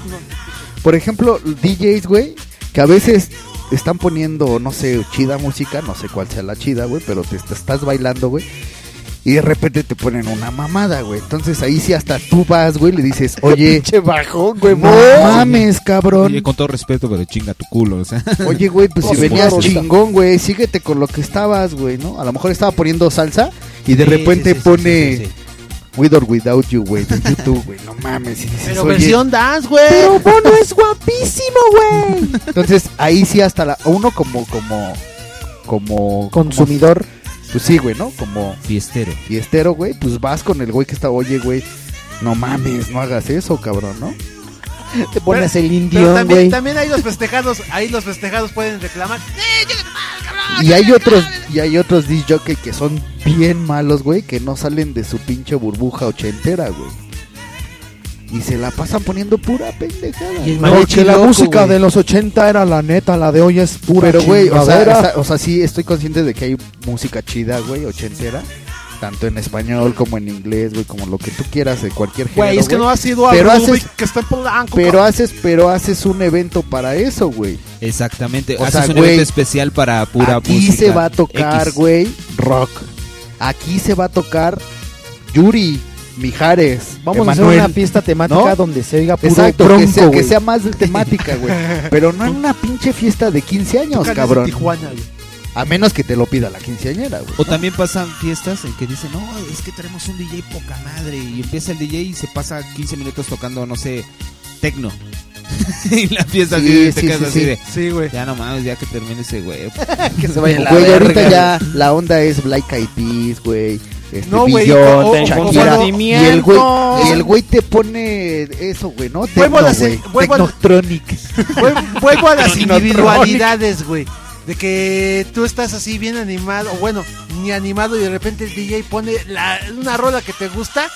Por ejemplo, DJs, güey, que a veces están poniendo, no sé, chida música, no sé cuál sea la chida, güey, pero te, te estás bailando, güey. Y de repente te ponen una mamada, güey. Entonces ahí sí hasta tú vas, güey, le dices, oye, Pinche bajón, güey. no mames, cabrón. Oye, con todo respeto, pero chinga tu culo, o sea. Oye, (laughs) güey, pues si Por venías favor. chingón, güey, síguete con lo que estabas, güey, ¿no? A lo mejor estaba poniendo salsa y de Sí, sí, repente sí, sí, pone sí, sí, sí. With or Without You, güey, de YouTube, güey. No mames. Y dices, Pero "Oye, versión dance, güey. Pero Bono es guapísimo, güey. Entonces, ahí sí hasta la uno como como como Consumidor. como- pues sí, güey, ¿no? Como fiestero. Fiestero, güey, pues vas con el güey que está, "Oye, güey, no mames, no hagas eso, cabrón", ¿no? Te pones Pero- el Pero indio, también, güey. también ahí los festejados, ahí los festejados pueden reclamar. ¡Eh, llega tu madre, cabrón! Y hay otros, y hay otros disc jockey que son bien malos, güey, que no salen de su pinche burbuja ochentera, güey. Y se la pasan poniendo pura pendejada. güey. Porque la música de los 80 era la neta, la de hoy es pura Pero, güey, o sea, chingadera. esa- o sea, sí estoy consciente de que hay música chida, güey, ochentera. Tanto en español como en inglés, güey, como lo que tú quieras, de cualquier género. Güey, es que no ha sido Pero a haces, Rubik, que está en Polanco. pero cabrón. haces, pero haces un evento para eso, güey. Exactamente. O Haces sea, un güey, evento especial para pura Aquí música. se va a tocar, X. güey, rock. Aquí se va a tocar Yuri, Mijares. Vamos a Emanuel, hacer una fiesta temática ¿no? donde se oiga puro Exacto, bronco, que, sea, que güey. sea más de temática, güey. Pero no en una pinche fiesta de 15 años, Tocan cabrón. desde Tijuana, güey. A menos que te lo pida la quinceañera, güey. O también pasan fiestas en que dicen, no, es que tenemos un DJ poca madre. Y empieza el DJ y se pasa 15 minutos tocando, no sé, tecno. (laughs) y la fiesta Sí, así, te sí, quedas sí, así sí. de, ya no mames, ya que termine ese güey. (laughs) Que se vaya la Güey, verga. ahorita ya la onda es Black Eyed Peas, güey. Este, No, güey, Beyoncé, o- o- o Shakira. cuando- y el güey, y el güey te pone eso, güey, ¿no? Vuelvo a Tecno, las- güey. vuelvo a- Technotronic. (laughs) Vuel- Vuelvo a las individualidades, güey. De que tú estás así bien animado, o bueno, ni animado, y de repente el DJ pone la- una rola que te gusta,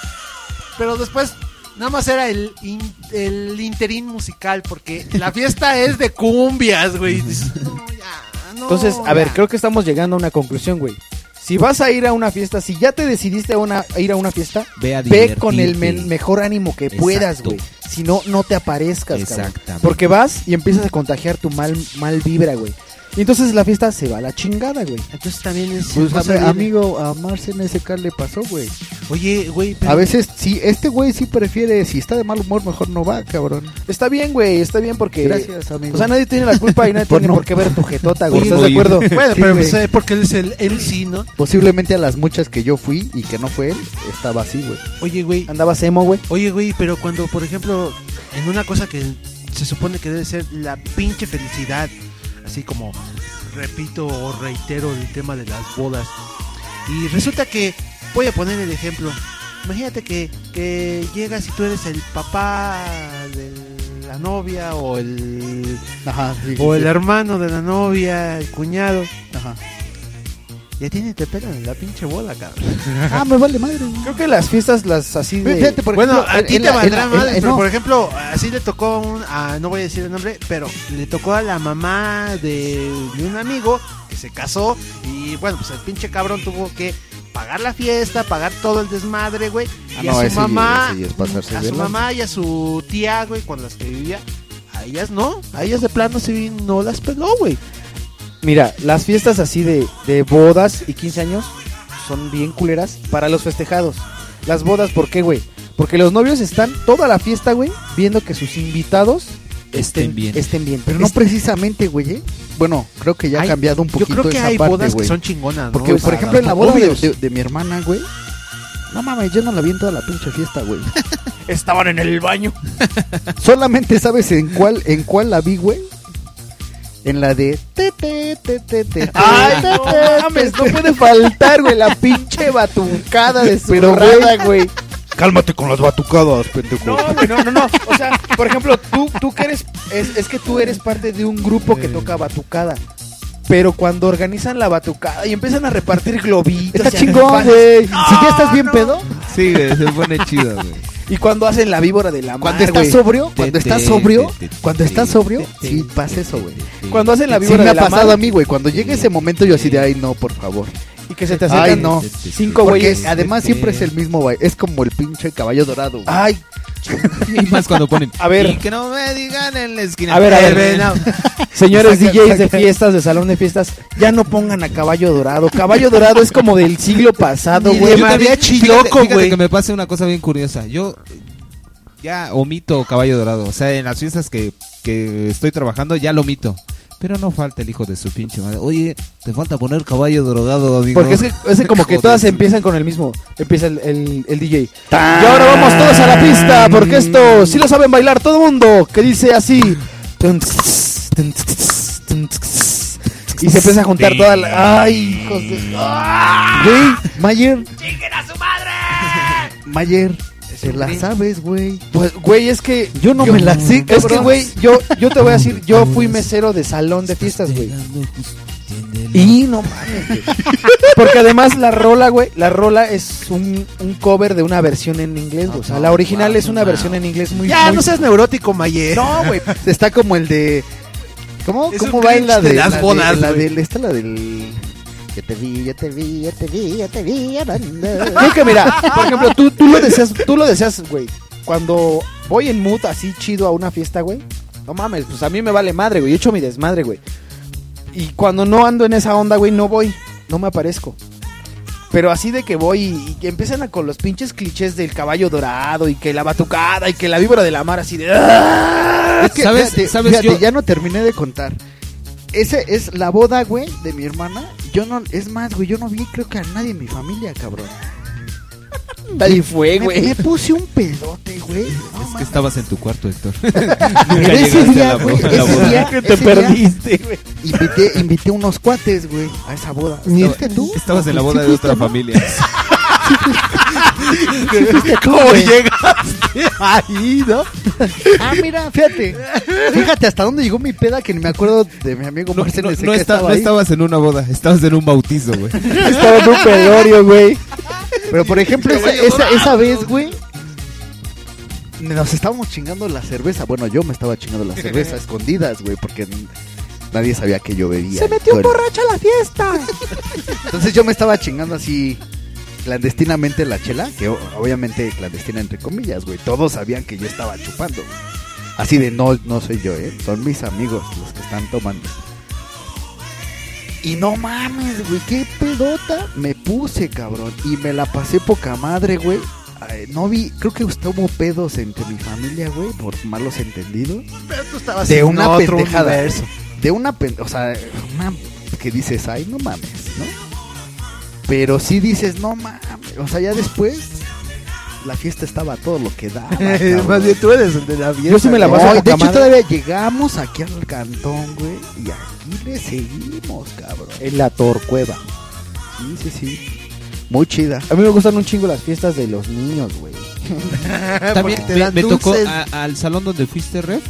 pero después nada más era el, in- el interín musical, porque la fiesta es de cumbias, güey. Y dices, "No, ya, no, Entonces, a ya". ver, creo que estamos llegando a una conclusión, güey. Si vas a ir a una fiesta, si ya te decidiste a, una, a ir a una fiesta, Ve a divertirte. con el men- mejor ánimo que puedas, güey. Si no, no te aparezcas, cabrón. Exactamente. Porque vas y empiezas a contagiar tu mal, mal vibra, güey. Y entonces la fiesta se va a la chingada, güey. Entonces también es... Pues, o sea, amigo, a Marce en ese le pasó, güey. Oye, güey, pero- A veces, sí, este güey sí prefiere, si está de mal humor, mejor no va, Ah, cabrón. Está bien, güey, está bien porque... Gracias, amigo. O sea, nadie tiene la culpa (laughs) y nadie Por tiene no- por qué ver tu jetota, güey. por ¿Estás no de ir. acuerdo? Bueno, Sí, pero güey. pues, eh, Porque él es el MC, ¿no? Posiblemente a las muchas que yo fui y que no fue él, estaba así, güey. Oye, güey. Andabas emo, güey. Oye, güey, pero cuando, por ejemplo, en una cosa que se supone que debe ser la pinche felicidad, así como repito o reitero el tema de las bodas, y resulta que, voy a poner el ejemplo, imagínate que, que llegas y tú eres el papá de la novia o el, Ajá, sí, o sí, el sí. hermano de la novia, el cuñado. Ajá. Y a ti ni te pelan en la pinche boda, cabrón. Ah, me vale madre. Creo que las fiestas, las así de... bueno, a ti te valdrá mal, pero no. Ah, por ejemplo, así le tocó a un, a- no voy a decir el nombre, pero le tocó a la mamá de, de un amigo que se casó y bueno, pues el pinche cabrón tuvo que pagar la fiesta, pagar todo el desmadre, güey, Ah, y no, a ese su ya- mamá, ese ya es pasarse a de su lanza. mamá y a su tía, güey, con las que vivía, a ellas no, a ellas de plano sí no las peló, güey. Mira, las fiestas así de, de bodas y 15 años son bien culeras para los festejados. Las bodas, ¿por qué, güey? Porque los novios están toda la fiesta, güey, viendo que sus invitados estén, bien. Estén bien. Pero no precisamente, güey. ¿eh? Bueno, creo que ya ha cambiado un yo poquito creo que esa hay parte, bodas que güey. son chingonas, ¿no? Porque, O sea, por ejemplo, en la los boda de, novios. de- de mi hermana, güey. No mames, yo no la vi en toda la pinche fiesta, güey. Estaban en el baño. (laughs) Solamente sabes en cuál, en cuál la vi, güey. En la de te, te, te, te, te, Ay, te, no te, mames, no puede faltar, güey, la pinche batucada de Pero, güey. zurrada, güey. Cálmate con las batucadas, pendejo. No, güey, no, no, no. O sea, por ejemplo, tú, tú que eres. Es, es que tú eres parte de un grupo que toca batucada. Pero cuando organizan la batucada y empiezan a repartir globitos. Está y chingón, arepas- güey. Ah, Si ya estás bien pedo. Sí, güey, se pone chido, güey. Y cuando hacen la víbora de la Cuando mar, estás güey. sobrio, cuando estás sobrio, cuando estás sobrio, sí pasa eso, güey. Cuando hacen la Sí víbora me de ha la pasado mar. a mí, güey. Cuando llega ese momento yo así de, ay, no, por favor. Y que se te acercan Ay, este, no. cinco Porque güeyes. Además siempre es el mismo, güey. Es como el pinche caballo dorado. Ay. Y más cuando ponen. A ver. Y que no me digan en la esquina. A ver, a ver, Ven, no. ven. (laughs) Señores Saca, DJs de saca. fiestas, de salón de fiestas, ya no pongan a caballo dorado. Caballo dorado es como del siglo pasado, Y güey. yo también, fíjate- fíjate güey. que me pase una cosa bien curiosa. Yo ya omito caballo dorado. O sea, en las fiestas que, que estoy trabajando ya lo omito. Pero no falta el hijo de su pinche madre. Oye, te falta poner caballo dorado. digo. Porque es que, es que como que Joder. todas empiezan con el mismo. Empieza el, el- el DJ. Y ahora vamos todos a la pista, porque esto sí lo saben bailar todo el mundo. Que dice así. Y se empieza a juntar toda la. ¡Ay, hijos de. Ah. Güey, Mayer. (laughs) ¡Chinguen a su madre! Mayer. Te la sabes, güey. Pues, güey, es que. Yo no me la sé, Es que, cabrón. güey, yo, yo te voy a decir, yo fui mesero de salón de fiestas, güey. Y no mames, güey. Porque además la rola, güey, la rola es un, un cover de una versión en inglés, güey. O sea, la original es una versión en inglés muy. Ya, muy- no seas neurótico, Mayer. No, (laughs) güey. Está como el de. ¿Cómo, Es cómo un va en la cringe de, de las la bodas, la güey. del- esta la del. Ya te vi, ya te vi, ya te vi, ya te vi, Creo que mira, por ejemplo, tú, tú lo deseas, tú lo deseas, güey. Cuando voy en mood así chido a una fiesta, güey. No mames, pues a mí me vale madre, güey. Yo echo mi desmadre, güey. Y cuando no ando en esa onda, güey, no voy. No me aparezco. Pero así de que voy y, y que empiezan a con los pinches clichés del caballo dorado y que la batucada y que la víbora de la mar así de... ¡Ah! Es que, ¿Sabes? fíjate, ¿Sabes? fíjate, Yo- ya no terminé de contar. Ese es la boda, güey, de mi hermana. Yo no, es más, güey, yo no vi, creo que a nadie en mi familia, cabrón. Nadie fue, Me- güey. Me, puse un pedote, güey. Es que estabas en tu cuarto, Héctor. (laughs) Pero Nunca ese llegaste día, a la güey, boda. ese día, Te ese día (laughs) perdiste, güey. Invité, invité unos cuates, güey, a esa boda. Ni- este ¿Fuiste tú? Estabas en la ¿Sí boda de fuiste, otra no? (laughs) familia. ¿Sí fuiste tú, ¿Cómo güey? llegaste ahí, no? Ah, mira, fíjate. Fíjate hasta dónde llegó mi peda que ni me acuerdo de mi amigo No, Marcelo. no, ese no que está- estaba no ahí. estabas en una boda, estabas en un bautizo, güey. Estaba en un (laughs) pedorio, güey. Pero por ejemplo, esa, esa, esa vez, güey, nos estábamos chingando la cerveza. Bueno, yo me estaba chingando la cerveza a escondidas, güey, porque n- nadie sabía que yo bebía. Se metió un alcohol. borracho a la fiesta. Entonces yo me estaba chingando así clandestinamente la chela, que o- obviamente clandestina entre comillas, güey. Todos sabían que yo estaba chupando. güey. Así de no, no soy yo, ¿eh? Son mis amigos los que están tomando. Y no mames, güey, qué pelota me puse, cabrón. Y me la pasé poca madre, güey. Ay, No vi, creo que hubo pedos entre mi familia, güey, por malos entendidos. Pero tú estabas de en una otro pendejada. universo. De una pen- o sea, una que dices, ay, no mames, ¿no? Pero sí dices, no mames. O sea, ya después, la fiesta estaba a todo lo que da. (laughs) Más bien tú eres el de la fiesta. Yo sí me la güey. paso No, y De hecho, todavía llegamos aquí al cantón, güey. Y aquí le seguimos, cabrón. En la torcueva. Sí, sí, sí. (laughs) Muy chida. A mí me gustan un chingo las fiestas de los niños, güey. (laughs) También Porque te me, dan me tocó dulces. a- al salón donde fuiste, Ref.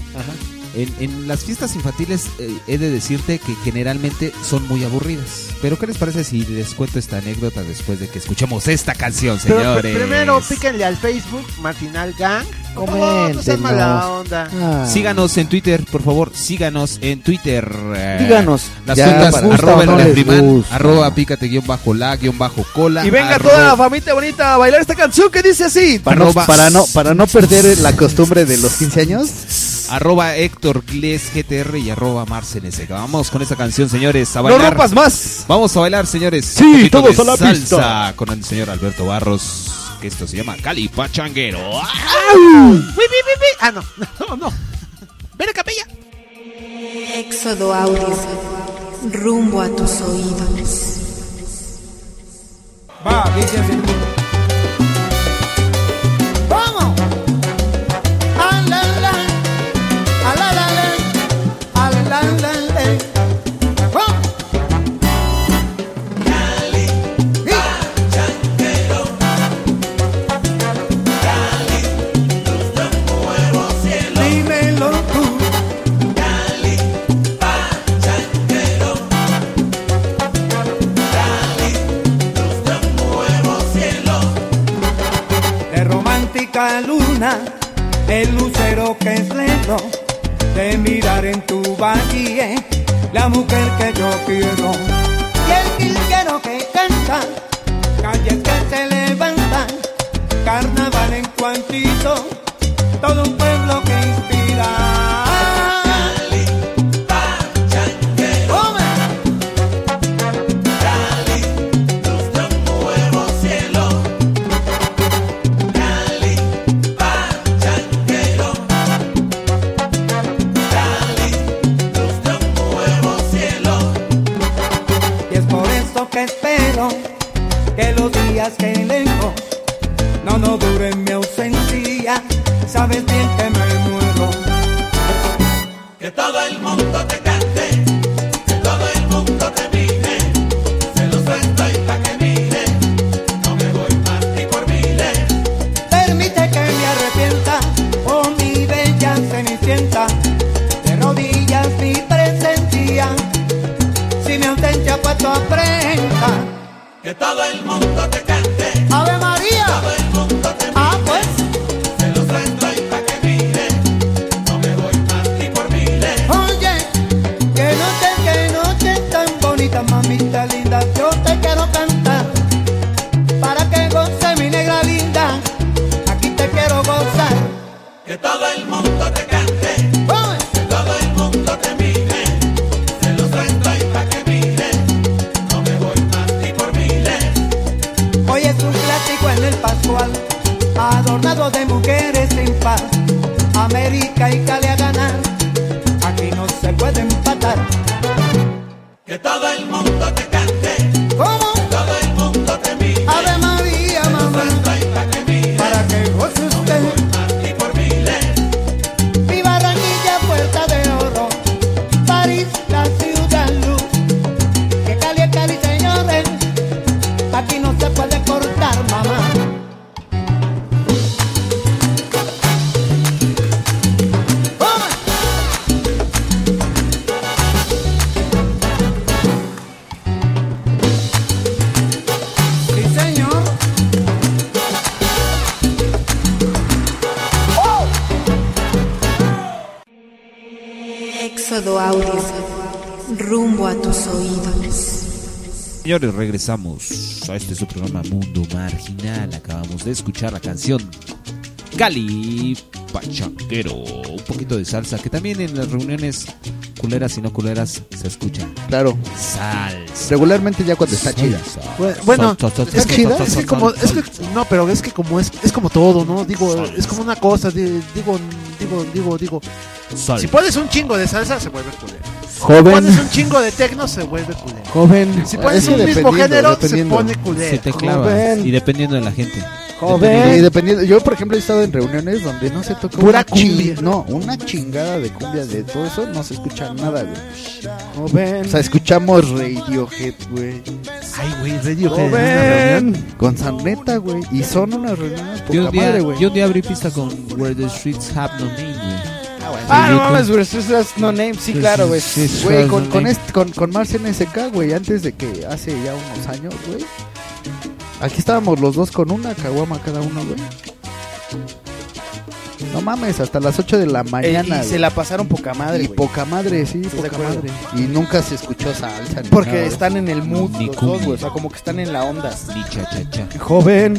En, en las fiestas infantiles eh, he de decirte que generalmente son muy aburridas. Pero ¿qué les parece si les cuento esta anécdota después de que escuchemos esta canción, Pero, señores? Primero, píquenle al Facebook, Martinal Gang. Oh, no seas Coméntenos. mala onda. Síganos en Twitter, por favor, síganos en Twitter. Eh, Díganos, Las ya, cuentas para- arroba gusta o no el les Refrimán, gusta. arroba pícate guión bajo la guión bajo cola. Y venga arroba- toda la familia bonita a bailar esta canción que dice así. Ah, Para no, Arroba- para, no, para no perder la costumbre de los 15 años, Arroba Héctor Gles GTR y arroba Marcenes. Vamos con esta canción, señores, a No bailar. rompas más! Vamos a bailar, señores. Sí, Un poquito todos de a la salsa pista. con el señor Alberto Barros, que esto se llama Cali Pachanguero. Uy, uy, uy, uy. Ah, no, (laughs) no, no. Ven a capilla. Éxodo Audio. Rumbo a tus oídos. ¡Vamos! ¡A la la! ¡A la la la! ¡A la la la! ¡Vamos! Sí. Dímelo tú. de romántica luna, el lucero que es lento de mirar en tu valle, la mujer que yo quiero. Y el jilguero que canta, calles que se levantan, Carnaval en cuantito, todo un pueblo que inspira. ¡Come! Y es por esto que espero que los días que lejos no no duren mi ausencia. Sabes bien que me muero. Que todo el mundo te cante, que todo el mundo te mire. Se lo suelto y pa' que mire, no me voy más ni por miles. Permite que oh, Ah, pues. Hoy es un clásico en el Pascual, adornado de mujeres sin paz. América y Cali a ganar, aquí no se puede empatar. Que todo el mundo te cante. ¿Cómo? Todo el mundo te mire. Ave María, mamá. Para que goce usted. Mi Barranquilla, puerta de oro. París, la ciudad luz. Que Cali es Cali, señores. Aquí no se puede cortar, mamá. Sí, señor. Éxodo Audio, rumbo a tus oídos. Señores, regresamos a este su programa Mundo Marginal. Acabamos de escuchar la canción Cali Pachanquero. Un poquito de salsa que también en las reuniones culeras y no culeras se escucha. Claro. Salsa. Regularmente ya cuando está chida. Bueno, Sol, sol, sol, es que, sol, sol, es sol, que como, sol, es que, no, pero es que como es, es como todo, ¿no? Digo, es como una cosa, di- digo, digo, digo, digo. Sol. Si pones un chingo de salsa, se vuelve culero. Joven. Si pones un chingo de tecno, se vuelve culero. Joven. Si pones Eso un mismo dependiendo, género, dependiendo. se pone culero. Se te clava. Joven. Y dependiendo de la gente. Y dependiendo, yo por ejemplo he estado en reuniones donde no se toca Pura una chi- cumbia. no, una chingada de cumbia de todo eso no se escucha nada, güey. Joven. Mm. O sea, escuchamos Radiohead, güey. Ay, güey, Radiohead. Joven. Con Saneta, güey. Y son unas reuniones Yo poca un, día, madre, güey. yo un día abrí pista con Where the Streets Have No Name, güey. Ah, no Ridículo. mames, güey, eso es no name, sí, Sí, claro, sí, güey. sí, sí, Güey, sí, con, sí. con, este, con, con Mars NSK, güey, antes de que hace ya unos años, güey. Aquí estábamos los dos con una caguama cada uno, güey. No mames, hasta las 8 de la mañana. Eh, y se güey. la pasaron poca madre, Y güey. poca madre, sí, ¿Estás de poca acuerdo? madre. Y nunca se escuchó salsa. ni Porque nada. están en el mood Ni los dos, cumbia. güey. O sea, como que están en la onda. Joven,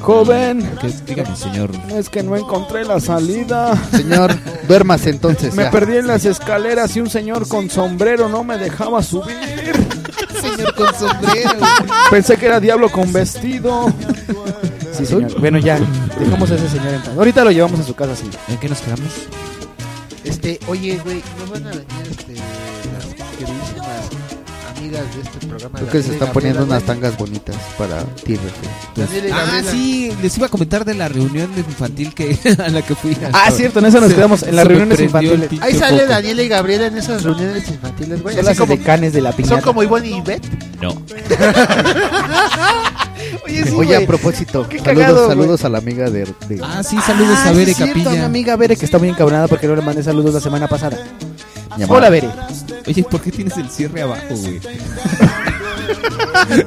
joven. Dígame, señor. Es que no encontré la salida. (laughs) Señor, duérmase entonces. Me ya. perdí en las escaleras y un señor con sombrero no me dejaba subir. Señor con sombrero. Pensé que era diablo con vestido. Sí, señor. Bueno, ya, dejamos a ese señor en paz. Ahorita lo llevamos a su casa, sí. ¿En qué nos quedamos? Este, oye, güey, nos van a venir este, las queridísimas amigas de este programa. Creo que se están poniendo unas tangas tangas bonitas para ti, güey. Daniel y Ah, Gabriela. sí, les iba a comentar de la reunión de infantil que, a la que fui. Ah, cierto, en eso nos quedamos, en las Se me reuniones prendió el infantiles. pinche Ahí sale foco. Daniela y Gabriela en esas reuniones infantiles, güey. Son así las como- decanes de la Son piñata. como Ivonne y Beth. No. Oye, sí, Oye, a güey. propósito, Qué saludos, cagado, güey. saludos a la amiga de... de- Ah, sí, saludos Ah, a sí, Bere es cierto, a mi Capilla. amiga Bere que está muy encabronada porque no le mandé saludos la semana pasada. Llamada. Hola, Bere. Oye, ¿por qué tienes el cierre abajo, güey?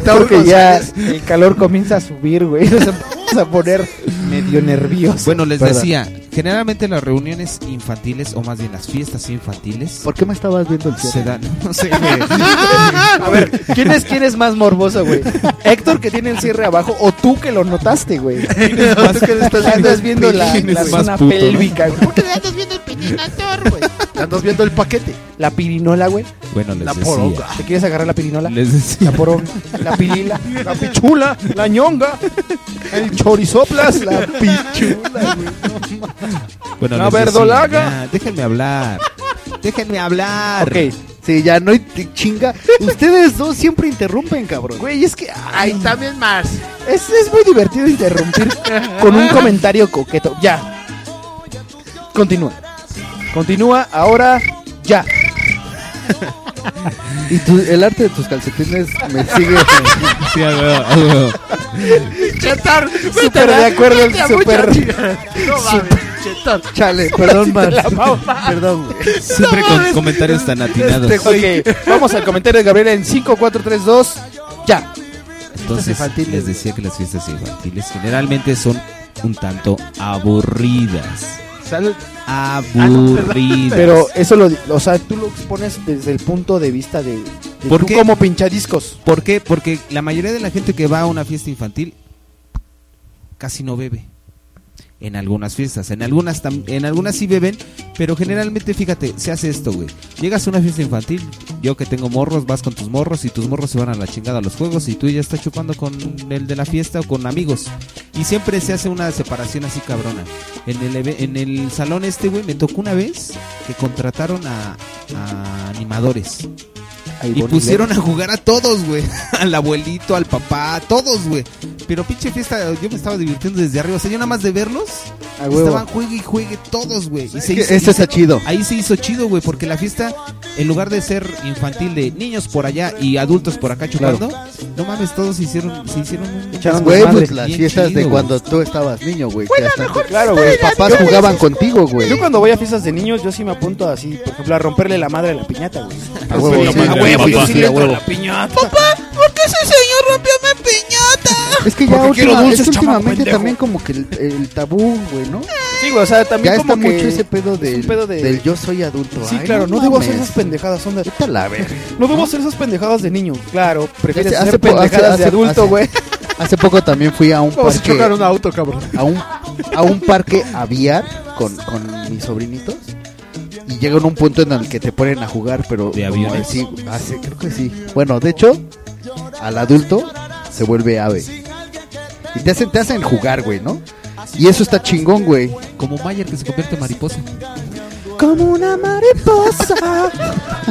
Porque ya el calor comienza a subir, güey. Nos vamos a poner medio nervioso. Bueno, les Perdón. decía, generalmente las reuniones infantiles, o más bien las fiestas infantiles, ¿Por qué me estabas viendo el se cierre? dan. (laughs) No sé, güey. (laughs) (laughs) A ver, ¿quién es, quién es más morboso, güey? ¿Héctor que tiene el cierre abajo o tú que lo notaste, (laughs) güey? ¿Tú que le estás viendo Andas el viendo la, pene? la ¿Quién es más zona puto, no? pélvica, güey. ¿Por qué le andas viendo el pechinator, güey? Le Andas viendo el paquete. La pirinola, güey. Bueno, les La decía. ¿Te quieres agarrar la pirinola? Les decía. La poronga, la pilila, La pichula, la ñonga, el chorizoplas. la pichula, güey. Bueno, La les decía, verdolaga. ya, (laughs) déjenme hablar. Déjenme hablar. Ok, Sí, ya no hay te- chinga. Ustedes dos siempre interrumpen, cabrón. güey, es que ay, Ahí también más. es, es muy divertido interrumpir con un comentario coqueto. Ya. Continúa. Continúa ahora ya. Y tu- el arte de tus calcetines (laughs) me sigue. Sí, a huevo, a huevo. Chetar. Súper de acuerdo, el súper. (laughs) No mames, chetar. Chale, perdón, Mar. la mamá. Perdón, güey. Siempre con comentarios tan atinados. Este, güey. Ok, vamos al comentario de Gabriela en 5, 4, 3, 2. Ya. Entonces les decía que las fiestas infantiles generalmente son un tanto aburridas. Sal- Ah, (laughs) Aburridas. Pero eso lo, o sea, tú lo expones desde el punto de vista de, de ¿Por tú qué? como pinchadiscos. ¿Por qué? Porque la mayoría de la gente que va a una fiesta infantil casi no bebe. en algunas fiestas. En algunas, tam- en algunas sí beben, pero generalmente, fíjate, se hace esto, güey. Llegas a una fiesta infantil, yo que tengo morros, vas con tus morros y tus morros se van a la chingada a los juegos y tú ya estás chupando con el de la fiesta o con amigos. Y siempre se hace una separación así cabrona. En el, eve- en el salón este, güey, me tocó una vez que contrataron a, a animadores. y bonileros. pusieron a jugar a todos, güey. (laughs) Al abuelito, al papá, a todos, güey. Pero pinche fiesta, yo me estaba divirtiendo desde arriba. O sea, yo nada más de verlos, huevo. estaban juegue y juegue todos, güey. Y que se hizo- este y está se- chido. Ahí se hizo chido, güey, porque la fiesta, en lugar de ser infantil de niños por allá y adultos por acá chupando, no mames, todos se hicieron, se hicieron un Güey, desmadre pues las bien fiestas chido, de güey. cuando tú estabas niño, güey. que hasta tus claro, güey. papás Yo- jugaban contigo, güey. Yo cuando voy a fiestas de niños, yo sí me apunto así, por ejemplo, a romperle la madre a la piñata, güey. A huevo, sí, a huevo, yo sí, le a entro huevo. piñata. Papá, ¿por qué ese señor rompió mi piñata? Es que ya última- es que últimamente también como que el, el tabú, güey, ¿no? Sí, güey, o sea, también ya Eh, como está que mucho ese pedo del, un pedo de- del yo soy adulto. Sí, Ay, claro, no, debo hacer mames. esas pendejadas, son de... la verga. No debo hacer esas pendejadas de niño, claro. Prefieres Hace- hacer hace po- pendejadas hace- de adulto, hace- (laughs) güey. Hace poco también fui a un Vamos a parque. chocar un auto, cabrón. A un, a un parque aviar con, con mis sobrinitos. Y llega un punto en el que te ponen a jugar, pero. De aviones. creo que sí. Bueno, de hecho, al adulto se vuelve ave. Y te hacen, te hacen jugar, güey, ¿no? Y eso está chingón, güey. Como Mayer que se convierte en mariposa. Como una mariposa,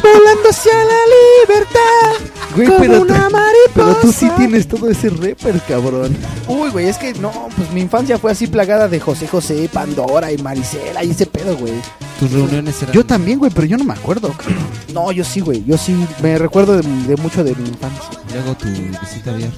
volando hacia la libertad. Güey, Como pero, una pero tú sí tienes todo ese rapper, cabrón. Uy, güey, es que no, pues mi infancia fue así plagada de José José, Pandora y Maricela y ese pedo, güey. Tus reuniones eran. Yo también, güey, pero yo no me acuerdo. No, yo sí, güey, yo sí me recuerdo de, de mucho de mi infancia. Luego tu visita aviar.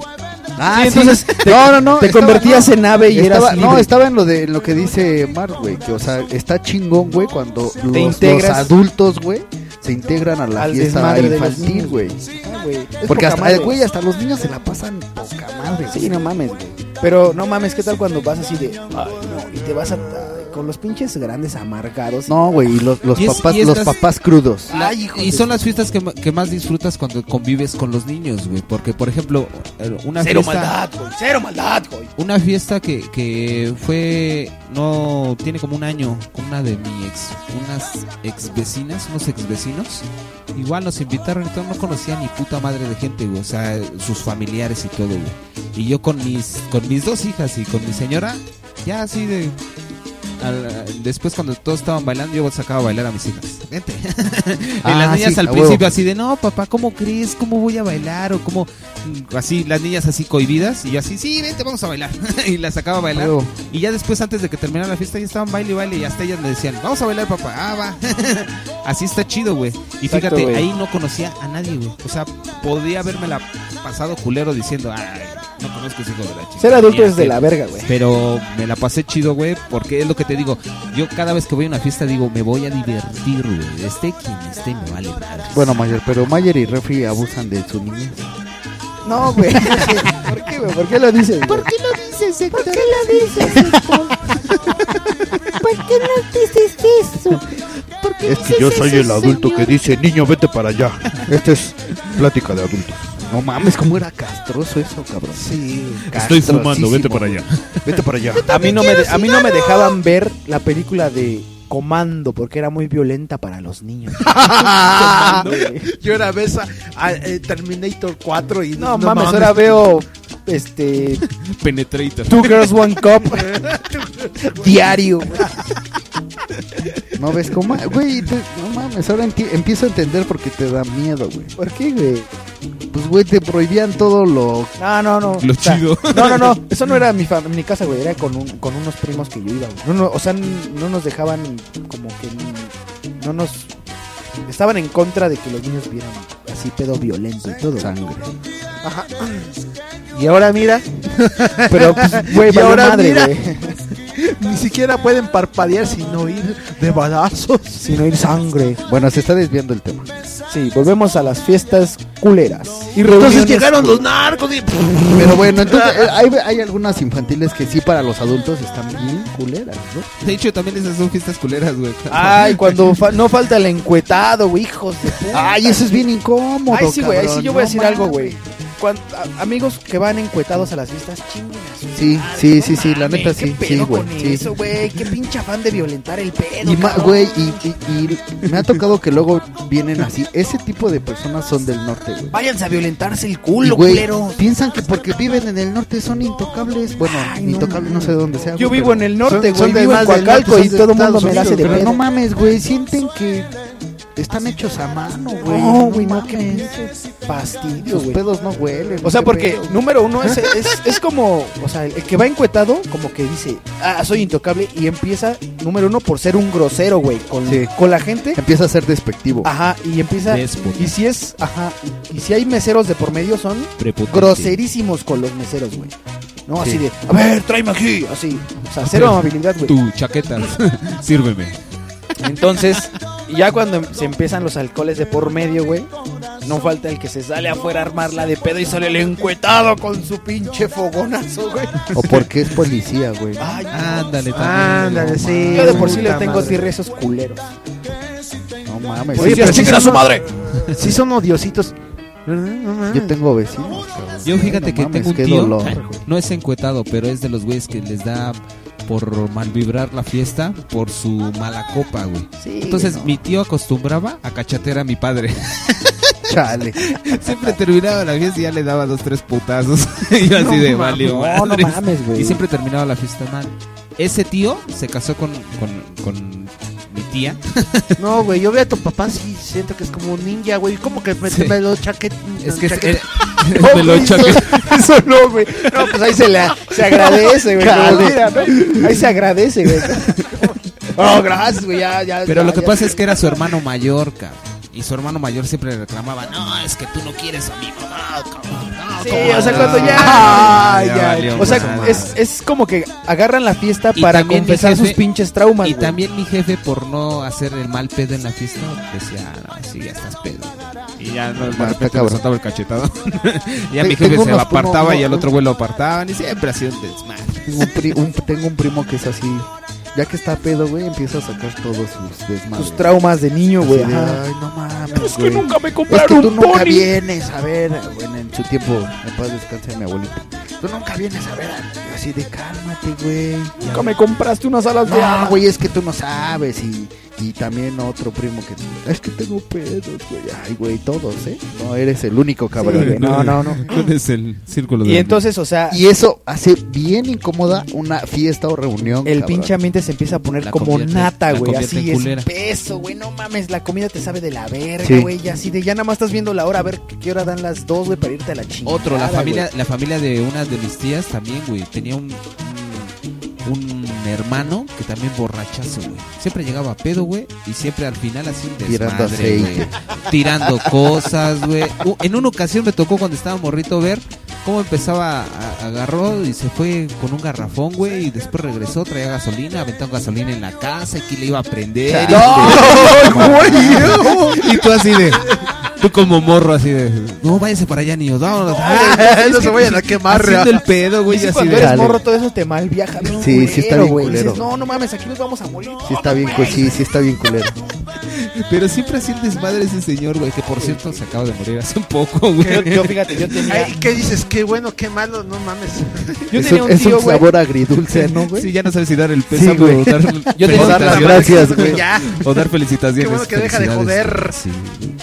Ah, Sí, entonces, (laughs) (laughs) te- no, no, no, Te estaba- convertías en ave y estaba- eras. No, no, estaba en lo de en lo que dice Mar, güey. Que, o sea, está chingón, güey, cuando los, los integras adultos, güey, se integran a la Al fiesta desmadre de los infantil, niños. güey. Ah, güey, es Porque poca hasta, eh, madre. güey, hasta los niños se la pasan poca madre. Sí, no mames, güey. Pero no mames, ¿qué tal cuando vas así de. Ay, no, y te vas a. Con los pinches grandes amargados. No, güey, y los, los Y es- papás, y los estas- papás (laughs) crudos. La- y son las fiestas que, ma- que más disfrutas cuando convives con los niños, güey. Porque, por ejemplo, eh, una Cero fiesta... maldad, güey, cero maldad, güey. Una fiesta que, que fue... No... Tiene como un año con una de mi ex... Unas ex vecinas, unos ex vecinos. Igual nos invitaron y todo. No conocía ni puta madre de gente, güey. O sea, sus familiares y todo, güey. Y yo con mis, con mis dos hijas y con mi señora... Ya así de... al- después cuando todos estaban bailando, yo sacaba a bailar a mis hijas. Vente. (laughs) Y Ah, las niñas sí, al a huevo. principio así de, no, papá, ¿cómo crees? ¿Cómo voy a bailar? O cómo... mm, Así, las niñas así cohibidas y yo así, sí, vente, vamos a bailar. (laughs) y las sacaba a bailar. Huevo. Y ya después, antes de que terminara la fiesta, ya estaban baile y baile y hasta ellas me decían, vamos a bailar, papá. Ah, va. así está chido, güey. Y Exacto, fíjate, güey. ahí no conocía a nadie, güey. O sea, podía haberme la pasado culero diciendo, ay, no conozco ese hijo de la chica. Ser adulto Ni es de hacer. la verga, güey. Pero me la pasé chido, güey, porque es lo que te digo. Yo cada vez que voy a una fiesta digo, me voy a divertir, güey. Esté quien esté, me vale madre. Bueno, Mayer, pero Mayer y Refri abusan de su niñez. No, güey. (laughs) ¿Por qué, güey? ¿Por qué lo dices? güey? qué lo dices, Héctor? ¿Por qué lo dices, Héctor? ¿Por qué no dices eso? ¿Por qué Es que yo soy el adulto que dice, niño, vete para allá. Esta es plática de adultos. No mames, cómo era castroso eso, cabrón. Sí, Estoy fumando, vete para allá. Vete para allá. A mí, no me de- a mí no me dejaban ver la película de Comando porque era muy violenta para los (laughs) niños. Ah, Yo era ves a, a, eh, Terminator 4 y No, mames, ahora veo (laughs) este Penetrator. Two Girls One Cup (laughs) diario. No ves cómo, güey, te- no mames, ahora enti- empiezo a entender por qué te da miedo, güey. ¿Por qué, güey? Pues, güey, te prohibían todo lo... No, no, no. Lo O sea, chido. No, no, no. Eso no era mi, fam- mi casa, güey. Era con, un- con unos primos que yo iba, güey. No, no, o sea, n- no nos dejaban como que... n- No nos... Estaban en contra de que los niños vieran así pedo violento y todo. Sangre. Ajá. Y ahora mira. (laughs) Pero, pues, (laughs) güey, y valió ahora madre, mira, güey. ni siquiera pueden parpadear sin oír de balazos. Sin oír sangre. Bueno, se está desviando el tema. Sí, volvemos a las fiestas culeras. Y Entonces reuniones llegaron los culeras. narcos y... Pero bueno, entonces eh, hay, hay algunas infantiles que sí para los adultos están bien culeras, ¿no? De hecho, también esas son fiestas culeras, güey. Ah, (laughs) Ay, cuando fa- no falta el encuetado, güey, hijos de puta. Ay, eso es bien incómodo. Ay, sí, güey, ahí sí cabrón, yo voy a no decir mames. algo, güey. cuan- a- amigos que van encuetados a las fiestas, chinguen a su Sí, madre, sí, no sí, sí, la mames, neta ¿qué sí, pedo sí, güey, con sí. Eso, güey, qué pinche afán de violentar el pedo. Y, ma- cabrón. güey, y, y- y me ha tocado que luego vienen así. Ese tipo de personas son del norte, güey. Váyanse a violentarse el Y, culo, güey, culero. Piensan que porque viven en el norte son intocables. Bueno, intocables no sé de dónde sea. Yo güey, vivo pero en el norte, güey, son- son de vivo en más del Coacalco norte, y son todo de mundo me Estados la hace de Unidos, Pero pedo. no mames, güey, sienten que están hechos a mano, güey. No, güey, no, mames. Fastidio, Sus güey. pedos no huelen. O sea, qué porque pedo. número uno (laughs) es, es, es como, o sea, el que va encuetado, como que dice, ah, soy intocable, y empieza, número uno, por ser un grosero, güey, con, Sí. con la gente. Empieza a ser despectivo. Ajá, y empieza. Déspota. Y si es, ajá, y, y si hay meseros de por medio, son Prepotente. groserísimos con los meseros, güey. No, Sí. así de, a ver, tráeme aquí, así. O sea, (laughs) cero amabilidad, güey. Tu chaqueta, (laughs) sírveme. Entonces, ya cuando em- se empiezan los alcoholes de por medio, güey, no falta el que se sale afuera a armarla de pedo y sale el encuetado con su pinche fogonazo, güey. O porque es policía, güey. Ándale, Ándale, sí. Yo de por sí les Puta tengo madre. tirre a esos culeros. No mames. Oye, pero chinguen a su madre. (laughs) Sí son odiositos. Yo tengo vecinos. cabrón. Yo fíjate Ay, no que mames, tengo un qué tío, dolor. no es encuetado, pero es de los güeyes que les da por malvibrar la fiesta por su mala copa, güey. Entonces mi tío acostumbraba a cachatear a mi padre. (laughs) Chale. Siempre terminaba la fiesta y ya le daba dos, tres putazos. (laughs) y yo así No de mames, valió no, madres". no mames, güey. Y siempre terminaba la fiesta mal. Ese tío se casó con, con, con mi tía. No, güey, yo veo a tu papá sí siento que es como un ninja, güey. ¿Cómo que me, me lo chaquet... Es que es- chaquet- eh, me lo güey, chaquet- (laughs) Eso no, güey. No, pues ahí se, le, se agradece, güey. Chale. como mira, ¿no? Ahí se agradece, (laughs) güey. Oh, gracias, güey, ya, ya. Pero ya, lo que ya. pasa es que era su hermano mayor, cabrón. Y su hermano mayor siempre le reclamaba, no, es que tú no quieres a mi mamá, cabrón. no, Sí, ¿cómo o sea, no?". cuando ya. Ah, ya, valió o sea, madre. es, es como que agarran la fiesta Y para también mi confesar sus jefe- pinches traumas. Y güey. también mi jefe, por no hacer el mal pedo en la fiesta, decía, "Ah, no, sí, ya estás pedo. Y ya no, de Ah, repente está le cabrón. soltaba el cachetado. (laughs) ya Te- mi jefe tengo se unos- apartaba uno- y al uno- otro güey lo apartaban. Y siempre hacía un desmadre. Tengo un, pri- un- tengo un primo que es así. Ya que está pedo, güey, empieza a sacar todos sus desmadres. Sus traumas de niño, güey. Así de, "Ah, ajá. "Ay, no mames. Es que güey. nunca me Es compraron que tú un nunca pony". vienes a ver. Bueno, en su tiempo, en paz descanse mi abuelito. Tú nunca vienes a ver. a- Así de cálmate, güey. Nunca me compraste unas alas de No, agua. güey, es que tú no sabes. Y, y también otro primo que. Es que tengo pedos, güey. Ay, güey, todos, ¿eh? No eres el único, cabrón. güey, no, no, no. ¿Cuál (laughs) es el círculo de Y entonces, o sea, Y eso hace bien incómoda una fiesta o reunión. el cabrón. (laughs) pinche ambiente se empieza a poner La como convierte- nata, la güey. convierte Así en es culera. peso, güey. No mames, la comida te sabe de la verga, Sí. güey. Y así de ya nada más estás viendo la hora, a ver qué hora dan las dos, güey, para irte a la chingada. Otro, la güey. familia, la familia de una de mis tías también, güey. Tenía un, un- un hermano que también borrachazo, güey. Siempre llegaba a pedo, güey. Y siempre al final así un Tirando desmadre, aceite. güey. Tirando cosas, güey. U- En una ocasión me tocó cuando estaba morrito ver cómo empezaba, a- agarró y se fue con un garrafón, güey. Y después regresó, traía gasolina, aventó gasolina en la casa y que le iba a prender. (laughs) güey! Y tú así de... Tú como morro así de... No, váyase para allá, niños. Vámonos. Ah, no se Es que- pues, vayan a quemar. Haciendo el pedo, güey. Y sí, así cuando de- eres morro, todo eso te mal viaja. bien Sí, sí está culero, bien güey. Dices, culero. no, no mames, aquí nos vamos a morir. Sí está bien, cu- sí, sí está bien culero. Pero siempre hacía el desmadre ese señor, güey. Que por cierto se acaba de morir hace un poco, güey. Yo- yo, fíjate, yo tenía- Ay, ¿Qué dices? Qué bueno, qué malo, no (laughs) mames. Yo es tenía un, un es un tío, güey. sabor (laughs) agridulce, ¿no, güey? Sí, ya no sabes si dar el pésame güey. o dar (laughs) Yo tenía- Dar las felicitaciones. gracias, güey. Ya. O dar felicitaciones. Qué bueno que deja de Felicidades. joder. Sí,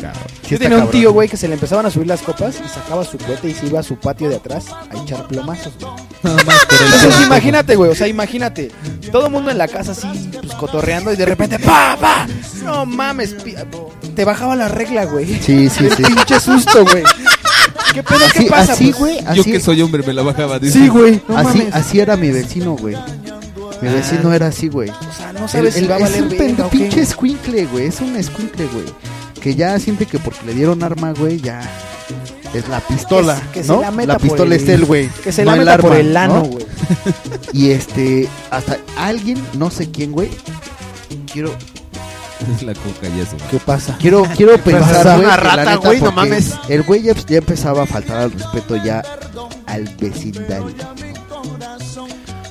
cabrón. Yo tenía un tío, güey, que se le empezaban a subir las copas y sacaba su cohete y se iba a su patio de atrás a echar plomazos, güey. Entonces imagínate, güey, o sea, imagínate. Todo el mundo en la casa así, pues cotorreando y de repente ¡pa, pa! No mames, pi- te bajaba la regla, güey. (laughs) Sí, sí, sí. Pinche susto, güey. ¿Qué pedo? ¿Qué Así- pasa? así, pues? güey, así- Yo que soy hombre me la bajaba. dice. Sí, güey. No así, mames. así era mi vecino, güey. Mi Ah. vecino era así, güey. O sea, no sabes si va a es valer un verga pende- o qué. pinche escuincle, güey. Es un escuincle, güey. Que ya siente que porque le dieron arma, güey, ya es la pistola, Que se ¿no? la meta por pistola el- es él, güey. que se no la meta por el ano, ¿no? güey. Y este, hasta alguien, no sé quién, güey. Quiero, La coca ya se va. ¿Qué pasa? Quiero, quiero Pues, pensar, es güey, una que la rata, neta, güey, no porque mames. El güey ya, ya empezaba a faltar al respeto ya al vecindario.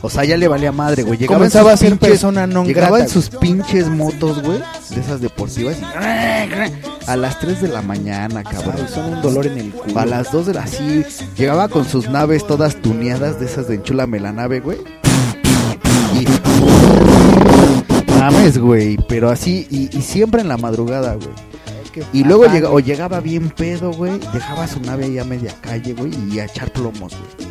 O sea, ya le valía madre, güey. Llegaba en Comenzaba sus a ser pinches- persona non Llegaba grata, en sus pinches motos, güey, de esas deportivas. y- (laughs) a las 3 de la mañana, cabrón. son un dolor en el culo. A las 2 de la sí, llegaba con sus naves todas tuneadas de esas de enchúlame la nave, güey. Y mames, güey, pero así y, y siempre en la madrugada, güey. Ah, Y luego llega, o llegaba bien pedo, güey, dejaba su nave ahí a media calle, güey, y a echar plomos, güey.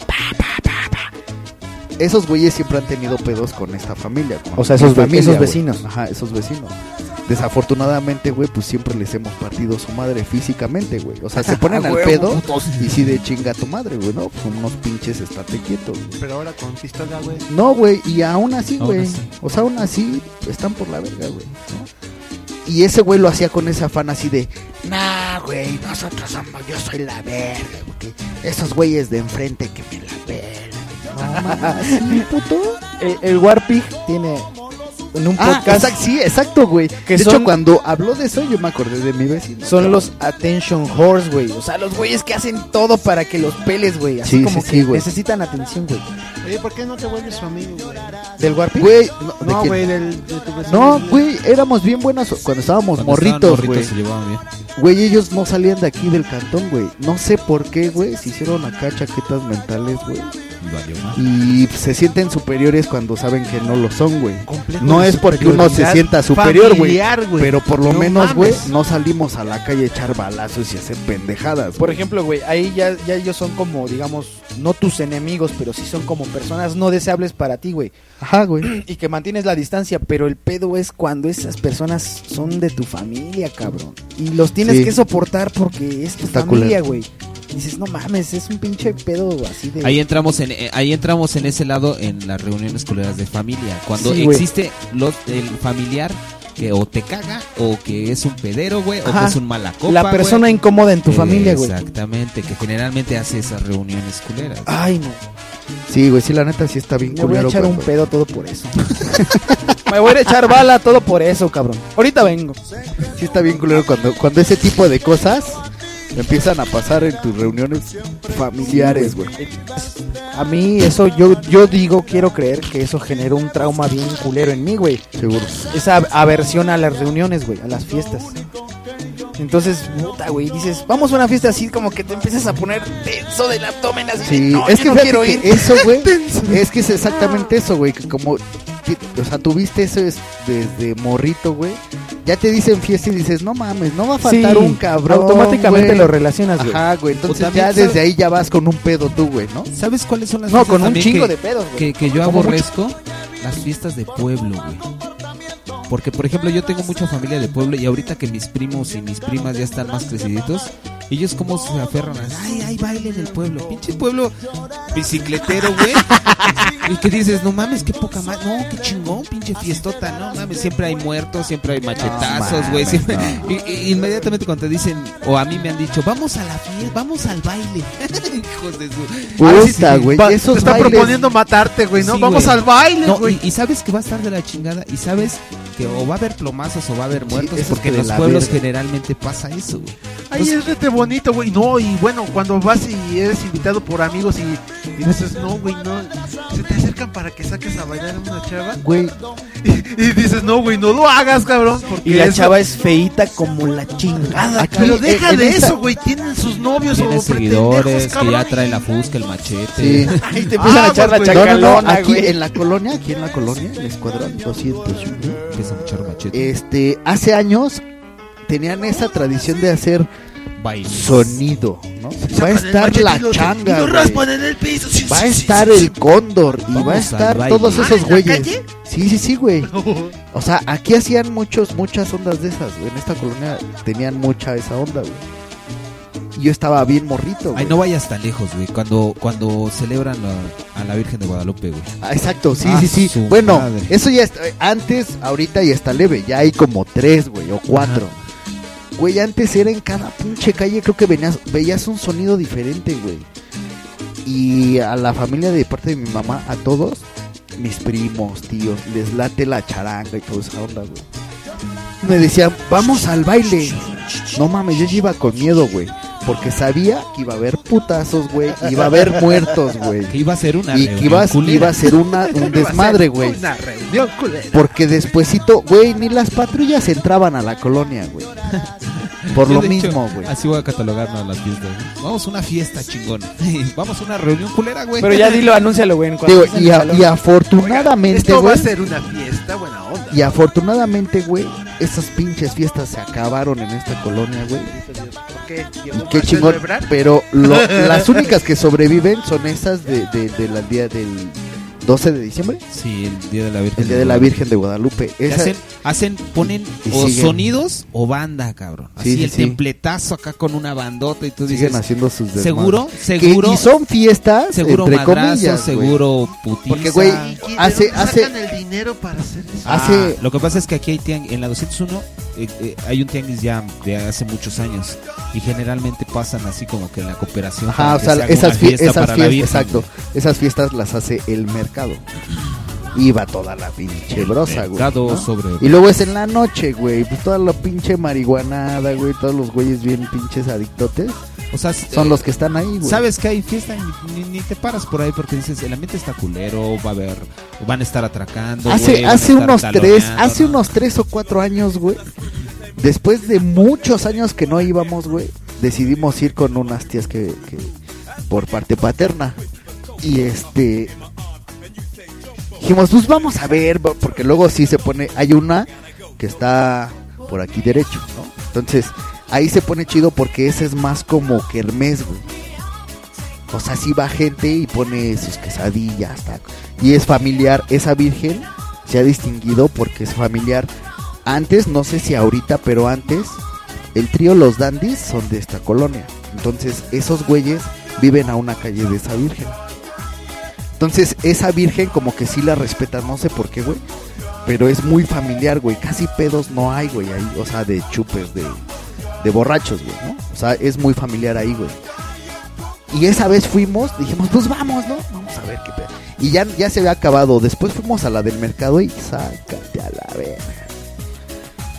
Pa, pa, pa, pa. Esos güeyes siempre han tenido pedos con esta familia. con O sea, esta esos ve- esos güey. vecinos. Ajá, esos vecinos. Desafortunadamente, güey, pues siempre les hemos partido su madre físicamente, güey. O (laughs) sea, se ponen al Huevo, pedo putos. y sí de chinga a tu madre, güey, ¿no? Pues unos pinches estate quieto, güey. Pero ahora con pistola, güey. No, güey, y aún así, Aún güey. así. O sea, aún así están por la verga, güey. ¿no? Y ese güey lo hacía con ese afán así de, Nah, güey, nosotros somos, yo soy la verga, güey. que Esos güeyes de enfrente que me la (laughs) verga. No, puto. El, el Warpig tiene en un Ah, podcast. exact- sí, exacto, güey. Que de son- hecho, cuando habló de eso, yo me acordé de mi vecino. Son los attention horse, güey. O sea, los güeyes que hacen todo para que los peles, güey. Así Sí, como sí, que sí, güey. necesitan atención, güey. Oye, ¿por qué no te vuelves su amigo, güey? ¿Del Warpig? Güey, no, No, ¿de güey, quién? del, de tu vecino. No, güey, éramos bien buenas cuando estábamos Cuando estaban morritos, morritos güey. se llevaban bien. Güey, ellos no salían de aquí del cantón, güey. No sé por qué, güey, se hicieron acá chaquetas mentales, güey. Y valió más. Y se sienten superiores cuando saben que no lo son, güey. Completo No de es porque uno se superioridad sienta superior, güey. familiar, güey. Pero por lo No menos, güey, mames. no salimos a la calle a echar balazos y hacer pendejadas. Por güey. ejemplo, güey, ahí ya, ya ellos son como, digamos, no tus enemigos, pero sí son como personas no deseables para ti, güey. Ajá, güey. (clears throat) Y que mantienes la distancia, pero el pedo es cuando esas personas son de tu familia, cabrón. Y los tienes Sí. que soportar porque es tu Está familia, culero. güey. Y Dices, no mames, es un pinche pedo así de... Ahí entramos en eh, ahí entramos en ese lado en las reuniones culeras de familia, cuando Sí, güey. existe lo- el familiar que o te caga o que es un pedero, güey, o que Ajá. es un mala copa, La persona güey. incómoda en tu familia, güey. Eh, Exactamente, que generalmente hace esas reuniones culeras. Ay, no. Sí, güey, sí, la neta sí está bien Me voy a culero, echar güey, un güey. pedo todo por eso. (laughs) Me voy a ir a echar bala todo por eso, cabrón. Ahorita vengo. Sí está bien culero cuando, cuando ese tipo de cosas empiezan a pasar en tus reuniones familiares, güey. A mí eso yo yo digo, quiero creer que eso generó un trauma bien culero en mí, güey. Seguro. Esa aversión a las reuniones, güey, a las fiestas. Entonces, puta, güey, dices, vamos a una fiesta así como que te empiezas a poner tenso del abdomen así. Sí, no, es yo que no fíjate quiero que ir. Ah. eso, (laughs) güey, es que es exactamente eso, güey, que como, que- o sea, tuviste eso es- desde morrito, güey, ya te dicen fiesta y dices, no mames, no va a faltar Sí, un cabrón, automáticamente güey". lo relacionas, güey. Ajá, güey, O entonces también, ya ¿sabes? desde ahí ya vas con un pedo tú, güey, ¿no? ¿Sabes cuáles son las No, fiestas con un también chingo que- de pedos, güey. Que, que yo Como aborrezco las fiestas de pueblo, güey. Porque, por ejemplo, yo tengo mucha familia de pueblo y ahorita que mis primos y mis primas ya están más creciditos, ellos como se aferran a... Ay, ay, baile del pueblo. Pinche pueblo bicicletero, güey. y que dices, no mames, qué poca más... No, qué chingón, pinche fiestota, no mames. Siempre hay muertos, siempre hay machetazos, No güey. mames, siempre- no. (laughs) y- y- inmediatamente cuando te dicen, o a mí me han dicho, vamos a la fiesta, vamos al baile. (laughs) Hijos de su... A veces- Puta, güey, Va- esos te está bailes- proponiendo matarte, güey, ¿no? Sí, Vamos güey. al baile, No, güey. y, y sabes que va a estar de la chingada. Y sabes que o va a haber plomazos o va a haber muertos. eso es porque de en los la pueblos verga. generalmente pasa eso, güey. Ay, es rete bonito, güey. No, y bueno, cuando vas y eres invitado por amigos y, y dices, no, güey, no. Se te acercan para que saques a bailar a una chava. Güey. Y, y dices, no, güey, no lo hagas, cabrón. Porque Y la eso- chava es feíta como la chingada. Aquí, Pero deja de eso, güey. Tienen sus novios Tienen o seguidores que ya cabrón, traen la fusca, el machete. (laughs) Sí. Ah, Ay, te empiezan a echar la No, no, no, chacalona, aquí güey. en la colonia, aquí en la colonia, en el escuadrón 201, Empiezan a echar machete. este, hace años tenían esa tradición de hacer Bailes. Eh, sonido, ¿no? sacan Va a el estar machete la y lo- changa, Y lo güey. raspan en el piso. sí, Va a (laughs) sí, sí, estar sí, sí. el cóndor y Vamos va a al estar baile. todos Ah, esos ¿en la güeyes. calle? Sí, sí, sí, (laughs) güey. O sea, aquí hacían muchos, muchas ondas de esas. güey. En esta colonia tenían mucha esa onda, güey. Y Yo estaba bien morrito, Ay, güey. no vayas tan lejos, güey. Cuando, cuando celebran la- a la Virgen de Guadalupe, güey. Ah, exacto, sí, Ah, sí, sí. su Bueno, madre. eso ya está. Antes, ahorita ya está leve. Ya hay como tres, güey, Ah. o cuatro. Güey, antes era en cada pinche calle. Creo que venías, veías un sonido diferente, güey. Y a la familia de parte de mi mamá, a todos, mis primos, tíos, les late la charanga y toda esa onda, güey. Me decían, vamos al baile. No mames, yo ya iba con miedo, güey. Porque sabía que iba a haber putazos, güey. que Iba a haber muertos, (laughs) güey. Que iba a ser una Y que iba, a- reunión iba a ser una, culera. un desmadre, güey. Una reunión culera. Porque despuesito, güey, ni las patrullas entraban a la colonia, güey. Por Yo, lo de hecho, mismo, güey. Así voy a catalogarnos las fiestas. ¿no? Vamos a una fiesta chingona. (laughs) Vamos a una reunión culera, güey. Pero ya dilo, anúncialo, güey. en cuanto Digo, estés en y, el a- salón. y afortunadamente, Esto va a güey. ser una fiesta buena onda. Y afortunadamente, güey, esas pinches fiestas se acabaron en esta colonia, güey. Porque Y qué chingón. Pero lo- las únicas que sobreviven son esas de, de, de la día del 12 de diciembre. Sí, el Día de la Virgen. El día de la Virgen de Guadalupe. Que Esa- hacen, hacen, ponen Y o siguen. sonidos o banda, cabrón. Así Sí, sí, el sí. templetazo acá con una bandota y tú dices. Siguen haciendo sus desmadres. Seguro, Que- seguro. y son fiestas, seguro entre madrazo, comillas, güey. seguro putiza. Porque, Pues, güey, hace, hace, sacan el dinero para hacer eso? Hace- Ah, lo que pasa es que aquí hay tiang- en la 201 eh, eh, hay un tianguis ya de hace muchos años y generalmente pasan así como que en la cooperación. Ajá, para o que sea, se haga una esas, fie- fiesta esas para la fiestas, Virgen. exacto. Esas fiestas las hace el mercado. Iba toda la pinche brosa, güey. mercado ¿no? sobre- Y luego es en la noche, güey. Pues toda la pinche marihuanada, güey. Todos los güeyes bien pinches adictotes. O sea, son eh, los que están ahí, güey. Sabes que hay fiesta y ni, ni te paras por ahí porque dices, el ambiente está culero, va a haber, van a estar atracando. Hace, güey, van a hace estar unos tres, taloneando, hace ¿no? unos tres o cuatro años, güey. Después de muchos años que no íbamos, güey, decidimos ir con unas tías que, que por parte paterna. Y este dijimos, pues vamos a ver, va- porque luego sí se pone, hay una que está por aquí derecho, ¿no? Entonces, ahí se pone chido porque ese es más como kermés, güey. O sea, sí va gente y pone sus quesadillas, tacos. Y es familiar. Esa virgen se ha distinguido porque es familiar. Antes, no sé si ahorita, pero antes, el trío Los Dandis son de esta colonia. Entonces, esos güeyes viven a una calle de esa virgen. Entonces, esa virgen como que sí la respetan, no sé por qué, güey. Pero es muy familiar, güey. Casi pedos no hay, güey, ahí. O sea, de chupes, de, de borrachos, güey, ¿no? O sea, es muy familiar ahí, güey. Y esa vez fuimos, dijimos, pues vamos, ¿no? Vamos a ver qué pedo. Y ya, ya se había acabado. Después fuimos a la del mercado y sácate a la verga.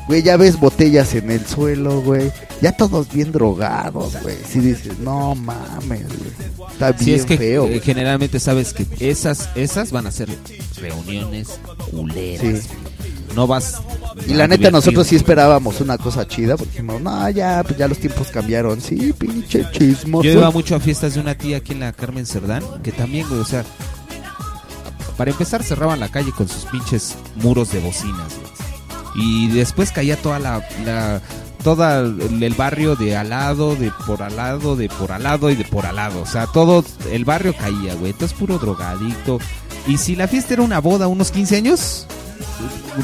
Güey, ya ves botellas en el suelo, güey. Ya todos bien drogados, güey. Si dices, no mames, güey. Está bien Sí, es que feo. eh, güey. generalmente sabes que esas esas van a ser reuniones culeras. Sí. No vas. Y Ah, la neta, nosotros sí esperábamos una cosa chida. Porque dijimos, no, ya, pues ya los tiempos cambiaron. Sí, pinche chismoso. Yo iba mucho a fiestas de una tía aquí en la Carmen Cerdán, que también, güey, o sea, para empezar cerraban la calle con sus pinches muros de bocinas, güey. Y después caía toda la, la- toda el, el barrio de al lado, de por al lado, de por al lado y de por al lado, o sea, todo el barrio caía, güey. Entonces puro drogadicto. Y si la fiesta era una boda, unos 15 años,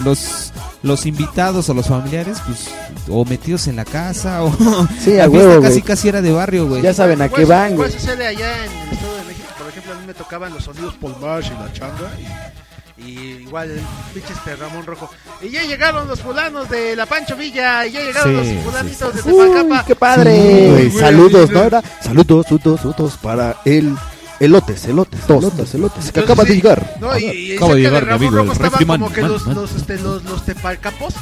los los invitados o los familiares, pues, o metidos en la casa, o Sí, la a fiesta huevo, casi güey. casi era de barrio, güey. Ya saben a qué Pues, van, igual güey. sucede allá en el Estado de México? Por ejemplo, a mí me tocaban los sonidos polmarsh y la changa. Y, y igual el pinche este Ramón Rojo. Y ya llegaron los fulanos de la Pancho Villa. Y ya llegaron Sí, los fulanitos de Uy, Tepacapa. qué padre. Sí, Güey, güey, saludos, sí, ¿no? sí. Era saludos, saludos, saludos para el elotes, elotes, elotes, elotes, que acaba de llegar. No, y, y Acaba de cerca llegar mi Ramón amigo, Rojo el estaban Refriman, como que man, los, man. los, este, los, los tepalcapos.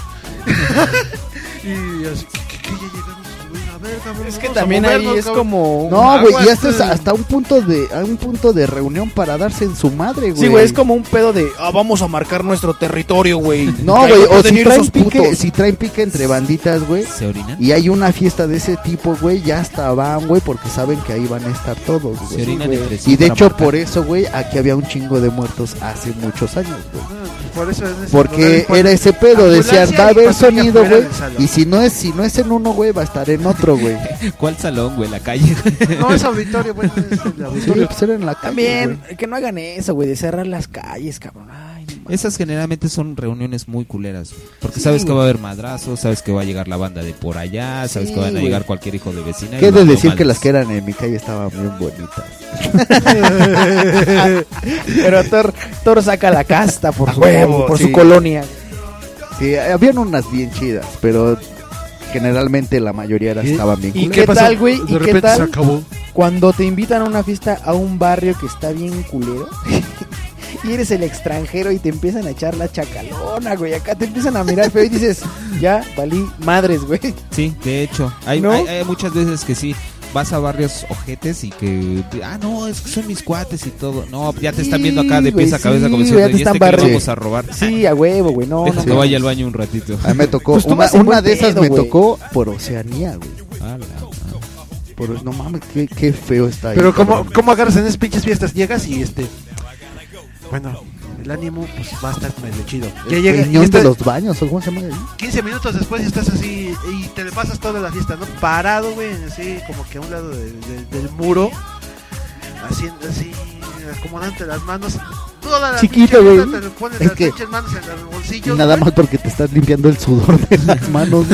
(laughs) y así, que, que, que ya llegamos. güey, A ver, cabrón, Es que vamos a también ahí movernos, es cabrón. como- No, güey, y Aguas, hasta es eh. hasta un punto de a un punto de reunión para darse en su madre, güey. Sí, güey, es como un pedo de, ah, vamos a marcar nuestro territorio, (laughs) güey. No, Ahí güey, no o pueden si ir traen esos pique, putos. si traen pique entre banditas, güey. ¿Se orinan? Y hay una fiesta de ese tipo, güey, ya hasta van, güey, porque saben que ahí van a estar todos, güey. Se orinan Sí, entre güey. sí y de para hecho marcar. por eso, güey, aquí había un chingo de muertos hace muchos años, güey. Por eso es este pues. Porque necesario era ese pedo, decían, ambulancia va y a haber patrulla sonido, fuera güey. del salón. Y si no es, si no es en uno, güey, va a estar en otro, güey. ¿Cuál salón, güey? La calle. No, es auditorio, bueno, es el Sí, auditorio. pues era en la calle, También, güey. que no hagan eso, güey, de cerrar las calles, cabrón. Ay, no mames. (laughs) Esas generalmente son reuniones muy culeras, güey, porque Sí, sabes que güey. va a haber madrazos, sabes que va a llegar la banda de por allá, sabes Sí, que van a güey. llegar cualquier hijo de vecina. y ¿Qué he los de decir normales. que las que eran en mi calle estaban bien bonitas? Pero Thor, Thor saca la casta por A su, huevo, por sí. su colonia. Sí, habían unas bien chidas, pero generalmente la mayoría eran- estaban bien ¿Y culeras. qué tal, güey? ¿Y qué tal cuando te invitan a una fiesta a un barrio que está bien culero? (laughs) y eres el extranjero y te empiezan a echar la chacalona, güey. Acá te empiezan a mirar feo y dices, ya, valí madres, güey. Sí, de hecho, hay, ¿No? hay- hay muchas veces que sí. vas a barrios ojetes y que, ah, no, es que son mis cuates y todo. No, ya te están viendo acá de pies a cabeza como diciendo, te y este que le vamos a robar. Sí, a huevo, güey. No, Deja no, que no. vaya al baño un ratito. A mí (laughs) me tocó, Pues tú una, vas en una buen de esas pedo, me güey. tocó por Oceanía, güey. Por- no mames, qué, qué feo está ahí. Pero como ¿cómo, ¿cómo pues. agarras en esas pinches fiestas? Llegas y este... Bueno, el ánimo pues va a estar medio chido. Ya El llega, y peñón de estás los baños, ¿o cómo se llama? 15 minutos después y estás así y te le pasas toda la fiesta, ¿no? Parado, güey, así como que a un lado de- de- del muro, haciendo así, acomodante las manos. Toda la pinche Chiquito, güey. fiesta Te le pones Es las que- pinches manos en el Y bolsillo. nada güey. más porque te estás limpiando el sudor de las manos.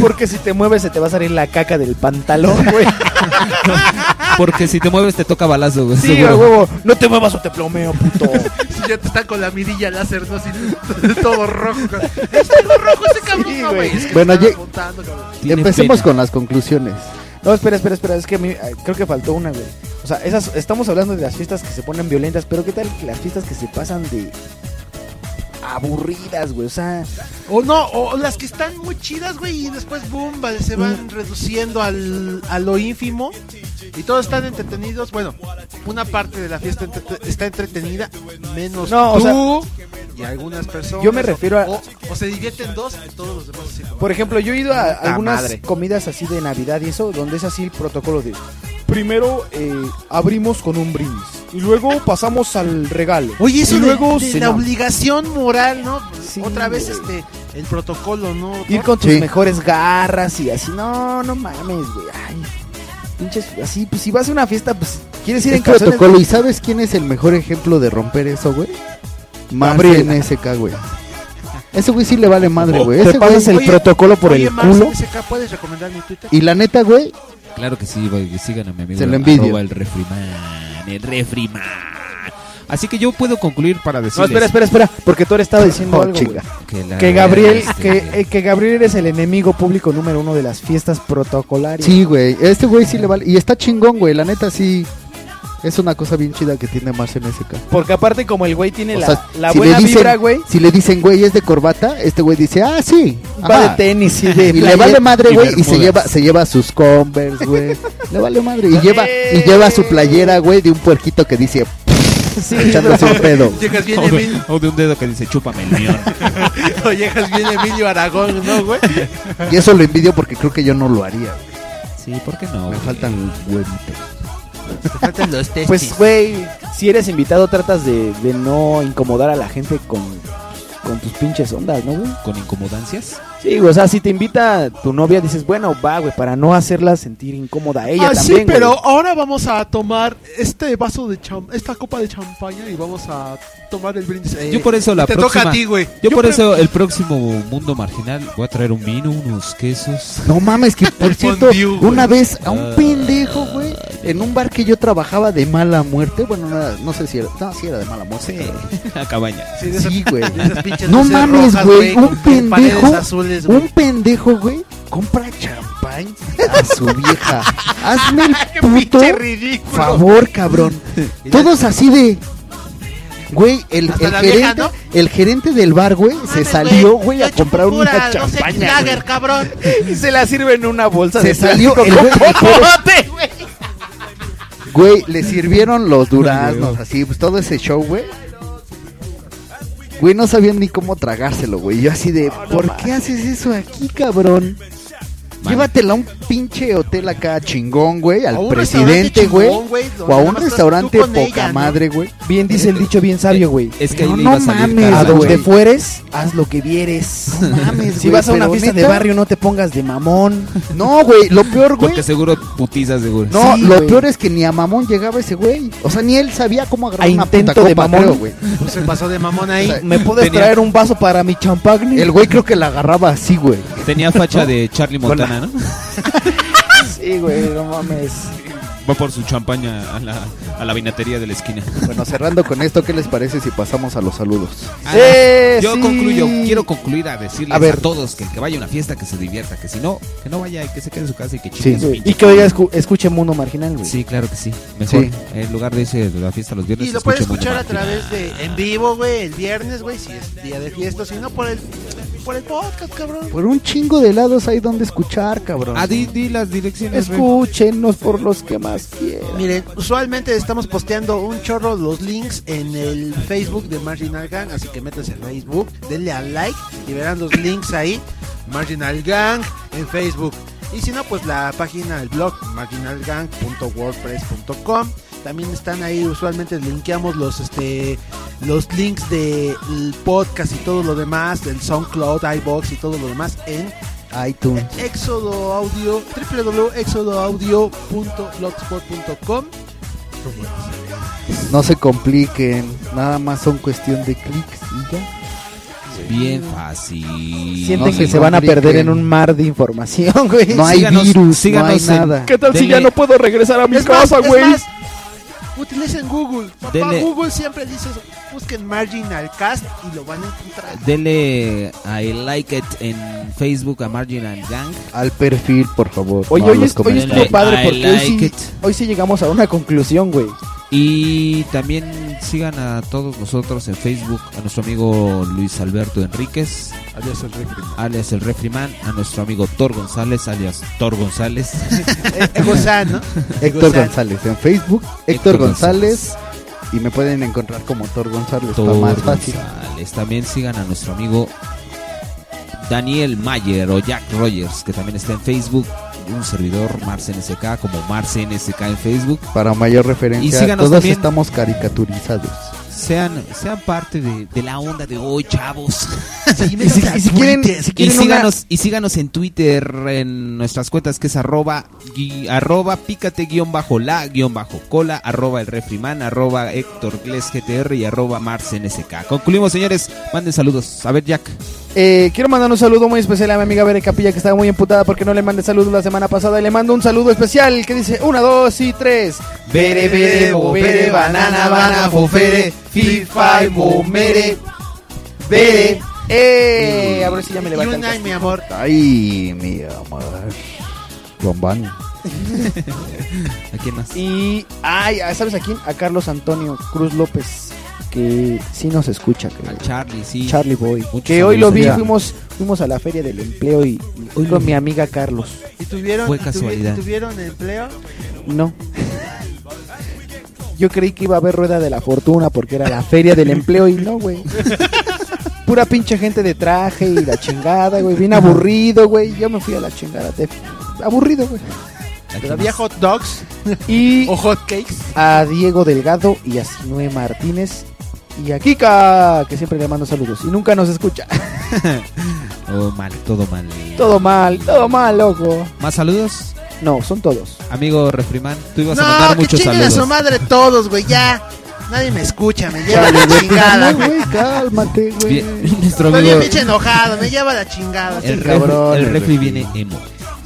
Porque si te mueves se te va a salir la caca del pantalón, güey. Porque si te mueves te toca balazo, güey. Sí, seguro. a huevo. No te muevas o te plomeo, puto. (laughs) Si ya te están con la mirilla láser, ¿no? Así, (laughs) todo rojo. Es todo rojo ese cabrón, no, güey. Es que Bueno, me estaba ye- apuntando, cabrón. (laughs) Empecemos con las conclusiones. No, espera, espera, espera. Es que a mí, eh, creo que faltó una, güey. O sea, esas, estamos hablando de las fiestas que se ponen violentas, pero ¿qué tal que las fiestas que se pasan de aburridas, güey? O sea, O no, o las que están muy chidas, güey, y después, boom, va- se van reduciendo al, a lo ínfimo. Y todos están entretenidos. Bueno, una parte de la fiesta entrete- está entretenida, menos No, o Pues tú sea, y algunas personas. yo me refiero a- O, o se divierten dos, y todos los demás. así como- por ejemplo, yo he ido a Puta algunas madre. comidas así de Navidad y eso, donde es así el protocolo de... Primero eh, abrimos con un brindis y luego pasamos al regalo. Oye, eso y de- luego de, la cenamos. obligación moral, ¿no? Otra vez, este, el protocolo, ¿no? Ir Thor? con tus mejores garras y así. No, no mames, güey. Ay, pinches, así, pues si vas a una fiesta, pues quieres ir Es en calzones. protocolo. ¿Y sabes quién es el mejor ejemplo de romper eso, güey? Más Gabriel. NSK, güey. Ese güey sí le vale madre, güey. Te Ese pasas güey- el protocolo por Oye, el Max, culo. SK, ¿puedes recomendar mi Twitter? Y la neta, güey, Claro que sí, güey, que sigan a mi amigo. Se lo envidio. arroba el refriman, el refriman. Así que yo puedo concluir para decirles... No, espera, espera, espera, porque tú le estaba diciendo Oh, algo, chinga. güey. Que Que, la Gabriel, verga, que, este. eh, que Gabriel eres el enemigo público número uno de las fiestas protocolarias. sí, güey. Este güey sí le vale. Y está chingón, güey. La neta, sí. Es una cosa bien chida que tiene Mars NSK. Porque aparte como el güey tiene O la, sea, la si le buena dicen- vibra, güey. Si le dicen, güey, es de corbata, este güey dice, ah, sí. Va ajá". de tenis y de (laughs) Y le player- (laughs) vale madre, y güey, y se bermudas. lleva, se lleva sus Converse, güey. Le vale madre. Y lleva, y lleva su playera, güey, de un puerquito que dice, echándose un pedo. Llegas bien, o, de, Emil. o de un dedo que dice, chúpame el león. O llegas bien Emilio Aragón, ¿no, güey? Y eso lo envidio porque creo que yo no lo haría. Sí, ¿por qué no? Me faltan huevitos. faltan (laughs) los testis. Pues, güey, si eres invitado tratas de, de no incomodar a la gente con, con tus pinches ondas, ¿no, güey? ¿Con incomodancias? Sí, güey, o sea, si te invita tu novia, dices, bueno, va, güey, para no hacerla sentir incómoda a ella ah, también, sí, güey. pero ahora vamos a tomar este vaso de cham esta copa de champaña y vamos a tomar el brindis. Eh, Yo por eso la te próxima... toca a ti, güey. Yo, por pre- eso el próximo Mundo Marginal voy a traer un vino, unos quesos... (laughs) No mames, que por cierto, fondue, güey. una vez a un Ah. pendejo, güey, en un bar que yo trabajaba de mala muerte, bueno, no, era- no sé si era, no, sí era de mala muerte. La cabaña. Sí, güey. pinches No luces mames, rojas, güey. güey, Un con paredes pendejo. azules, güey. un pendejo, güey. Compra champán a (laughs) su vieja. Hazme el puto favor, (laughs) cabrón. Todos así de. Güey, el, Hasta el la gerente, vieja, ¿no? el gerente del bar, güey, se salió, güey, a comprar una Pura, no sé, champaña. güey. lager, (laughs) cabrón. (laughs) Y se la sirve en una bolsa Se de salió plástico el con güey. popote, güey. Güey, le sirvieron los duraznos, así, pues todo ese show, güey. Güey, no sabían ni cómo tragárselo, güey. Yo así de, ¿por qué haces eso aquí, cabrón? Llévatela a un pinche hotel acá chingón, güey, al A un presidente, restaurante güey. chingón, güey, donde O a nada un más estás restaurante tú con poca ella, ¿no? madre, güey. Bien dice el dicho bien sabio, güey. Es que ahí le iba a salir caro, A donde güey. fueres, haz lo que vieres. No mames, Si güey, vas a una pero fiesta de neta. barrio, no te pongas de mamón. No, güey, lo peor, güey. Porque seguro putizas, seguro. No, Sí, lo güey. peor es que ni a mamón llegaba ese güey. O sea, ni él sabía cómo agarrar A una puta intento copa, de mamón. creo, güey. Pues se pasó de mamón ahí. ¿Me puedes Tenía- traer un vaso para mi champagne? El güey creo que la agarraba así, güey. Tenía facha de Charlie Montana, ¿no? Sí, güey, no mames. Va por su champaña a la, a la vinatería de la esquina. Bueno, cerrando con esto, ¿qué les parece si pasamos a los saludos? Ah, yo concluyo, quiero concluir a decirles a, A ver. todos que el que vaya a una fiesta que se divierta, que si no, que no vaya y que se quede en su casa y que Sí, chingue su güey. pinche Y que hoy escu- escuche Mundo Marginal, güey. Sí, claro que sí. Mejor Sí. en lugar de irse de la fiesta los viernes. Y lo escuche puedes escuchar Mundo a Martín. través de en vivo, güey, el viernes, güey, si es día de fiesta, si no por el por el podcast, cabrón. Por un chingo de lados hay donde escuchar, cabrón. Ah, di, di las direcciones. güey. Escúchenos por los que más quieran. Miren, usualmente estamos posteando un chorro los links en el Facebook de Marginal Gang, así que métanse en Facebook, denle al like y verán los links ahí, Marginal Gang en Facebook. Y si no, pues la página del blog marginalgang.wordpress.com. También están ahí, usualmente linkeamos los este los links del podcast y todo lo demás, del SoundCloud, iBox y todo lo demás en iTunes. Éxodo Audio, www.exodoaudio.blogspot.com. No se compliquen. Nada más son cuestión de clics y ya. Bien fácil. Sienten que se van a perder en un mar de información, güey. No hay Síganos- virus, síganos no hay en- nada. ¿Qué tal si Denle- ya no puedo regresar a mi casa, es güey? más, utilicen Google. Papá, Dele. Google siempre dice, eso. busquen Marginal Cast y lo van a encontrar. Denle a el eh, like it en Facebook a Marginal Gang. Al perfil, por favor. Oye, Oye, no hoy hoy, los es- hoy comentarios. estuvo estuvo padre padre I porque porque hoy sí- like hoy, it. sí, llegamos a una conclusión, güey. Y también sigan a todos nosotros en Facebook, a nuestro amigo Luis Alberto Enríquez. Alias el Refriman. Alias el Refriman, a nuestro amigo Thor González, alias (laughs) Thor González. Gozán, ¿no? Héctor Gozán. González en Facebook, Héctor González. Y me pueden encontrar como Thor González, Thor está más fácil. González. También sigan a nuestro amigo Daniel Mayer o Jack Rogers, que también está en Facebook. Un servidor, Mars NSK, como Mars NSK en Facebook. Para mayor referencia, Y síganos todos también. estamos caricaturizados. Sean, sean parte de, de la onda de hoy, chavos. (laughs) Y si- y si quieren- si quieren Y síganos, y síganos en Twitter, en nuestras cuentas que es arroba, gui- arroba pícate guión bajo la guión bajo cola, arroba el refriman, arroba Héctor Gles GTR y arroba Mars NSK. Concluimos, señores. Manden saludos. A ver, Jack. Eh, quiero mandar un saludo muy especial a mi amiga Bere Capilla que estaba muy emputada porque no le mandé saludos la semana pasada. Y le mando un saludo especial que dice 1, 2 y 3. Bere, bere, bobere, banana, bana, fofere, fifa y momere. Bere. Eh, a ver si ya me levanta. Ay, mi amor. Ay, mi amor. Bombán. ¿A quién más? Y, ay, ¿sabes a quién? A Carlos Antonio Cruz López, que sí nos escucha, creo. Charlie, sí. Charlie Boy. Muchos que hoy saludos, lo vi, mira. fuimos, fuimos a la Feria del Empleo y y hoy con mi amiga Carlos. ¿Y tuvieron, Fue y tuvi- casualidad. y ¿Tuvieron empleo? No. (laughs) Yo creí que iba a haber rueda de la fortuna porque era la feria del empleo y no, (laughs) güey. Pura pinche gente de traje y la chingada, güey. Bien aburrido, güey. Yo me fui a la chingada. de- Aburrido, güey. Pero había hot dogs (laughs) Y o hot cakes. a Diego Delgado y a Sinue Martínez y a Kika, que siempre le mando saludos y nunca nos escucha. (laughs) Oh, mal, todo mal. todo mal, todo mal, loco. ¿Más saludos? No, son todos. Amigo refriman, tú ibas a No, mandar que muchos chinguen a su saludos. madre todos, güey, ya. Nadie me escucha, me lleva Chale, la güey. chingada, No, güey. güey, cálmate, güey. Bien, nuestro Estoy amigo bien pinche enojado, me lleva la chingada. Sí, el, refri, el refri viene emo.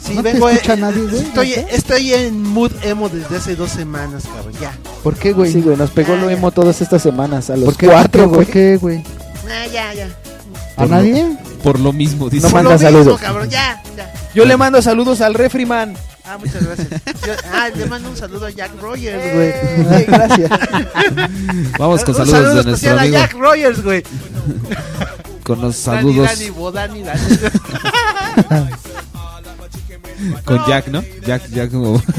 Sí, No te vengo, escucha eh, nadie, güey, Estoy, ¿no? estoy en mood emo desde hace dos semanas, cabrón, ya. ¿Por qué, güey? Sí, güey, nos pegó lo mismo todas estas semanas, a los qué? cuatro, ¿Por qué? güey. ¿Por qué, güey? Ah, ya, ya. ¿A nadie? Por lo mismo, dice. No manda Lo mismo, saludos. cabrón, ya, ya. Yo le mando saludos al refriman. Ah, muchas gracias. Yo- ah, le mando un saludo a Jack Rogers, güey. Güey, (laughs) Eh, gracias. Vamos Un con saludos saludo de nuestro especial amigo. a Jack Rogers, güey. Con los saludos Dani, Dani, bo, Dani, (laughs) Dani. con Jack, ¿no? Jack, Jack. como- Sí, a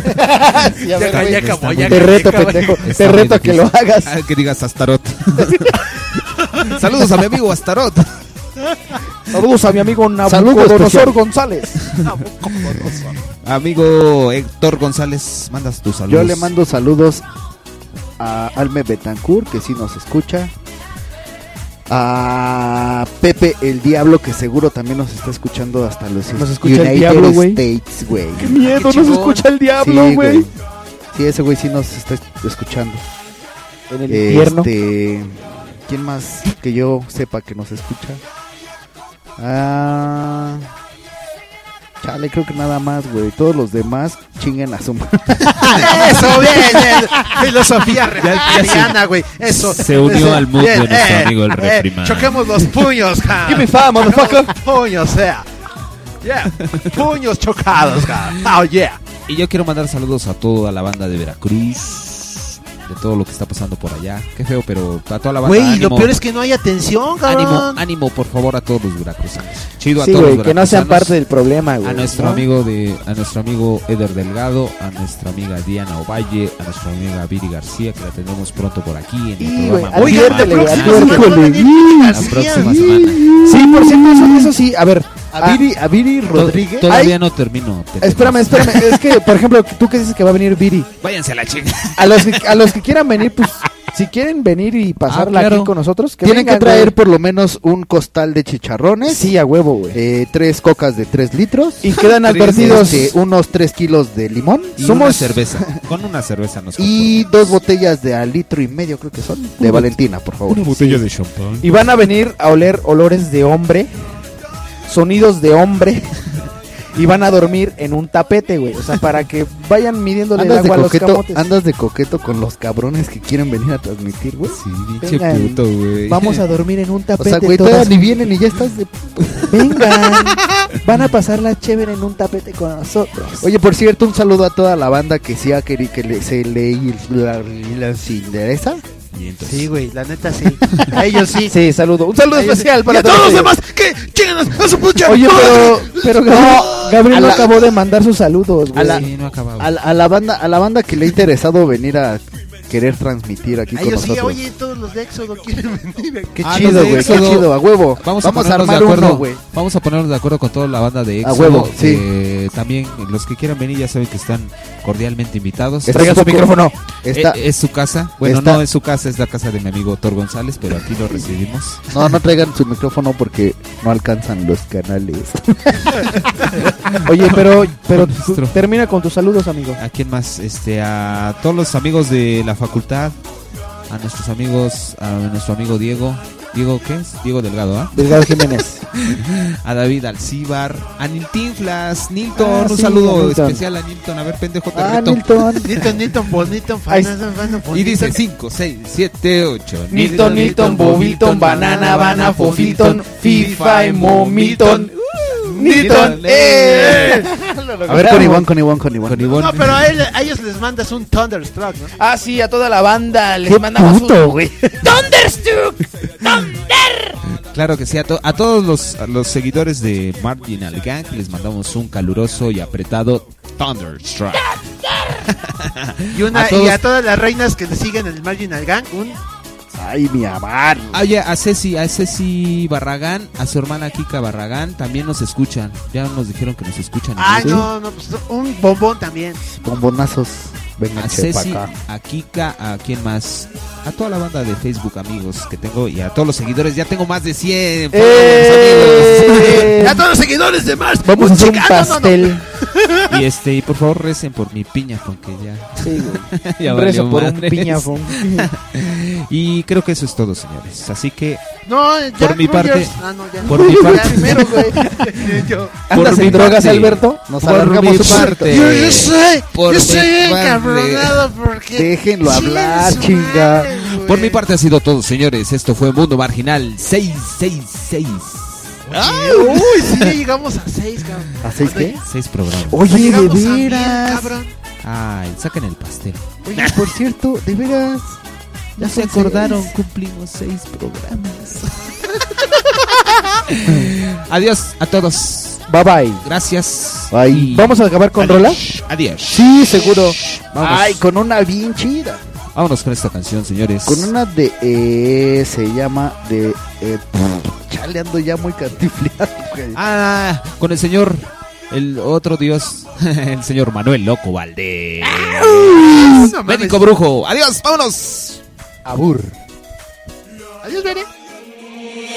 ver, Jack, güey. Jack, como Jack, Te reto, Jack, pendejo. Jack. Te Está muy reto a que lo difícil. hagas. Ah, que digas Astarot. saludos a mi amigo Astarot. Saludos a mi amigo especial. Nabucodonosor González. Amigo Héctor González, mandas tus saludos. Yo le mando saludos a Alme Betancourt, que sí nos escucha. A Pepe el Diablo, que seguro también nos está escuchando hasta los Nos escucha el diablo, güey. States, güey. Qué miedo, nos escucha el diablo, Sí, güey. Sí, ese güey sí nos está escuchando. En el infierno. Este, ¿Quién más que yo sepa que nos escucha? Ah, chale, creo que nada más, güey. Todos los demás chinguen a su madre. (laughs) Eso, bien, bien. Filosofía Ah, Ya- ya se- reptiliana, güey. Eso. se unió Eso, al mood de bien, nuestro amigo el Refriman. "Eh, Choquemos los puños, ja. Give me five, motherfucker. Choquemos los Puños, (laughs) sea. Yeah. Puños chocados, ja. Oh, yeah. Y yo quiero mandar saludos a toda la banda de Veracruz, de todo lo que está pasando por allá. Qué feo, pero a toda la banda. Güey, y lo ánimo. peor es que no hay atención, cabrón. Ánimo, ánimo, por favor, a todos los veracruzanos. chido a Sí, todos güey, los que no sean veracruzanos, parte del problema, güey, A nuestro ¿no? amigo de, a nuestro amigo Eder Delgado, a nuestra amiga Diana Ovalle, a nuestra amiga Viri García, que la tendremos pronto por aquí en el Y, güey, programa. Oigan, Mañana. la próxima semana va a venir Viri La García. próxima semana. Sí, por cierto, eso, eso sí. A ver, A Viri- a Viri to- Rodríguez. Todavía Ay, no termino. te- Espérame, espérame. es que, por ejemplo, tú que dices que va a venir Viri. Váyanse a (laughs) la chica. A los, que- a los que quieran venir, pues, si quieren venir y pasarla Ah, claro. aquí con nosotros, que Tienen vengan, que traer güey. por lo menos un costal de chicharrones. Eh, Sí, a huevo, güey. tres cocas de tres litros. (laughs) Y quedan advertidos. este, unos tres kilos de limón. Y una cerveza. Con una cerveza nos Y dos botellas de al litro y medio, creo que son. De Valentina, por favor. Una botella de champán. Y van a venir a oler olores de hombre, sonidos de hombre. (laughs) Y van a dormir en un tapete, güey. O sea, para que vayan midiéndole el Andas de, agua a los coqueto, camotes. andas de coqueto con los cabrones que quieren venir a transmitir, güey. Sí, pinche Vengan, puto, (laughs) güey. Vamos a dormir en un tapete. O sea, güey, todas todavía ni (laughs) juntas. vienen y ya estás de... Vengan, van a pasar la (laughs) chévere en un tapete con nosotros. Oye, por cierto, un saludo a toda la banda que sí ha querido que le- se le la, las interesa. Sí, güey, la neta (laughs) sí. A ellos sí. Sí, saludo. Un saludo especial para y a todos los todos demás. ellos. que ¡Chinganos! ¡A su pucha! Oye, pero, pero Gabriel, (laughs) No, Gabriel no a la- acabó de mandar sus saludos, A güey. la, a, la- a la banda, a la banda que le ha interesado venir a querer transmitir aquí A con ellos Ah, sí, nosotros. oye, todos los de Éxodo (laughs) quieren venir. Qué Ah, chido, güey, qué chido, a huevo. Vamos, Vamos a, a ponernos armar de acuerdo, uno, güey. Vamos a ponernos de acuerdo con toda la banda de A Éxodo. huevo, sí. Eh, también los que quieran venir ya saben que están cordialmente invitados. Está Traigan su poco- micrófono. está- Eh, es su casa. Bueno, está- no es su casa, es la casa de mi amigo Thor González, pero aquí lo recibimos. No, no traigan su micrófono porque no alcanzan los (laughs) canales. Oye, pero, pero Con tú- nuestro- termina con tus saludos, amigo. ¿A quién más? Este, a todos los amigos de la facultad, a nuestros amigos, a nuestro amigo Diego. ¿Diego qué es? Diego Delgado, ¿ah? Delgado Jiménez. a David Alcíbar, a Nilton Flas, Nilton, Ah, un sí, saludo a Nilton. especial a Nilton. A ver, pendejo, te Ah, reto. Nilton. Nilton, Nilton, Bo, Nilton, Ahí- Fanas, Fanas, Bo, Y dice Nilton. 5, 6, 7, 8. Nilton, Nilton, Bobilton, Banana, Bana, Fofilton, FIFA y Momilton. Uh, Nilton, ¡eh! (laughs) A Ah, ver, con Iván, con Iván, con Iván. No, pero a, él- a ellos les mandas un Thunderstruck, ¿no? Ah, sí, a toda la banda les mandamos un güey. Thunderstruck. Claro que sí, a, to- a todos los, a los seguidores de Marginal Gang les mandamos un caluroso y apretado Thunderstruck. Y, una, A todos- y a todas las reinas que le siguen el Marginal Gang, un... Ay, mi amar. Oye, a Ceci, a Ceci Barragán, a su hermana Kika Barragán, también nos escuchan. Ya nos dijeron que nos escuchan. Ay, ¿Sí? no, no, pues un bombón también. Bombonazos. Venga, a Ceci, a Kika, a quién más, a toda la banda de Facebook amigos que tengo y a todos los seguidores, ya tengo más de 100 followers, ¡Eh! amigos. A todos los seguidores de Mars. Vamos a hacer un Chica- ah, no, no, no. pastel. Y este, y por favor recen por mi piña porque ya. (laughs) ya Un valió rezo por un madres. piñafón. y creo que eso es todo, señores. Así que No, eh, Jack Por mi Rogers. parte- Ah, no, (laughs) ya. por mi parte- Ya, primero, (laughs) güey. Yo- ¿Andas en drogas, Alberto? Nos Por alargamos mi su parte. Yo, Yo soy, Este, Por yo mi soy parte. encabronado porque... Déjenlo hablar, Chingue su chinga. por mi parte ha sido todo, señores. Esto fue Mundo Marginal 666. Ay, uy, sí, ya llegamos a seis, cabrón. ¿A seis qué? Seis programas. Oye, de Llegamos a mil, veras. cabrón. Ay, saquen el pastel. Oye, por cierto, de veras. Ya se son acordaron, seis. cumplimos seis programas. Adiós a todos. Bye bye. Gracias. Mm. Bye. ¿Vamos a acabar con rola? Adiós. Adiós. Sí, seguro. Vamos. Ay, con una bien chida. Vámonos con esta canción, señores. Con una de. eh, se llama de. Eh, pff, chale, ando ya muy cantifleado, güey. Ah, con el señor, el otro dios, (laughs) el señor Manuel Loco Valdés. No mames. Médico brujo. Adiós, vámonos. Abur. Adiós, Bere.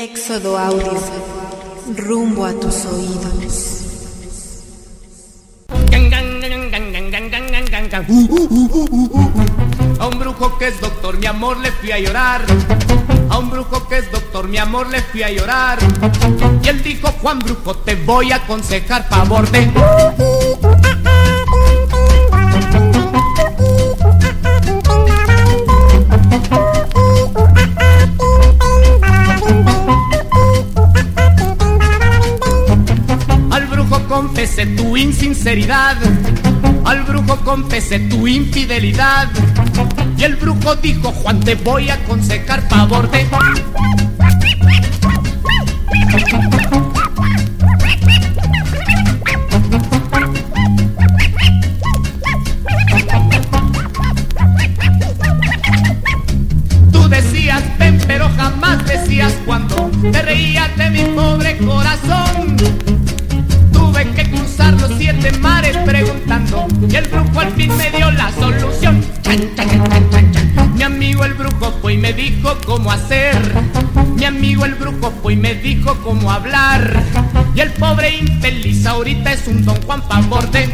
Éxodo Audio. Rumbo a tus oídos. A un brujo que es doctor, mi amor, le fui a llorar. A un brujo que es doctor, mi amor, le fui a llorar. Y él dijo, Juan Brujo, te voy a aconsejar favor de... Al brujo confesé tu insinceridad. Al brujo confesé tu infidelidad. Y el brujo dijo, Juan, te voy a aconsejar favor de... hacer. Mi amigo el brujo fue y me dijo cómo hablar. Y el pobre infeliz ahorita es un don Juan Pavor de.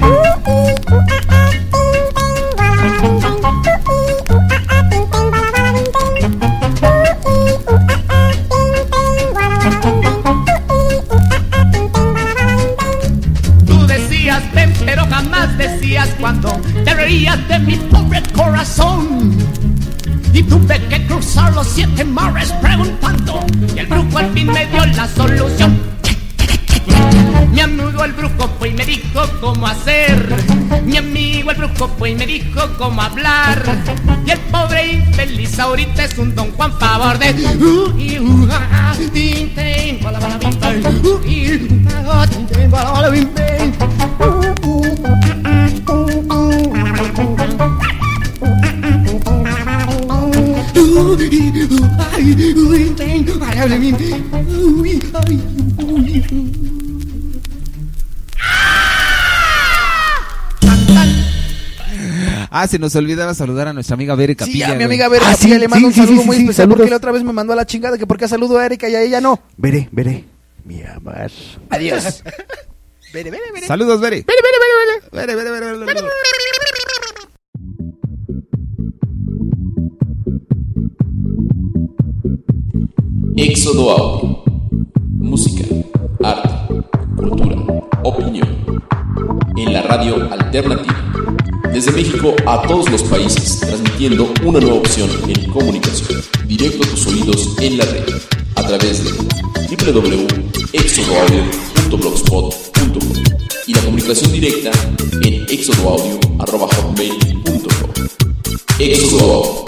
Tú decías ven, pero jamás decías cuando te reías de mi pobre corazón. Y tuve que cruzar los siete mares preguntando. Y el brujo al fin me dio la solución. Mi amigo el brujo fue y me dijo cómo hacer. Mi amigo el brujo fue y me dijo cómo hablar. Y el pobre infeliz ahorita es un don Juan favor de. Uh, y, uh, ah, ah, tin, tin, bala, bala, bim, bim. Uh, y, uh, ah, tin, tin, bala, bala, bim, bim. Uh, uh, ah, ah, uh, uh, ah, Uh, y, uh, ay, uh, tin, tin, bala, bala, bim, bim. Uh, y, ay, uh, y, uh. Ah, se nos olvidaba saludar a nuestra amiga Bere Sí, Capilla. a mi güey. amiga Vera, Ah, Capilla, sí, le mando sí, un sí, saludo sí, muy sí, especial saludos. porque la otra vez me mandó a la chingada que porque saludo a Erika y a ella no. Veré, veré. Mi amar. Adiós. Veré, veré, veré. Saludos, (laughs) Bere. Veré, veré, veré, veré. Veré, veré, veré, veré, veré. Éxodo Audio. Música, arte, cultura, opinión. En la radio alternativa. Desde México a todos los países, transmitiendo una nueva opción en comunicación. Directo a tus oídos en la red. A través de www.exodoaudio.blogspot.com y la comunicación directa en exodoaudio.com. Éxodo Audio.